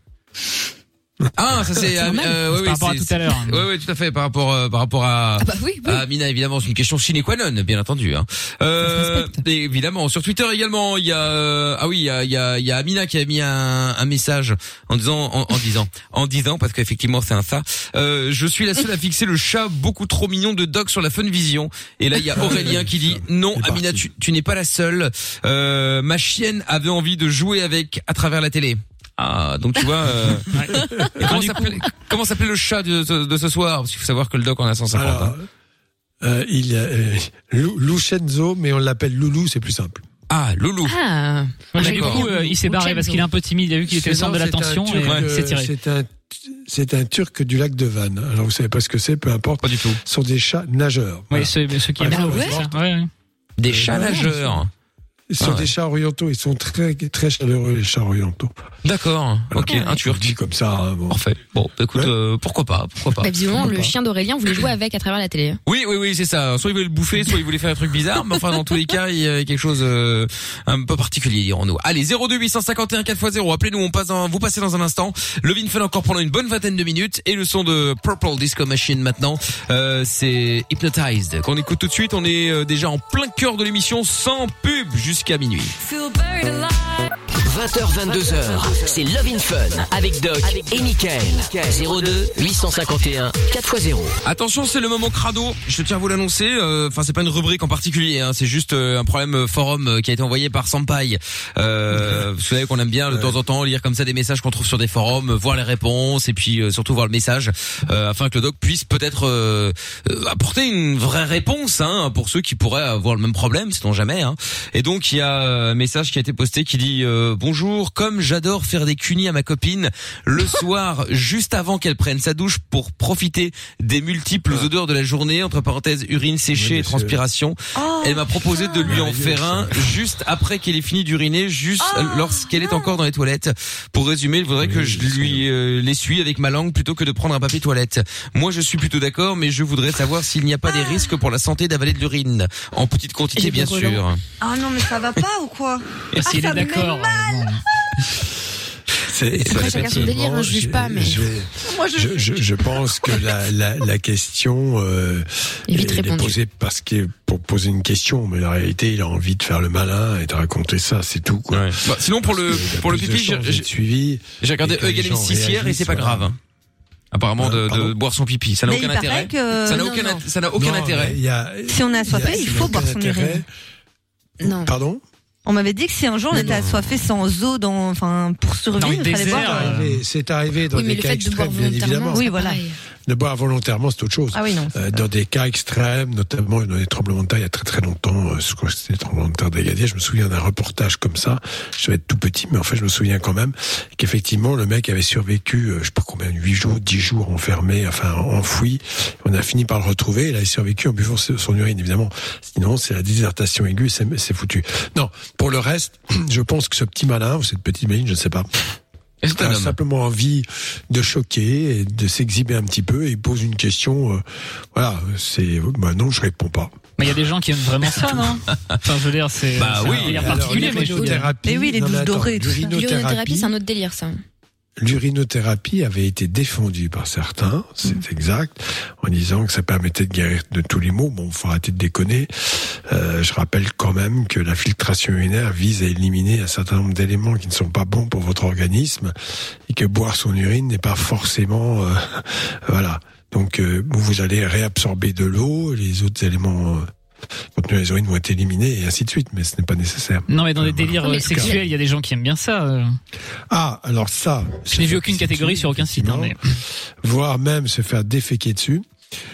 S2: Ah, ça c'est
S6: C'est
S2: oui,
S6: normal. C'est
S2: oui,
S6: par rapport à
S2: c'est-
S6: tout à l'heure. hein.
S2: Oui, oui, tout à fait, par rapport euh, par rapport à
S4: Ah bah oui,
S2: à Mina évidemment, c'est une question sine qua non, bien entendu. Hein. Euh, et évidemment, sur Twitter également, il y a euh, ah oui, il y a il y a, il y a Amina qui a mis un, un message en disant en, en disant en disant parce qu'effectivement c'est un ça. Euh, je suis la seule à fixer le chat beaucoup trop mignon de Doc sur la Fun Vision. Et là, il y a Aurélien qui dit non, Amina, tu, tu n'es pas la seule. Euh, ma chienne avait envie de jouer avec à travers la télé. Ah, donc tu vois. euh,
S6: Ah,
S2: et comment s'appelait- comment s'appelait le chat de, ce- de ce soir Parce qu'il faut savoir que le Doc en a 150.
S3: Alors,
S2: hein.
S3: Euh, il y a, euh, Lou- Lucenzo, mais on l'appelle Loulou, c'est plus simple.
S2: Ah, Loulou.
S4: Ah.
S6: Ouais, mais du coup, euh, il s'est barré parce qu'il est un peu timide. Il a vu qu'il était au centre de
S3: C'est un
S6: l'attention
S3: Turc,
S6: et
S3: euh,
S6: il s'est tiré.
S3: C'est un, c'est un Turc du lac de Vannes. Alors vous savez pas ce que c'est, peu importe. Pas
S2: du tout.
S3: Ce sont des chats nageurs.
S6: Oui, ceux ceux qui
S3: Ah,
S6: aiment
S3: bah ouais.
S6: ça. Ouais, ouais.
S2: Des
S3: chats nageurs. Ils sont
S2: Ah ouais.
S3: des chats orientaux. Ils sont très, très chaleureux, les chats orientaux.
S2: D'accord. Ok, un turc.
S3: Dit comme ça. hein, bon.
S2: Parfait. Bon, bah, écoute, euh, pourquoi pas, pourquoi pas.
S4: Bah, visiblement, le chien d'Aurélien voulait jouer avec à travers la télé. hein.
S2: Oui, oui, oui, c'est ça. Soit il voulait le bouffer, soit il voulait faire un truc bizarre, mais enfin dans tous les cas, il y a quelque chose euh, un peu particulier, dirons-nous. Allez, 02 851 4x0, appelez-nous, on passe dans- vous passez dans un instant. Levin Fun encore pendant une bonne vingtaine de minutes et le son de Purple Disco Machine maintenant, euh, c'est Hypnotized qu'on écoute tout de suite. On est euh, déjà en plein cœur de l'émission sans pub jusqu'à minuit.
S8: 20h22h, c'est Love in Fun avec Doc et Michael. 02 851 4x0.
S2: Attention, c'est le moment crado. Je tiens à vous l'annoncer. euh, Enfin, c'est pas une rubrique en particulier. hein, c'est juste euh, un problème euh, forum euh, qui a été envoyé par Sampaï. Euh, vous savez qu'on aime bien de temps en temps lire comme ça des messages qu'on trouve sur des forums, euh, voir les réponses et puis euh, surtout voir le message euh, afin que le doc puisse peut-être euh, euh, apporter une vraie réponse hein, pour ceux qui pourraient avoir le même problème, sait-on jamais. hein. Et donc il y a euh, un message qui a été posté qui dit euh, bonjour, comme j'adore faire des cunis à ma copine le soir juste avant qu'elle prenne sa douche pour profiter des multiples odeurs de la journée entre parenthèses urine séchée et transpiration. Elle m'a proposé de lui en faire un juste après qu'elle ait fini d'uriner, juste euh,
S3: Oh.
S2: lorsqu'elle est encore dans les toilettes. Pour résumer, il faudrait que je lui euh, l'essuie avec ma langue plutôt que de prendre un papier toilette. Moi, je suis plutôt d'accord, mais je voudrais savoir s'il n'y a
S3: Ah.
S2: pas des risques pour la santé d'avaler de l'urine en
S5: Il
S2: petite
S5: est
S2: quantité, bien
S5: bien relent.
S2: sûr.
S5: Ah non, mais ça va pas ou quoi
S2: Et s'il
S5: ah, ça
S2: est
S5: me met
S2: d'accord,
S5: mal.
S3: C'est
S5: Après, chacun son délire, hein, je juge pas, mais-
S3: bah, Je, vais- je- je- je pense que la, la, la question euh,
S4: Vite
S3: elle est
S4: répondu.
S3: posée parce qu'il pour poser une question, mais la réalité, il a envie de faire le malin et de raconter ça, c'est tout. Quoi.
S2: Bah, sinon, pour le, pour le pipi, j'ai- j'ai-
S3: suivi.
S2: j'ai regardé
S3: et que
S2: E
S3: les
S2: égale
S3: gens
S2: 6 hier et c'est
S3: réagissent,
S2: pas
S3: Bah,
S2: grave. hein. Apparemment, de, de boire son pipi, ça n'a
S5: Mais
S2: aucun
S5: il paraît
S2: intérêt.
S5: que-
S2: Ça n'a
S5: Non,
S2: aucun,
S5: non.
S2: int- ça n'a aucun
S5: Non,
S2: intérêt.
S5: mais il y
S3: a-
S5: Si on est assoiffé, il faut boire son urine. Non.
S3: Pardon
S5: On m'avait dit que si un jour on était assoiffé sans eau, dans, enfin, pour survivre, il fallait boire. euh,
S3: arrivé- C'est arrivé dans
S5: Oui, mais
S3: des
S5: le
S3: cas
S5: fait de boire
S3: extrêmes, bien
S5: volontairement,
S3: évidemment.
S5: c'est Oui, pas voilà. pareil.
S3: De boire volontairement, c'est autre chose.
S5: Ah oui, non, c'est
S3: Euh, dans des cas extrêmes, notamment dans les tremblements de terre, il y a très très longtemps, euh, je crois que c'était les tremblements de terre d'Agadir, je me souviens d'un reportage comme ça, je vais être tout petit, mais en fait je me souviens quand même qu'effectivement le mec avait survécu, euh, je sais pas combien, 8 jours, 10 jours enfermé, enfin enfoui, on a fini par le retrouver, il a survécu en buvant son son urine, évidemment. Sinon, c'est la désertation aiguë, c'est c'est foutu. Non, pour le reste, je pense que ce petit malin, ou cette petite maline, je ne sais pas,
S2: un
S3: a
S2: homme.
S3: Ah, simplement envie de choquer et de s'exhiber un petit peu et il pose une question. euh, voilà, c'est bah non, je réponds pas.
S6: Mais il y a des gens qui aiment vraiment ça, non Enfin, je veux dire, c'est
S2: Bah
S6: c'est
S2: oui,
S6: un délire
S2: alors,
S6: particulier, mais je veux dire.
S3: l'urinothérapie,
S4: Mais oui, les
S3: non, mais
S4: douches
S3: attends,
S4: dorées et tout ça.
S3: l'urinothérapie,
S4: L'urinothérapie, c'est un autre délire, ça.
S3: l'urinothérapie avait été défendue par certains, c'est exact, en disant que ça permettait de guérir de tous les maux. Bon, faut arrêter de déconner. Euh, je rappelle quand même que la filtration urinaire vise à éliminer un certain nombre d'éléments qui ne sont pas bons pour votre organisme et que boire son urine n'est pas forcément, euh, voilà. Donc, euh, vous allez réabsorber de l'eau, les autres éléments euh, contenus dans les urines vont être éliminés et ainsi de suite, mais ce n'est pas nécessaire.
S6: Non, mais dans
S2: Ah
S6: des
S2: bah
S3: Enfin, voilà.
S6: délires euh, sexuels, il y a des gens qui aiment bien ça. euh.
S3: Ah, alors ça.
S6: Je n'ai vu aucune catégorie sur aucun site. hein, mais-
S3: voire même se faire déféquer dessus,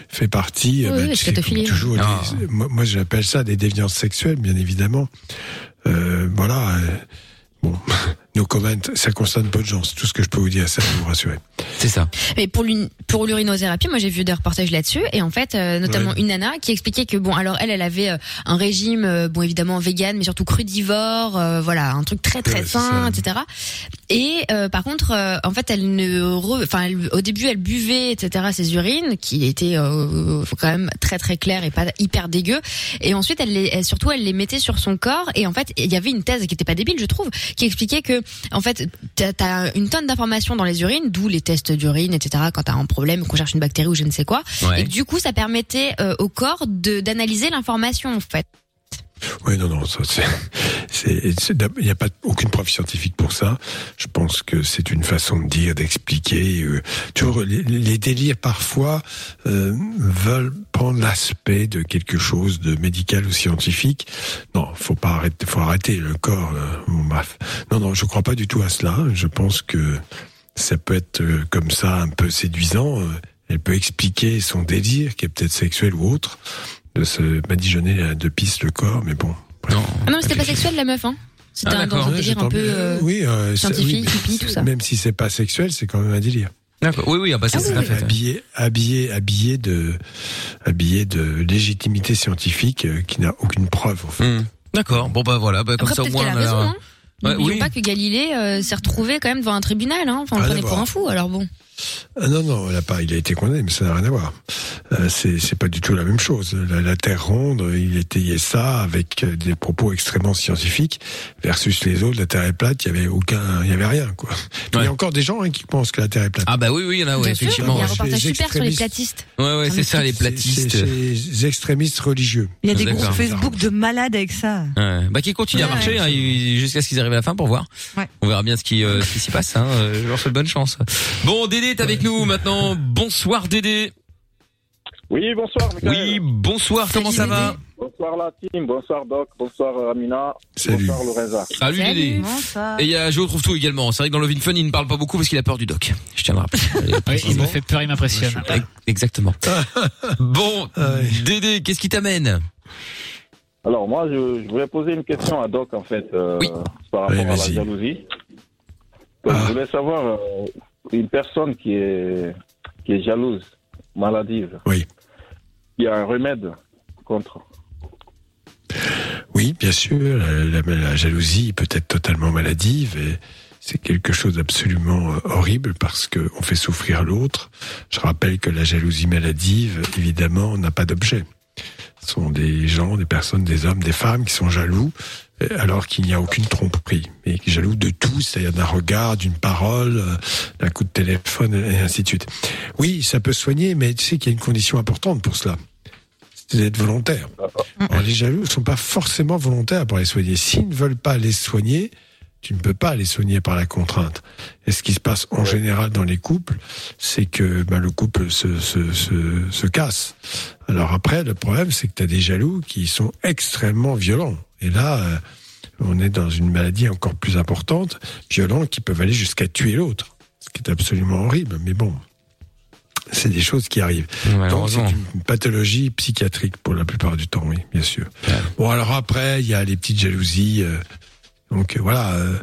S3: fait partie.
S6: Oui,
S3: euh, bah,
S6: oui,
S3: tu sais,
S6: scatophilie.
S3: comme toujours,
S6: Ah.
S3: des- moi, moi, j'appelle ça des déviances sexuelles, bien évidemment. Euh, voilà. euh, bon, nos comment, ça concerne peu de gens. C'est tout ce que je peux vous dire, ça vous rassurer.
S14: C'est ça.
S4: Mais pour l'uni- pour l'urinothérapie, moi j'ai vu des reportages là-dessus et en fait euh, notamment
S3: Ouais.
S4: une nana qui expliquait que bon alors elle elle avait euh, un régime euh, bon évidemment vegan mais surtout crudivore euh, voilà un truc très très
S15: Ouais, c'est
S4: sain etc et euh, par contre euh, en fait elle ne re- enfin elle- au début elle buvait etc ses urines qui étaient euh, quand même très très claires et pas hyper dégueu et ensuite elle les elle- surtout elle les mettait sur son corps et en fait il y avait une thèse qui était pas débile je trouve qui expliquait que en fait t'as- t'as une tonne d'informations dans les urines d'où les tests d'urine etc quand t'as un problème qu'on cherche une bactérie ou je ne sais quoi
S3: Ouais.
S4: et que du coup ça permettait euh, au corps de d'analyser l'information en fait
S3: Oui, non, non, ça, c'est- c'est, c'est- il n'y a pas aucune preuve scientifique pour ça. Je pense que c'est une façon de dire, d'expliquer. euh, toujours, les, les délires parfois euh, veulent prendre l'aspect de quelque chose de médical ou scientifique. Non, faut pas arrêter, faut arrêter le corps. euh, bon, bref. Non, non, je crois pas du tout à cela. Je pense que ça peut être euh, comme ça un peu séduisant. euh, Elle peut expliquer son délire, qui est peut-être sexuel ou autre, de se badigeonner à deux pistes le corps, mais bon.
S4: ah non mais c'était pas sexuel la meuf hein c'était un, dans un délire un peu euh,
S3: oui, euh, ça- oui,
S4: scientifique
S3: mais
S4: hippie tout ça
S3: Même si c'est pas sexuel, c'est quand même un délire.
S2: Oui, oui, ah bah, ça, c'est un fait.
S3: Habillé, habillé, habillé de, habillé de légitimité scientifique euh, qui n'a aucune preuve. En fait.
S14: D'accord. Hmm. Bon bah voilà, bah, comme
S4: Après,
S14: ça au
S4: peut-être
S14: moins.
S4: qu'elle a
S14: on
S4: raison,
S14: la-
S4: hein.
S14: Ouais,
S4: N'oublions
S14: oui.
S4: pas que Galilée euh, s'est retrouvé quand même devant un tribunal hein. enfin on
S3: Rien à
S4: le prenait pour
S3: voir.
S4: un fou alors bon
S3: Ah non, non, il a, pas, il a été condamné, mais ça n'a rien à voir. Euh, c'est c'est pas du tout la même chose. La, la Terre ronde, il étayait ça avec euh, des propos extrêmement scientifiques, versus les autres, la Terre est plate, il y avait aucun, il y avait rien, quoi. Il y a encore des gens hein, qui pensent que la Terre est plate.
S14: Ah bah oui, oui, il y en a, ouais,
S3: Bien sûr,
S14: effectivement.
S3: il y a un
S14: ouais.
S3: reportage
S4: super sur les
S3: extrémistes.
S4: platistes
S14: Ouais, ouais, c'est ça, les platistes.
S3: C'est- c'est les extrémistes religieux.
S5: Il y a des groupes
S14: D'accord.
S5: Facebook de malades avec ça.
S14: Ouais. Bah qui continue à
S5: Ouais,
S14: marcher hein, il- jusqu'à ce qu'ils arrivent à la fin pour voir. On verra bien ce qui euh, ce qui s'y passe. Hein. Euh, Je leur souhaite bonne chance.
S2: Bon, Dédé est avec nous maintenant. Bonsoir, Dédé.
S16: Oui, bonsoir.
S2: Oui, bonsoir, comment ça va
S16: Bonsoir la team, bonsoir Doc, bonsoir euh, Amina, bonsoir Lorenza.
S2: Salut, Dédé. Et il y a Joe trouve tout également. C'est vrai que dans Love in Fun, il ne parle pas beaucoup parce qu'il a peur du doc. Je tiens à le rappeler. Euh,
S6: Ouais, il me
S2: précisément.
S6: fait peur, il m'impressionne.
S2: Exactement. bon, Dédé, qu'est-ce qui t'amène
S16: Alors moi, je, je voulais poser une question à Doc en fait euh, par rapport
S2: Allez,
S16: à la
S2: vas-y. Ah.
S16: jalousie. Donc, Je voulais savoir euh, une personne qui est qui est jalouse, maladive.
S3: Oui.
S16: Il y a un remède contre.
S3: Oui, bien sûr, la, la- la jalousie peut être totalement maladive et c'est quelque chose d'absolument euh, horrible parce que on fait souffrir l'autre. Je rappelle que la jalousie maladive, évidemment, n'a pas d'objet. Ce sont des gens, des personnes, des hommes, des femmes qui sont jaloux euh, alors qu'il n'y a aucune tromperie et qui jaloux de tout, c'est-à-dire d'un regard, d'une parole, euh, d'un coup de téléphone et ainsi de suite. Oui, ça peut soigner, mais tu sais qu'il y a une condition importante pour cela c'est d'être volontaire. Alors, les jaloux ne sont pas forcément volontaires pour les soigner. S'ils ne veulent pas les soigner, tu ne peux pas les soigner par la contrainte. Et ce qui se passe en général dans les couples, c'est que ben, le couple se, se, se, se casse. Alors après, le problème, c'est que tu as des jaloux qui sont extrêmement violents. Et là, euh, on est dans une maladie encore plus importante, violents qui peuvent aller jusqu'à tuer l'autre. Ce qui est absolument horrible, mais bon. C'est des choses qui arrivent. Donc, c'est
S14: malheureusement.
S3: une une pathologie psychiatrique pour la plupart du temps, oui, bien sûr. Bon, alors après, il y a les petites jalousies. euh, donc euh, voilà, euh,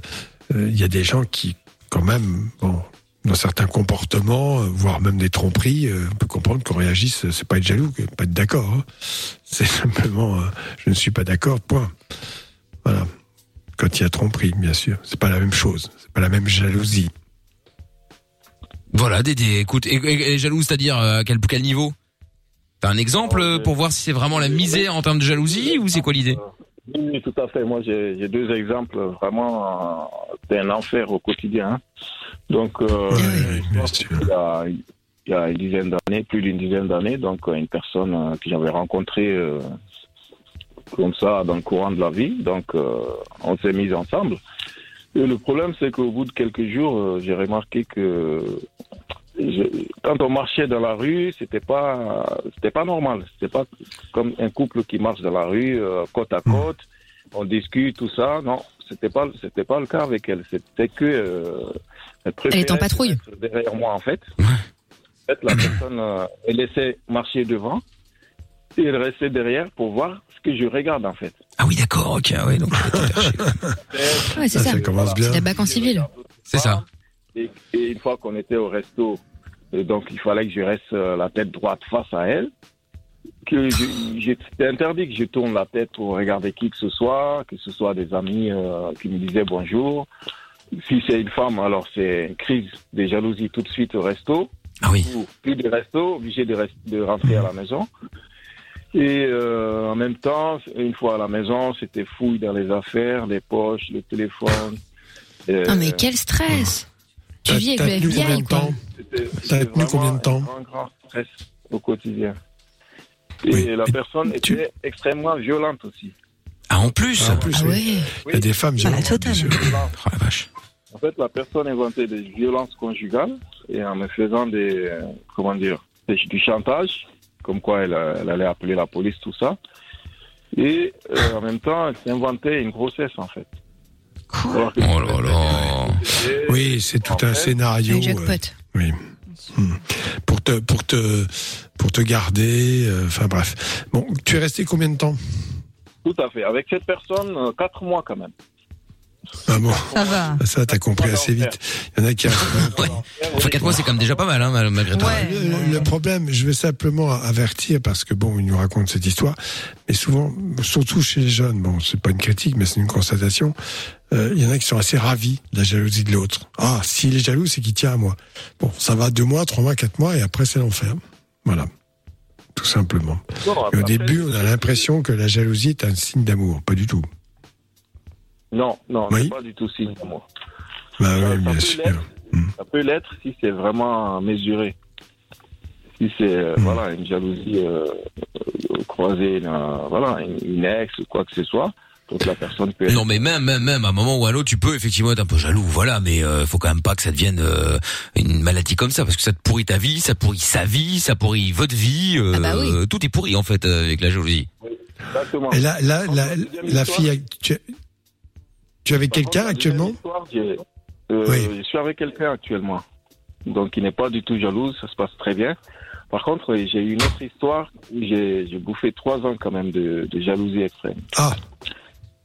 S3: euh, il y a des gens qui, quand même, bon, dans certains comportements, euh, voire même des tromperies, euh, on peut comprendre qu'on réagisse, euh, c'est pas être jaloux, que pas être d'accord. hein. C'est simplement, euh, je ne suis pas d'accord, point. Voilà. Quand il y a tromperie, bien sûr. C'est pas la même chose. C'est pas la même jalousie.
S2: Voilà, Dédé, écoute, et, et- et jalouse, c'est-à-dire euh, à quel, quel niveau T'as un exemple
S16: Ah,
S2: euh, pour voir si c'est vraiment la misère en termes de jalousie ou c'est quoi l'idée
S16: Oui, oui, tout à fait. Moi, j'ai j'ai deux exemples vraiment euh, d'un enfer au quotidien. hein. Donc, euh, je pense qu'il y a- il y a une dizaine d'années, plus d'une dizaine d'années, donc euh, une personne euh, que j'avais rencontrée euh, comme ça dans le courant de la vie. Donc, euh, on s'est mis ensemble. Et le problème, c'est qu'au bout de quelques jours, euh, j'ai remarqué que je- quand on marchait dans la rue, c'était pas, c'était pas normal. C'était pas comme un couple qui marche dans la rue, euh, côte
S14: Hmm.
S16: à côte. On discute, tout ça. Non, c'était pas, c'était pas le cas avec elle. C'était que, euh, elle
S4: Elle est en
S16: préférait
S4: patrouille.
S16: être Derrière moi, en fait. En fait, la personne, euh, elle laissait marcher devant. Et elle restait derrière pour voir ce que je regarde, en fait.
S14: Ah oui, d'accord, ok, ouais, donc
S4: Ouais, c'est ça.
S16: Ça commence bien.
S4: C'est la bac en civil.
S14: C'est ça.
S16: Et, et une fois qu'on était au resto, et donc il fallait que je reste euh, la tête droite face à elle, que je- j'ai- c'était interdit que je tourne la tête pour regarder qui que ce soit, que ce soit des amis euh, qui me disaient bonjour. Si c'est une femme, alors c'est une crise de jalousie tout de suite au resto.
S14: Ah oui.
S16: Plus de resto, obligé de, res- de rentrer à la maison. Et euh, en même temps, une fois à la maison, c'était fouille dans les affaires, les poches, le téléphone. Euh,
S10: Ah,
S4: Non Ah, mais quel stress. Tu
S16: T'as-
S4: vis avec
S16: t'as
S4: le
S16: tenu combien
S4: FBI
S16: de
S4: quoi.
S16: temps Ça a tenu combien de temps un grand, euh, grand stress au quotidien. Et la personne était extrêmement violente aussi.
S14: Ah, en plus
S3: En plus, oui. Il y a des femmes violentes.
S16: En fait, la personne inventait des violences conjugales et en me faisant des, euh, comment dire, des- du chantage, comme quoi elle, euh, elle allait appeler la police, tout ça. Et euh, en même temps, elle s'inventait une grossesse, en fait. Alors que-
S14: Oh
S3: Oui, c'est tout un scénario. euh, oui. Hmm. Pour te, pour te, pour te garder. euh, Enfin bref. Bon, tu es resté combien de temps
S16: Tout à fait. Avec cette personne, euh, quatre mois quand même.
S3: Ah bon.
S5: Ça va.
S3: Ça, t'as compris assez vite. Il y en a qui.
S14: ouais.
S16: Euh,
S14: Enfin, 4 mois, c'est quand même déjà pas mal, hein, mal- malgré tout.
S3: Le, le problème, je vais simplement avertir parce que bon, il nous raconte cette histoire, mais souvent, surtout chez les jeunes, bon, c'est pas une critique, mais c'est une constatation. euh, Il y en a qui sont assez ravis de la jalousie de l'autre. Ah, s'il est jaloux, c'est qu'il tient à moi. Bon, ça va deux mois, trois mois, quatre mois, et après c'est l'enfer. Voilà, tout simplement. Et au début, on a l'impression que la jalousie est un signe d'amour, pas du tout.
S16: Non, non,
S3: Oui.
S16: c'est pas du tout signe pour moi.
S3: Bah oui, bien
S16: peut
S3: sûr. Hmm.
S16: l'être. Ça peut l'être si c'est vraiment mesuré. Si c'est
S3: Hmm.
S16: euh, voilà, une jalousie euh, euh, croisée, euh, voilà, une, une ex ou quoi que ce soit. Donc la personne peut être.
S14: Non mais même même même à un moment ou à l'autre tu peux effectivement être un peu jaloux voilà mais euh, faut quand même pas que ça devienne euh, une maladie comme ça parce que ça te pourrit ta vie ça pourrit sa vie ça pourrit votre vie euh,
S3: Ah bah oui.
S14: tout est pourri en fait euh, avec la jalousie
S3: Et là, là, la, la fille, tu, tu es avec quelqu'un actuellement
S16: J'ai- euh, Je suis avec quelqu'un actuellement, donc il n'est pas du tout jaloux, ça se passe très bien. Par contre, euh, j'ai eu une autre histoire où j'ai j'ai bouffé trois ans quand même de, de jalousie extrême.
S3: Ah.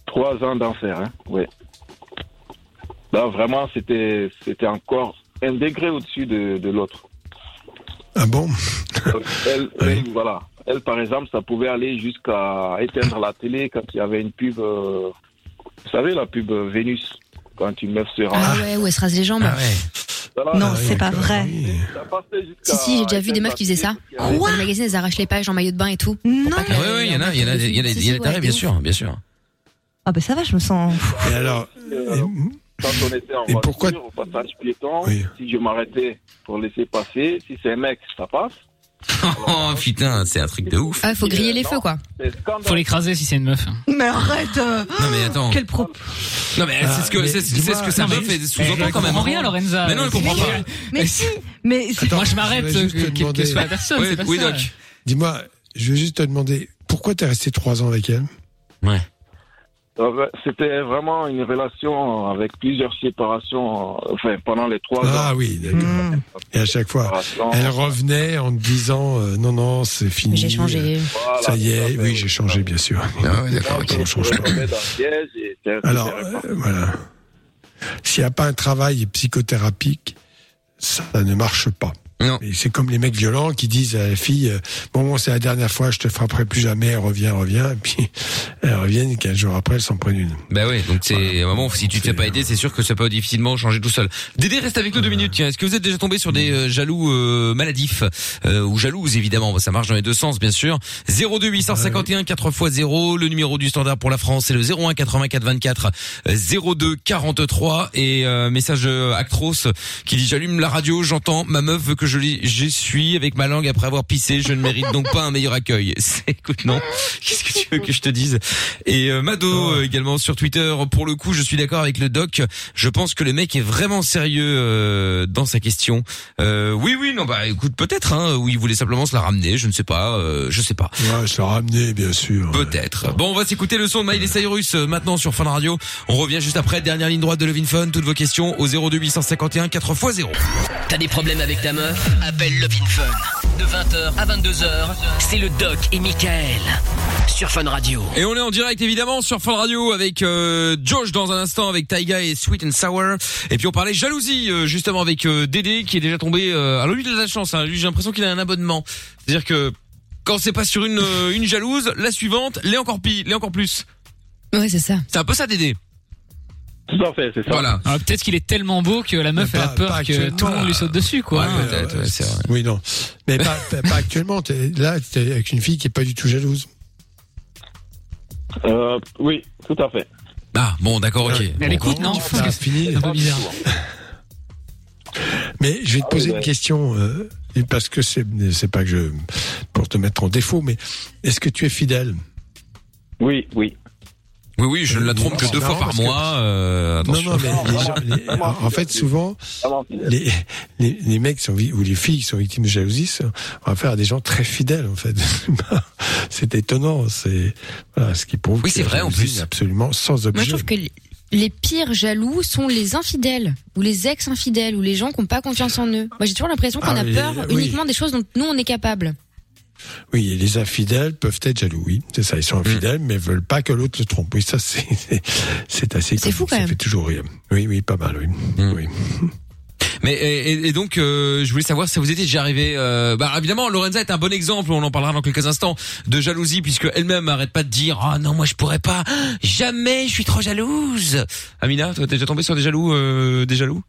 S16: Trois ans d'enfer, hein. Ouais. Là, vraiment, c'était c'était encore un degré au-dessus de, de l'autre.
S3: Ah bon
S16: Donc, elle, elle, voilà. Elle, par exemple, ça pouvait aller jusqu'à éteindre la télé quand il y avait une pub. euh, vous savez, la pub euh, Vénus, quand une meuf se rend.
S4: Ah ouais, où elle se rase les jambes. Non, c'est pas vrai. Si si, j'ai déjà vu des meufs qui faisaient ça. Dans le magazine, elles arrachent les pages en maillot de bain et tout. Non.
S14: Ah oui
S2: Ah
S14: oui il y en a il y en a il y en a il y en a des tarés, bien sûr bien sûr
S5: Ah bah ça va, je me sens.
S3: Et alors,
S16: euh, quand on était en voiture, au passage piéton, si je m'arrêtais pour laisser passer, si c'est un mec, ça passe.
S14: oh putain c'est un truc de ouf
S4: Ah, faut griller les feux quoi.
S6: Faut l'écraser si c'est une meuf.
S5: Mais arrête. euh,
S14: non mais attends
S5: Quel Ah, propos.
S14: non mais c'est ce que c'est c'est ce que sa meuf est sous-entend quand même hein.
S6: comprend rien, Lorenza.
S14: mais non elle comprend
S6: Mais-
S14: pas
S5: Mais si. Mais si-
S6: Moi, je m'arrête,
S3: je vais juste
S6: que-
S3: te
S6: que- que
S3: demander-
S6: soit la personne, c'est pas ça.
S3: Dis-moi, je vais juste te demander, pourquoi t'es resté trois ans avec elle
S16: Euh, C'était vraiment une relation avec plusieurs séparations, euh, enfin, pendant les trois ans.
S3: Ah oui, d'accord. Et à chaque fois, elle revenait en te disant, euh, non, non, c'est fini.
S16: J'ai changé.
S3: euh, Ça y est, oui, j'ai changé, bien sûr. Ah oui, d'accord,
S16: On se retrouvait dans le piège et c'est-
S3: Alors,
S16: c'est-
S3: euh, voilà. S'il n'y a pas un travail psychothérapique, ça ne marche pas. Et C'est comme les mecs violents qui disent à la fille euh, bon, bon, c'est la dernière fois, je te frapperai plus jamais, reviens, reviens. Et puis elles reviennent, et quinze jours après, elles s'en prennent une.
S2: Bah oui, donc c'est à un moment si tu te fais pas aider, c'est sûr que ça peut difficilement changer tout seul. Dédé reste avec nous deux minutes. Tiens, est-ce que vous êtes déjà tombé sur des euh, jaloux euh, maladifs euh, ou jalouses évidemment bah, Ça marche dans les deux sens bien sûr. 02 851 4 x 0, le numéro du standard pour la France c'est le 01 84 24 02 43 et euh, message euh, Actros qui dit j'allume la radio, j'entends ma meuf veut que je lis j'essuie avec ma langue après avoir pissé, je ne mérite donc pas un meilleur accueil. C'est- Écoute non, qu'est-ce que tu veux que je te dise Et euh, Mado euh, également sur Twitter, pour le coup, je suis d'accord avec le doc. Je pense que le mec est vraiment sérieux euh, dans sa question. Euh, oui, oui, non, bah écoute, peut-être. Hein, oui, il voulait simplement se la ramener. Je ne sais pas. euh, je sais pas.
S3: Ouais, je l'ai ramené, bien sûr.
S2: Peut-être. Bon, on va s'écouter le son de Miley Cyrus euh, maintenant sur Fun Radio. On revient juste après. Dernière ligne droite de Levin Fun. Toutes vos questions au 02851 4x0.
S8: T'as des problèmes avec ta meuf Appelle Love in Fun. De 20h à 22h, c'est le Doc et Michael sur Fun Radio.
S2: Et on est en direct évidemment sur Fun Radio avec euh, Josh dans un instant avec Taiga et Sweet and Sour. Et puis on parlait jalousie euh, justement avec euh, Dédé qui est déjà tombé. Euh, alors lui il a de la chance. Hein, lui j'ai l'impression qu'il a un abonnement. C'est-à-dire que quand c'est pas sur une euh, une jalouse, la suivante l'est encore pire, l'est encore plus.
S4: Ouais, c'est ça.
S2: C'est un peu ça Dédé.
S11: Tout à fait, c'est ça.
S2: Voilà.
S6: Ah, peut-être qu'il est tellement beau que la meuf elle a peur que tout le monde lui saute dessus, quoi.
S3: Oui, non. Mais pas, pas- pas actuellement. T'es- là, t'es avec une fille qui est pas du tout jalouse.
S11: Euh, oui, tout à fait.
S2: Ah bon d'accord ok.
S3: Bon, tu feras fini. Mais je vais te
S11: Ah,
S3: poser
S11: oui,
S3: une
S11: ouais.
S3: question, euh, et parce que c'est c'est pas que je pour te mettre en défaut, mais est-ce que tu es fidèle
S11: Oui, oui.
S2: Oui oui je ne la trompe que
S3: C'est
S2: deux
S3: marrant
S2: fois par
S3: parce que-
S2: mois. euh,
S3: Non,
S2: attention.
S3: non, mais les gens- les- en en fait, souvent, les, les, les mecs qui sont, vi- ou les filles qui sont victimes de jalousie sont- ont affaire à des gens très fidèles, en fait. c'est étonnant, c'est voilà, ce qui prouve
S2: Oui,
S3: que
S2: c'est
S3: la
S2: vrai, en
S3: jalousie
S2: plus.
S3: est absolument sans objet.
S4: Moi, je trouve que les- les pires jaloux sont les infidèles ou les ex-infidèles ou les gens qui n'ont pas confiance en eux. Moi, j'ai toujours l'impression qu'on
S3: Ah,
S4: a
S3: mais,
S4: peur
S3: euh, oui.
S4: uniquement des choses dont nous on est capable.
S3: Oui, et les infidèles peuvent être jaloux, oui, c'est ça, ils
S2: Mm.
S3: sont infidèles, mais veulent pas que l'autre le trompe. Oui, ça, c'est c'est assez
S4: C'est fou,
S3: comique,
S4: quand
S3: ça
S4: même.
S3: fait toujours rire. Oui, oui, pas mal, oui.
S2: Mm.
S3: oui.
S2: Mais et, et- et donc euh, je voulais savoir si ça vous était déjà arrivé. euh, bah évidemment Lorenza est un bon exemple. On en parlera dans quelques instants de jalousie puisque elle-même arrête pas de dire ah non moi je pourrais pas jamais je suis trop jalouse. Amina toi t'es déjà tombée sur des jaloux euh, des jaloux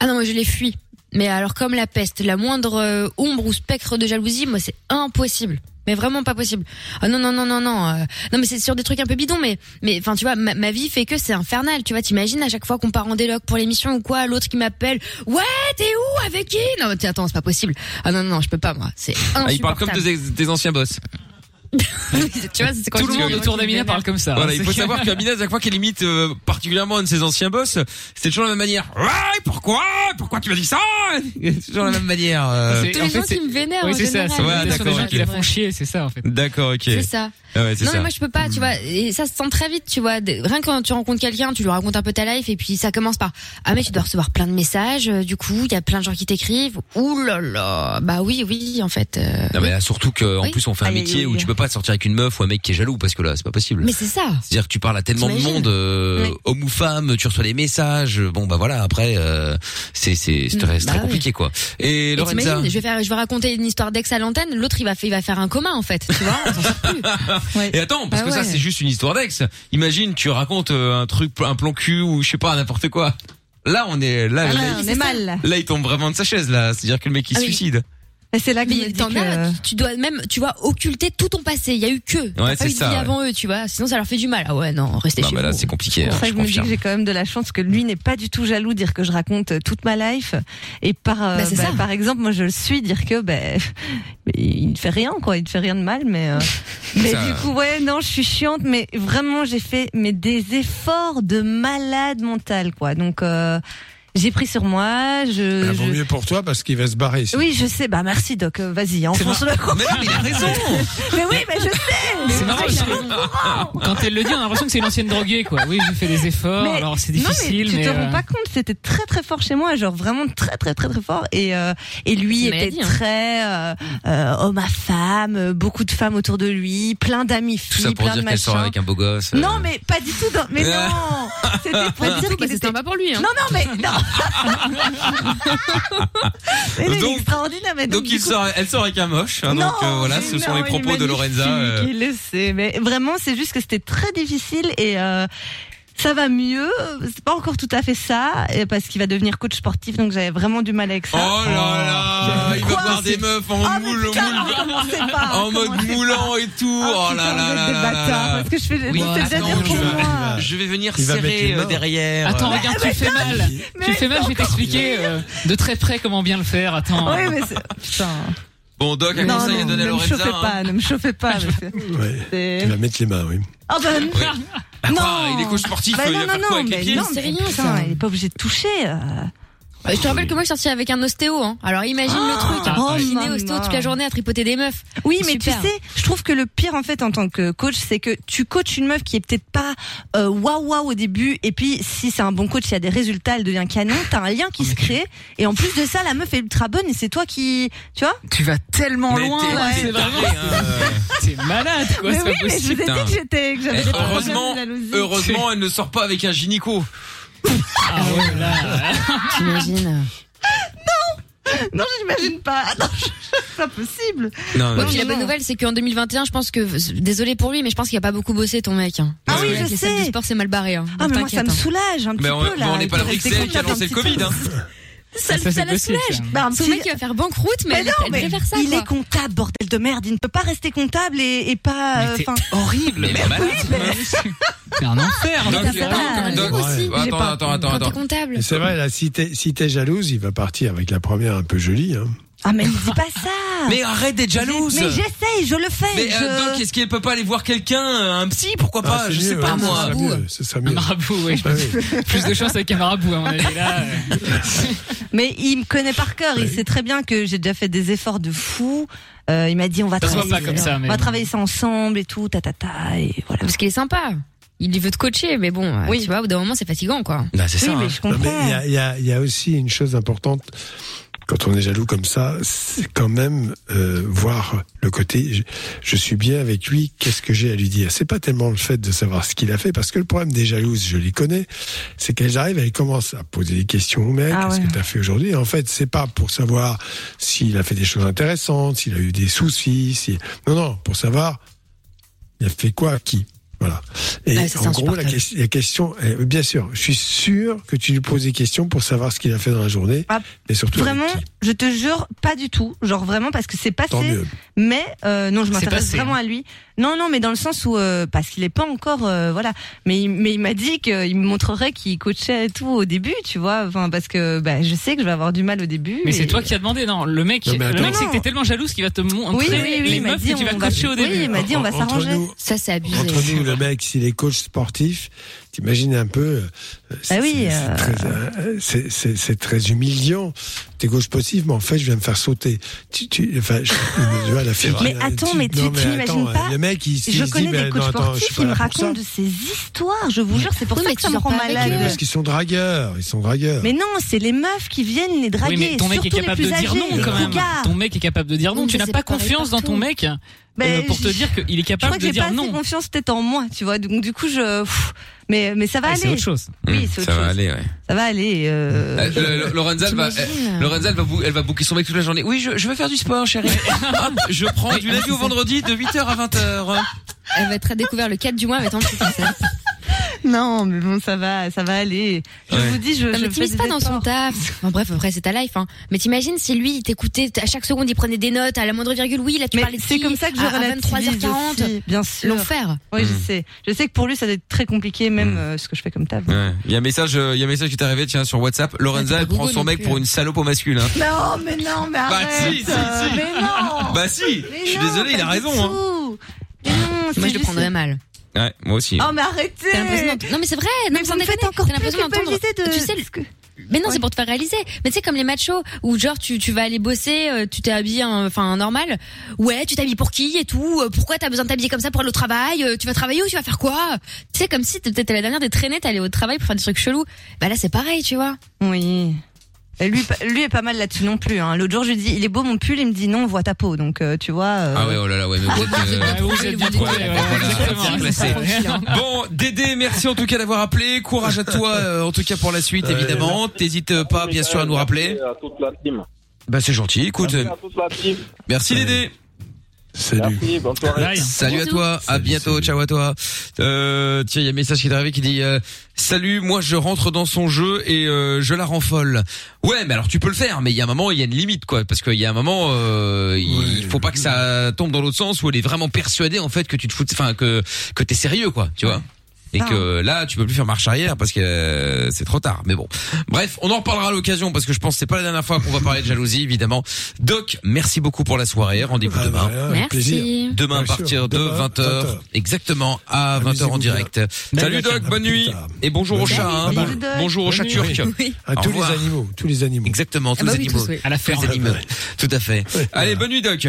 S4: Ah non, moi, je les fuis. Mais alors, comme la peste, la moindre euh, ombre ou spectre de jalousie, moi, c'est impossible. Mais vraiment pas possible. Ah non non non non non. euh, non mais c'est sur des trucs un peu bidons mais mais enfin tu vois ma, ma vie fait que c'est infernal tu vois t'imagines à chaque fois qu'on part en déloc pour l'émission ou quoi l'autre qui m'appelle ouais t'es où avec qui non mais attends c'est pas possible ah non non non je peux pas moi c'est insupportable
S2: Ah, Ils parlent comme des, ex- des anciens boss.
S4: tu vois, c'est quand
S6: Tout
S4: tu
S6: le monde
S4: dis-
S6: autour d'Amina parle comme ça.
S2: voilà,
S6: hein,
S2: il
S6: c'est
S2: faut
S6: que-
S2: savoir qu'Amina, à chaque fois qu'elle imite euh, particulièrement un de ses anciens boss, c'est toujours de la même manière. Ouais, pourquoi Pourquoi tu m'as dit ça C'est toujours de la même manière. euh.
S6: C'est- en fait, c'est- Oui, c'est ça. C'est
S2: Ouais,
S6: sur des
S2: d'accord,
S6: gens qui la
S2: ok.
S6: font chier, c'est ça en fait.
S2: D'accord, ok.
S4: C'est ça.
S2: Ah ouais, c'est
S4: non,
S2: ça.
S4: mais moi je peux pas, tu vois. Et ça se sent très vite, tu vois. Dès- Rien que quand tu rencontres quelqu'un, tu lui racontes un peu ta life et puis ça commence par Ah, mais tu dois recevoir plein de messages. euh, Du coup, il y a plein de gens qui t'écrivent. Ouh là là. Bah oui, oui, en fait. euh,
S2: Non mais là, surtout que en
S4: Oui.
S2: plus on fait un
S4: Aïe, aïe,
S2: métier où
S4: aïe.
S2: tu peux pas sortir avec une meuf ou un mec qui est jaloux parce que là c'est pas possible.
S4: Mais c'est ça.
S2: C'est-à-dire que tu parles à tellement de
S4: T'imagines
S2: monde, euh,
S4: Oui.
S2: homme ou femme, tu reçois des messages. Bon bah voilà après euh, c'est c'est c'est
S4: Mm,
S2: très, c'est
S4: bah
S2: très
S4: ouais.
S2: compliqué quoi. Et
S4: Et
S2: Lorenza.
S4: t'imagines, je vais faire, je vais raconter une histoire d'ex à l'antenne. L'autre, il va, fa- il va faire un coma en fait, tu vois.
S2: Et attends parce
S4: Bah
S2: que ça
S4: ouais.
S2: c'est juste une histoire d'ex. Imagine tu racontes euh, un truc un plan cul ou je sais pas n'importe quoi. Là on est là
S5: Ah,
S2: là,
S5: là, on
S2: il-
S5: est mal.
S2: là, il tombe vraiment de sa chaise là. C'est-à-dire que le mec il
S4: Ah
S2: se
S4: oui.
S2: suicide.
S5: Et c'est là que je me
S4: Mais
S5: dis
S4: t'en
S5: que-
S4: as, tu- tu dois même, tu vois, occulter tout ton passé. Il y a eu que. T'as
S2: Ouais,
S4: pas
S2: c'est
S4: eu de
S2: ça,
S4: vie
S2: ouais.
S4: avant eux, tu vois. Sinon, ça leur fait du mal. Ah ouais, non, restez
S2: Non
S4: chez
S2: mais là
S4: vous.
S2: c'est compliqué.
S5: C'est
S2: hein,
S5: pour ça
S2: je
S5: que je me dis
S2: confirme.
S5: que j'ai quand même de la chance que lui n'est pas du tout jaloux, dire que je raconte euh, toute ma life. Et par, euh,
S4: Bah, c'est
S5: bah,
S4: ça.
S5: par exemple, moi je le suis, dire que ben il ne fait rien, quoi, il ne fait rien de mal, mais, euh, mais
S15: Ça-
S5: du coup, ouais, non, je suis chiante, mais vraiment j'ai fait mais des efforts de malade mental, quoi. Donc euh, j'ai pris sur moi, je.
S3: Bah,
S5: je-
S3: vaut mieux pour toi parce qu'il va se barrer. sinon.
S5: Oui, je sais, bah merci Doc, Euh, vas-y, enfonce-le.
S2: Mais non, mais il a raison.
S5: mais oui, mais je sais
S6: C'est marrant,
S5: Je-
S6: parce que quand elle le dit, on a l'impression que c'est une ancienne droguée, quoi. Oui, j'ai fait des efforts,
S5: Mais-
S6: Oh, alors c'est
S5: non, mais
S6: difficile,
S5: tu
S6: mais.
S5: te
S6: euh,
S5: rends pas compte, c'était très très fort chez moi, genre vraiment très très très très fort. Et euh, et lui
S4: C'est
S5: était
S4: maladie, hein.
S5: très euh, euh, homme à femme, euh, beaucoup de femmes autour de lui, plein d'amis
S2: Tout ça
S5: filles,
S2: pour
S5: plein de
S2: dire qu'elle sort
S5: machins.
S2: avec un beau gosse. euh.
S5: Non mais pas du tout, dans- mais non. C'était pour
S2: Ouais.
S5: dire que
S2: Surtout que
S5: c'était
S2: c'était
S5: pas
S4: pour lui.
S5: Non non mais non, Elle est
S2: Donc-
S5: extraordinaire, mais donc,
S2: Donc
S5: du
S2: il
S5: coup-
S2: sort, elle sort avec un moche. hein, donc
S5: Non,
S2: euh, voilà,
S5: mais
S2: ce sont
S5: non,
S2: les
S5: il est
S2: propos de Lorenza.
S5: magnifique,
S2: euh,
S5: Il le sait, mais vraiment, c'est juste que c'était très difficile et euh, ça va mieux. C'est pas encore tout à fait ça et parce qu'il va devenir coach sportif, donc j'avais vraiment du mal avec ça.
S2: Oh là là, il va voir des meufs en moule, moule- en mode moulant et tout. oh là là là là là là.
S5: Parce que je fais
S2: Oui,
S5: c'est déjà
S2: attends,
S5: des
S2: je,
S5: pour
S2: vais-
S5: moi.
S2: je vais venir
S14: Il va mettre
S2: serrer
S14: les
S2: euh,
S14: mains.
S2: derrière.
S6: Attends,
S2: Euh,
S6: regarde, tu fais mal. Tu fais mal, je vais t'expliquer euh, de très près comment bien le faire. Attends.
S5: Oui, mais c'est- putain.
S2: Bon, Doc, un
S5: Non,
S2: conseil à
S5: non,
S2: donner à
S5: ne me
S2: Lorenza.
S5: chauffez
S2: hein.
S5: pas, ne me chauffez pas. parce que-
S3: Ouais.
S5: C'est-
S3: Tu vas mettre les mains, oui.
S5: Ah bah, non.
S2: Bah
S5: non.
S2: quoi, il est coach sportif,
S5: Bah
S2: il
S5: non,
S2: va
S5: non,
S2: faire
S5: non,
S2: quoi avec les
S5: mais
S2: pieds
S5: non,
S4: C'est
S5: mais
S4: rien,
S5: putain,
S4: ça.
S5: Il est pas obligé de toucher. euh.
S4: Bah, Je te rappelle que moi je sortais avec un ostéo. Hein. Alors imagine le truc, hein.
S5: oh,
S4: kiné,
S5: maman.
S4: ostéo toute la journée à tripoter des meufs.
S5: Oui,
S4: C'est
S5: mais
S4: super.
S5: tu sais, je trouve que le pire en fait en tant que coach, c'est que tu coaches une meuf qui est peut-être pas euh, waouh waouh au début, et puis si c'est un bon coach, il y a des résultats, elle devient canon, t'as un lien qui se crée, et en plus de ça, la meuf est ultra bonne, et c'est toi qui, tu vois
S6: Tu vas tellement
S5: Mais
S6: loin.
S5: t'es-
S6: là,
S5: t'es
S6: c'est
S5: taré, hein.
S6: vraiment- T'es malade, quoi.
S5: Mais
S6: c'est pas
S5: oui, mais je vous ai
S6: possible.
S5: dit que j'étais, que j'avais
S2: Eh,
S5: des
S2: heureusement,
S5: problèmes de jalousie.
S2: heureusement, elle ne sort pas avec un gynéco.
S5: Ah
S4: T'imagines
S5: Non, j'imagine pas. Ah, non, c'est pas possible.
S2: Non,
S4: Ouais, puis la bonne nouvelle, c'est qu'en 2021, je pense que, désolé pour lui, mais je pense qu'il a pas beaucoup bossé ton mec. hein.
S5: Ah oui,
S4: Parce que
S5: je
S4: les salles
S5: sais.
S4: de sport, c'est mal barré. hein.
S5: Ah,
S4: Donc
S5: mais moi,
S4: t'inquiète,
S5: ça me
S4: hein.
S5: soulage un petit
S2: Mais on
S5: peu
S2: mais
S5: là.
S2: on n'est pas la
S5: Avec
S2: Bruxelles qui a
S5: contact un
S2: lancé le
S5: petit
S2: Covid.
S5: peu. Ah,
S2: hein.
S4: Ça,
S5: ça,
S4: ça,
S5: c'est
S4: la
S5: possible,
S4: soulage.
S5: ça. Bah, un
S4: Son
S5: petit-
S4: mec, il va faire banqueroute, mais,
S5: Mais
S4: elle,
S5: non,
S4: elle
S5: mais
S4: devait faire ça.
S5: il
S4: quoi.
S5: est comptable, bordel de merde. Il ne peut pas rester comptable et, et
S6: Mais
S5: pas.
S6: t'es
S5: Enfin,
S6: horrible. Mais
S2: t'es malade,
S6: T'es un enfer.
S2: Donc,
S6: là,
S2: donc,
S6: c'est vraiment-
S2: donc, euh, attends, attends, attends, attends.
S4: comptable.
S3: Mais C'est vrai, là, si t'es si t'es jalouse, il va partir avec la première un peu jolie. Hein.
S5: ah mais ne dis pas ça.
S2: Mais arrête d'être jalouse.
S5: Mais j'essaye, je le fais.
S2: Mais euh,
S5: je-
S2: Doc, est-ce qu'elle peut pas aller voir quelqu'un, euh, un psy, pourquoi
S3: Ah,
S2: pas
S3: c'est
S2: Je sais
S3: mieux,
S2: pas
S3: ouais, ce
S2: moi.
S3: serait mieux, ce serait
S6: Un
S3: mieux.
S6: marabout, ouais. je
S3: Ah
S6: pense. Plus de chance avec un marabout, à mon avis. Là, euh,
S5: Mais il me connaît par cœur. Il sait très bien que j'ai déjà fait des efforts de fou. Euh, il m'a dit on va
S6: Ça se voit
S5: travailler,
S6: pas comme ça,
S5: on
S6: mais
S5: va
S6: bon.
S5: travailler ça ensemble et tout, ta ta ta et voilà.
S4: Parce qu'il est sympa. Il veut te coacher, mais bon, euh, tu vois, au bout d'un moment, Bah, c'est hein. fatigant, quoi.
S3: Bah,
S5: oui, mais je
S3: hein. Non, mais
S5: comprends.
S3: il y a- il y, a- il y a aussi une chose importante quand on est jaloux comme ça, c'est quand même euh, voir le côté je, je suis bien avec lui, qu'est-ce que j'ai à lui dire. C'est pas tellement le fait de savoir ce qu'il a fait, parce que le problème des jalouses, je les connais, c'est qu'elles arrivent, elles commencent à poser des questions au mec,
S5: Ah
S3: qu'est-ce
S5: ouais.
S3: que t'as fait aujourd'hui Et En fait, c'est pas pour savoir s'il a fait des choses intéressantes, s'il a eu des soucis, si... non, non, pour savoir il a fait quoi à qui. Voilà. Et
S4: Ouais, ça, c'est
S3: en gros, la,
S4: insupportable.
S3: ques- la question, est- bien sûr, je suis sûr que tu lui poses des questions pour savoir ce qu'il a fait dans la journée,
S5: Ah,
S3: mais surtout avec
S5: Vraiment, je te jure, pas du tout. Genre vraiment parce que c'est
S3: Tant
S5: passé.
S3: mieux.
S5: Mais euh, non, je
S6: C'est
S5: m'intéresse
S6: passé,
S5: vraiment
S6: hein.
S5: à lui. Non, non, mais dans le sens où euh, parce qu'il est pas encore, euh, voilà. Mais il- mais il m'a dit qu'il me montrerait qu'il coachait et tout au début, tu vois. Enfin parce que bah, je sais que je vais avoir du mal au début.
S6: Mais c'est
S5: et-
S6: toi qui as demandé, non Le mec,
S3: Non, mais
S6: le
S3: attends.
S6: mec, c'est que t'es tellement jalouse qu'il va te montrer
S5: Oui, oui, oui,
S6: les
S5: il m'a
S6: meufs
S5: dit,
S6: que tu vas
S5: on va-
S6: coacher au
S5: oui,
S6: début.
S5: il m'a dit on va
S3: En- entre
S5: s'arranger.
S3: nous-
S4: Ça, c'est abusé.
S3: Entre nous, le mec, s'il est coach sportif, t'imagines un peu. euh, c'est-
S5: oui,
S3: c'est- c'est
S5: euh.
S3: très, euh, C'est c'est- c'est très humiliant. T'es coach sportif, mais en fait, je viens me faire sauter. Tu, tu, enfin, je, tu vois, la fille.
S5: vrai.
S3: qui-
S5: Mais attends,
S3: tu-
S5: mais tu-
S3: non,
S5: tu n'imagines
S3: attends, euh,
S5: pas
S3: Le mec, il, il
S5: je
S3: se
S5: connais
S3: dit,
S5: des
S3: mais
S5: coachs
S3: non, attends, je suis
S5: sportifs,
S3: pas
S5: ils me
S3: là pour ça.
S5: racontent de ces histoires. Je vous jure, c'est pour
S4: Oui,
S5: ça
S4: mais
S5: que
S4: tu
S5: ça me
S4: sors
S5: rend
S4: pas avec
S5: malade.
S4: eux.
S3: Parce qu'ils sont dragueurs, ils sont dragueurs.
S5: Mais non, c'est les meufs qui viennent les draguer.
S6: Oui, mais ton mec est
S5: surtout
S6: capable
S5: les
S6: de
S5: plus
S6: dire
S5: âgés,
S6: non
S5: les
S6: quand
S5: plus
S6: même.
S5: gars.
S6: Ton mec est capable de dire non.
S4: Oui,
S6: Tu
S4: mais
S6: n'as
S4: c'est
S6: pas
S4: pareil
S6: confiance dans ton
S4: partout.
S6: mec euh,
S5: Ben,
S6: pour te
S5: je-
S6: dire qu'il est
S5: Je crois
S6: capable
S5: que
S6: de
S5: j'ai pas
S6: dire
S5: assez
S6: non.
S5: confiance peut-être en moi, tu vois. Donc du coup, je. pff, mais mais ça va
S6: Ah, C'est
S5: aller.
S6: autre chose.
S5: Oui,
S2: Mmh,
S5: c'est autre
S2: Ça va
S5: chose.
S2: aller, ouais.
S5: Ça va aller. euh,
S2: Euh, le- le- Lorenza, elle va,
S4: T'imagines
S2: elle- Lorenza, elle va, bou- elle va bouquer son mec toute la journée. Oui, je, je vais faire du sport, chérie. Hop, je prends du lundi au vendredi de 8h à 20h.
S4: Elle va être à découvert le 4 du mois, mais tant pis. ça.
S5: Non, mais bon, ça va, ça va aller. Je
S2: Ouais.
S5: vous dis, je.
S4: Non,
S5: je
S4: mais
S5: fais
S4: t'imises
S5: des
S4: pas dans son
S5: efforts.
S4: taf. Enfin, bref, après, c'est ta life, hein. Mais t'imagines si lui, il t'écoutait, à chaque seconde, il prenait des notes, à la moindre virgule, oui, là, tu
S5: Mais
S4: parlais de
S5: c'est
S4: qui,
S5: comme ça que je
S4: à, à
S5: relativise
S4: 23h40.
S5: aussi, bien sûr.
S4: L'enfer.
S5: Oui,
S2: Mm.
S5: je sais. Je sais que pour lui, ça doit être très compliqué, même euh, ce que je fais comme table.
S2: Ouais. Il y a un message, euh, il y a un message qui t'est arrivé, tiens, sur WhatsApp. Lorenza, elle prend
S4: Google
S2: son
S4: non
S2: mec
S4: plus,
S2: pour
S4: hein.
S2: une salope au masculin.
S5: Non, mais non, mais
S2: Bah,
S5: arrête.
S2: si, si,
S5: euh,
S2: si.
S5: Mais non.
S2: Bah si,
S5: Mais
S2: je suis
S5: non,
S2: désolé, il a
S5: pas du
S2: raison. Hein.
S5: tout. Mais non, c'est
S4: Moi, je le
S5: juste-
S4: prendrais mal.
S2: Ouais, moi aussi.
S5: Oh, mais arrêtez.
S4: T'as l'impression d'entendre- Non, mais c'est vrai, non,
S5: Mais
S4: mais
S5: vous
S4: sans
S5: me
S4: déconner,
S5: faites encore
S4: t'as
S5: plus
S4: l'impression d'entendre.
S5: culpabiliser de.
S4: Tu sais, le-
S5: parce que-
S4: Mais non,
S5: Ouais.
S4: c'est pour te faire réaliser. Mais tu sais, comme les machos, où genre, tu, tu vas aller bosser, euh, tu t'es habillé, en- enfin, en normal. Ouais, tu t'habilles pour qui et tout? euh, Pourquoi t'as besoin de t'habiller comme ça pour aller au travail? euh, Tu vas travailler ou tu vas faire quoi? Tu sais, comme si t'étais t'étais la dernière des traînées, t'allais au travail pour faire des trucs chelous. Bah là, c'est pareil, tu vois.
S5: Oui. Et lui, pa- lui est pas mal là-dessus non plus. Hein. L'autre jour, je lui dis, il est beau mon pull, il me dit non, on voit ta peau. Donc, euh, tu vois. euh,
S2: Ah ouais, oh là là, ouais, mais vous êtes, euh,
S6: vous êtes bien
S2: voilà,
S6: trouvés,
S2: voilà,
S6: ouais, ouais,
S2: bien
S6: ouais,
S2: classés.
S6: c'est tranquille, hein.
S2: Bon, Dédé, merci en tout cas d'avoir appelé. Courage à toi, euh, en tout cas pour la suite, évidemment. T'hésites euh, pas, bien sûr, à nous rappeler.
S16: À toute la team.
S2: Bah, c'est gentil, écoute.
S16: Merci à toute la team.
S2: Merci Dédé.
S3: Salut.
S16: Merci, bonne soirée.
S2: Salut à toi, à bientôt, ciao à toi. Euh, tiens, il y a un message qui est arrivé qui dit euh, Salut, moi je rentre dans son jeu et euh, je la rends folle. Ouais, mais alors tu peux le faire, mais il y a un moment, il y a une limite, quoi, parce qu'il y a un moment, euh, il faut pas que ça tombe dans l'autre sens où elle est vraiment persuadée en fait que tu te fous, de- enfin que que t'es sérieux, quoi, tu vois. Et que là, tu peux plus faire marche arrière parce que euh, c'est trop tard. Mais bon, bref, on en reparlera à l'occasion parce que je pense que c'est pas la dernière fois qu'on va parler de jalousie, évidemment. Doc, merci beaucoup pour la soirée. Rendez-vous demain.
S3: rien, Ah, bah, avec Merci. plaisir.
S2: Demain à
S3: Bien sûr,
S2: partir de
S3: demain,
S2: 20 h
S3: 20.
S2: exactement à 20 h en
S3: Amusez-vous
S2: direct.
S3: bien.
S2: Salut
S3: Bye,
S2: Doc,
S3: Doc.
S2: bonne nuit et bonjour aux
S3: Salut,
S2: chats. hein.
S3: bisous, Doc.
S2: Bonjour aux
S3: Bonne
S2: chats
S3: nuit.
S2: turcs.
S3: Oui. À tous les animaux,
S2: tous les animaux. Exactement,
S3: Ah
S2: tous
S3: bah
S2: les
S3: oui,
S2: animaux.
S3: tous, oui.
S2: À la ferme.
S3: Ouais.
S2: animaux. Tout à fait. Allez, bonne nuit Doc.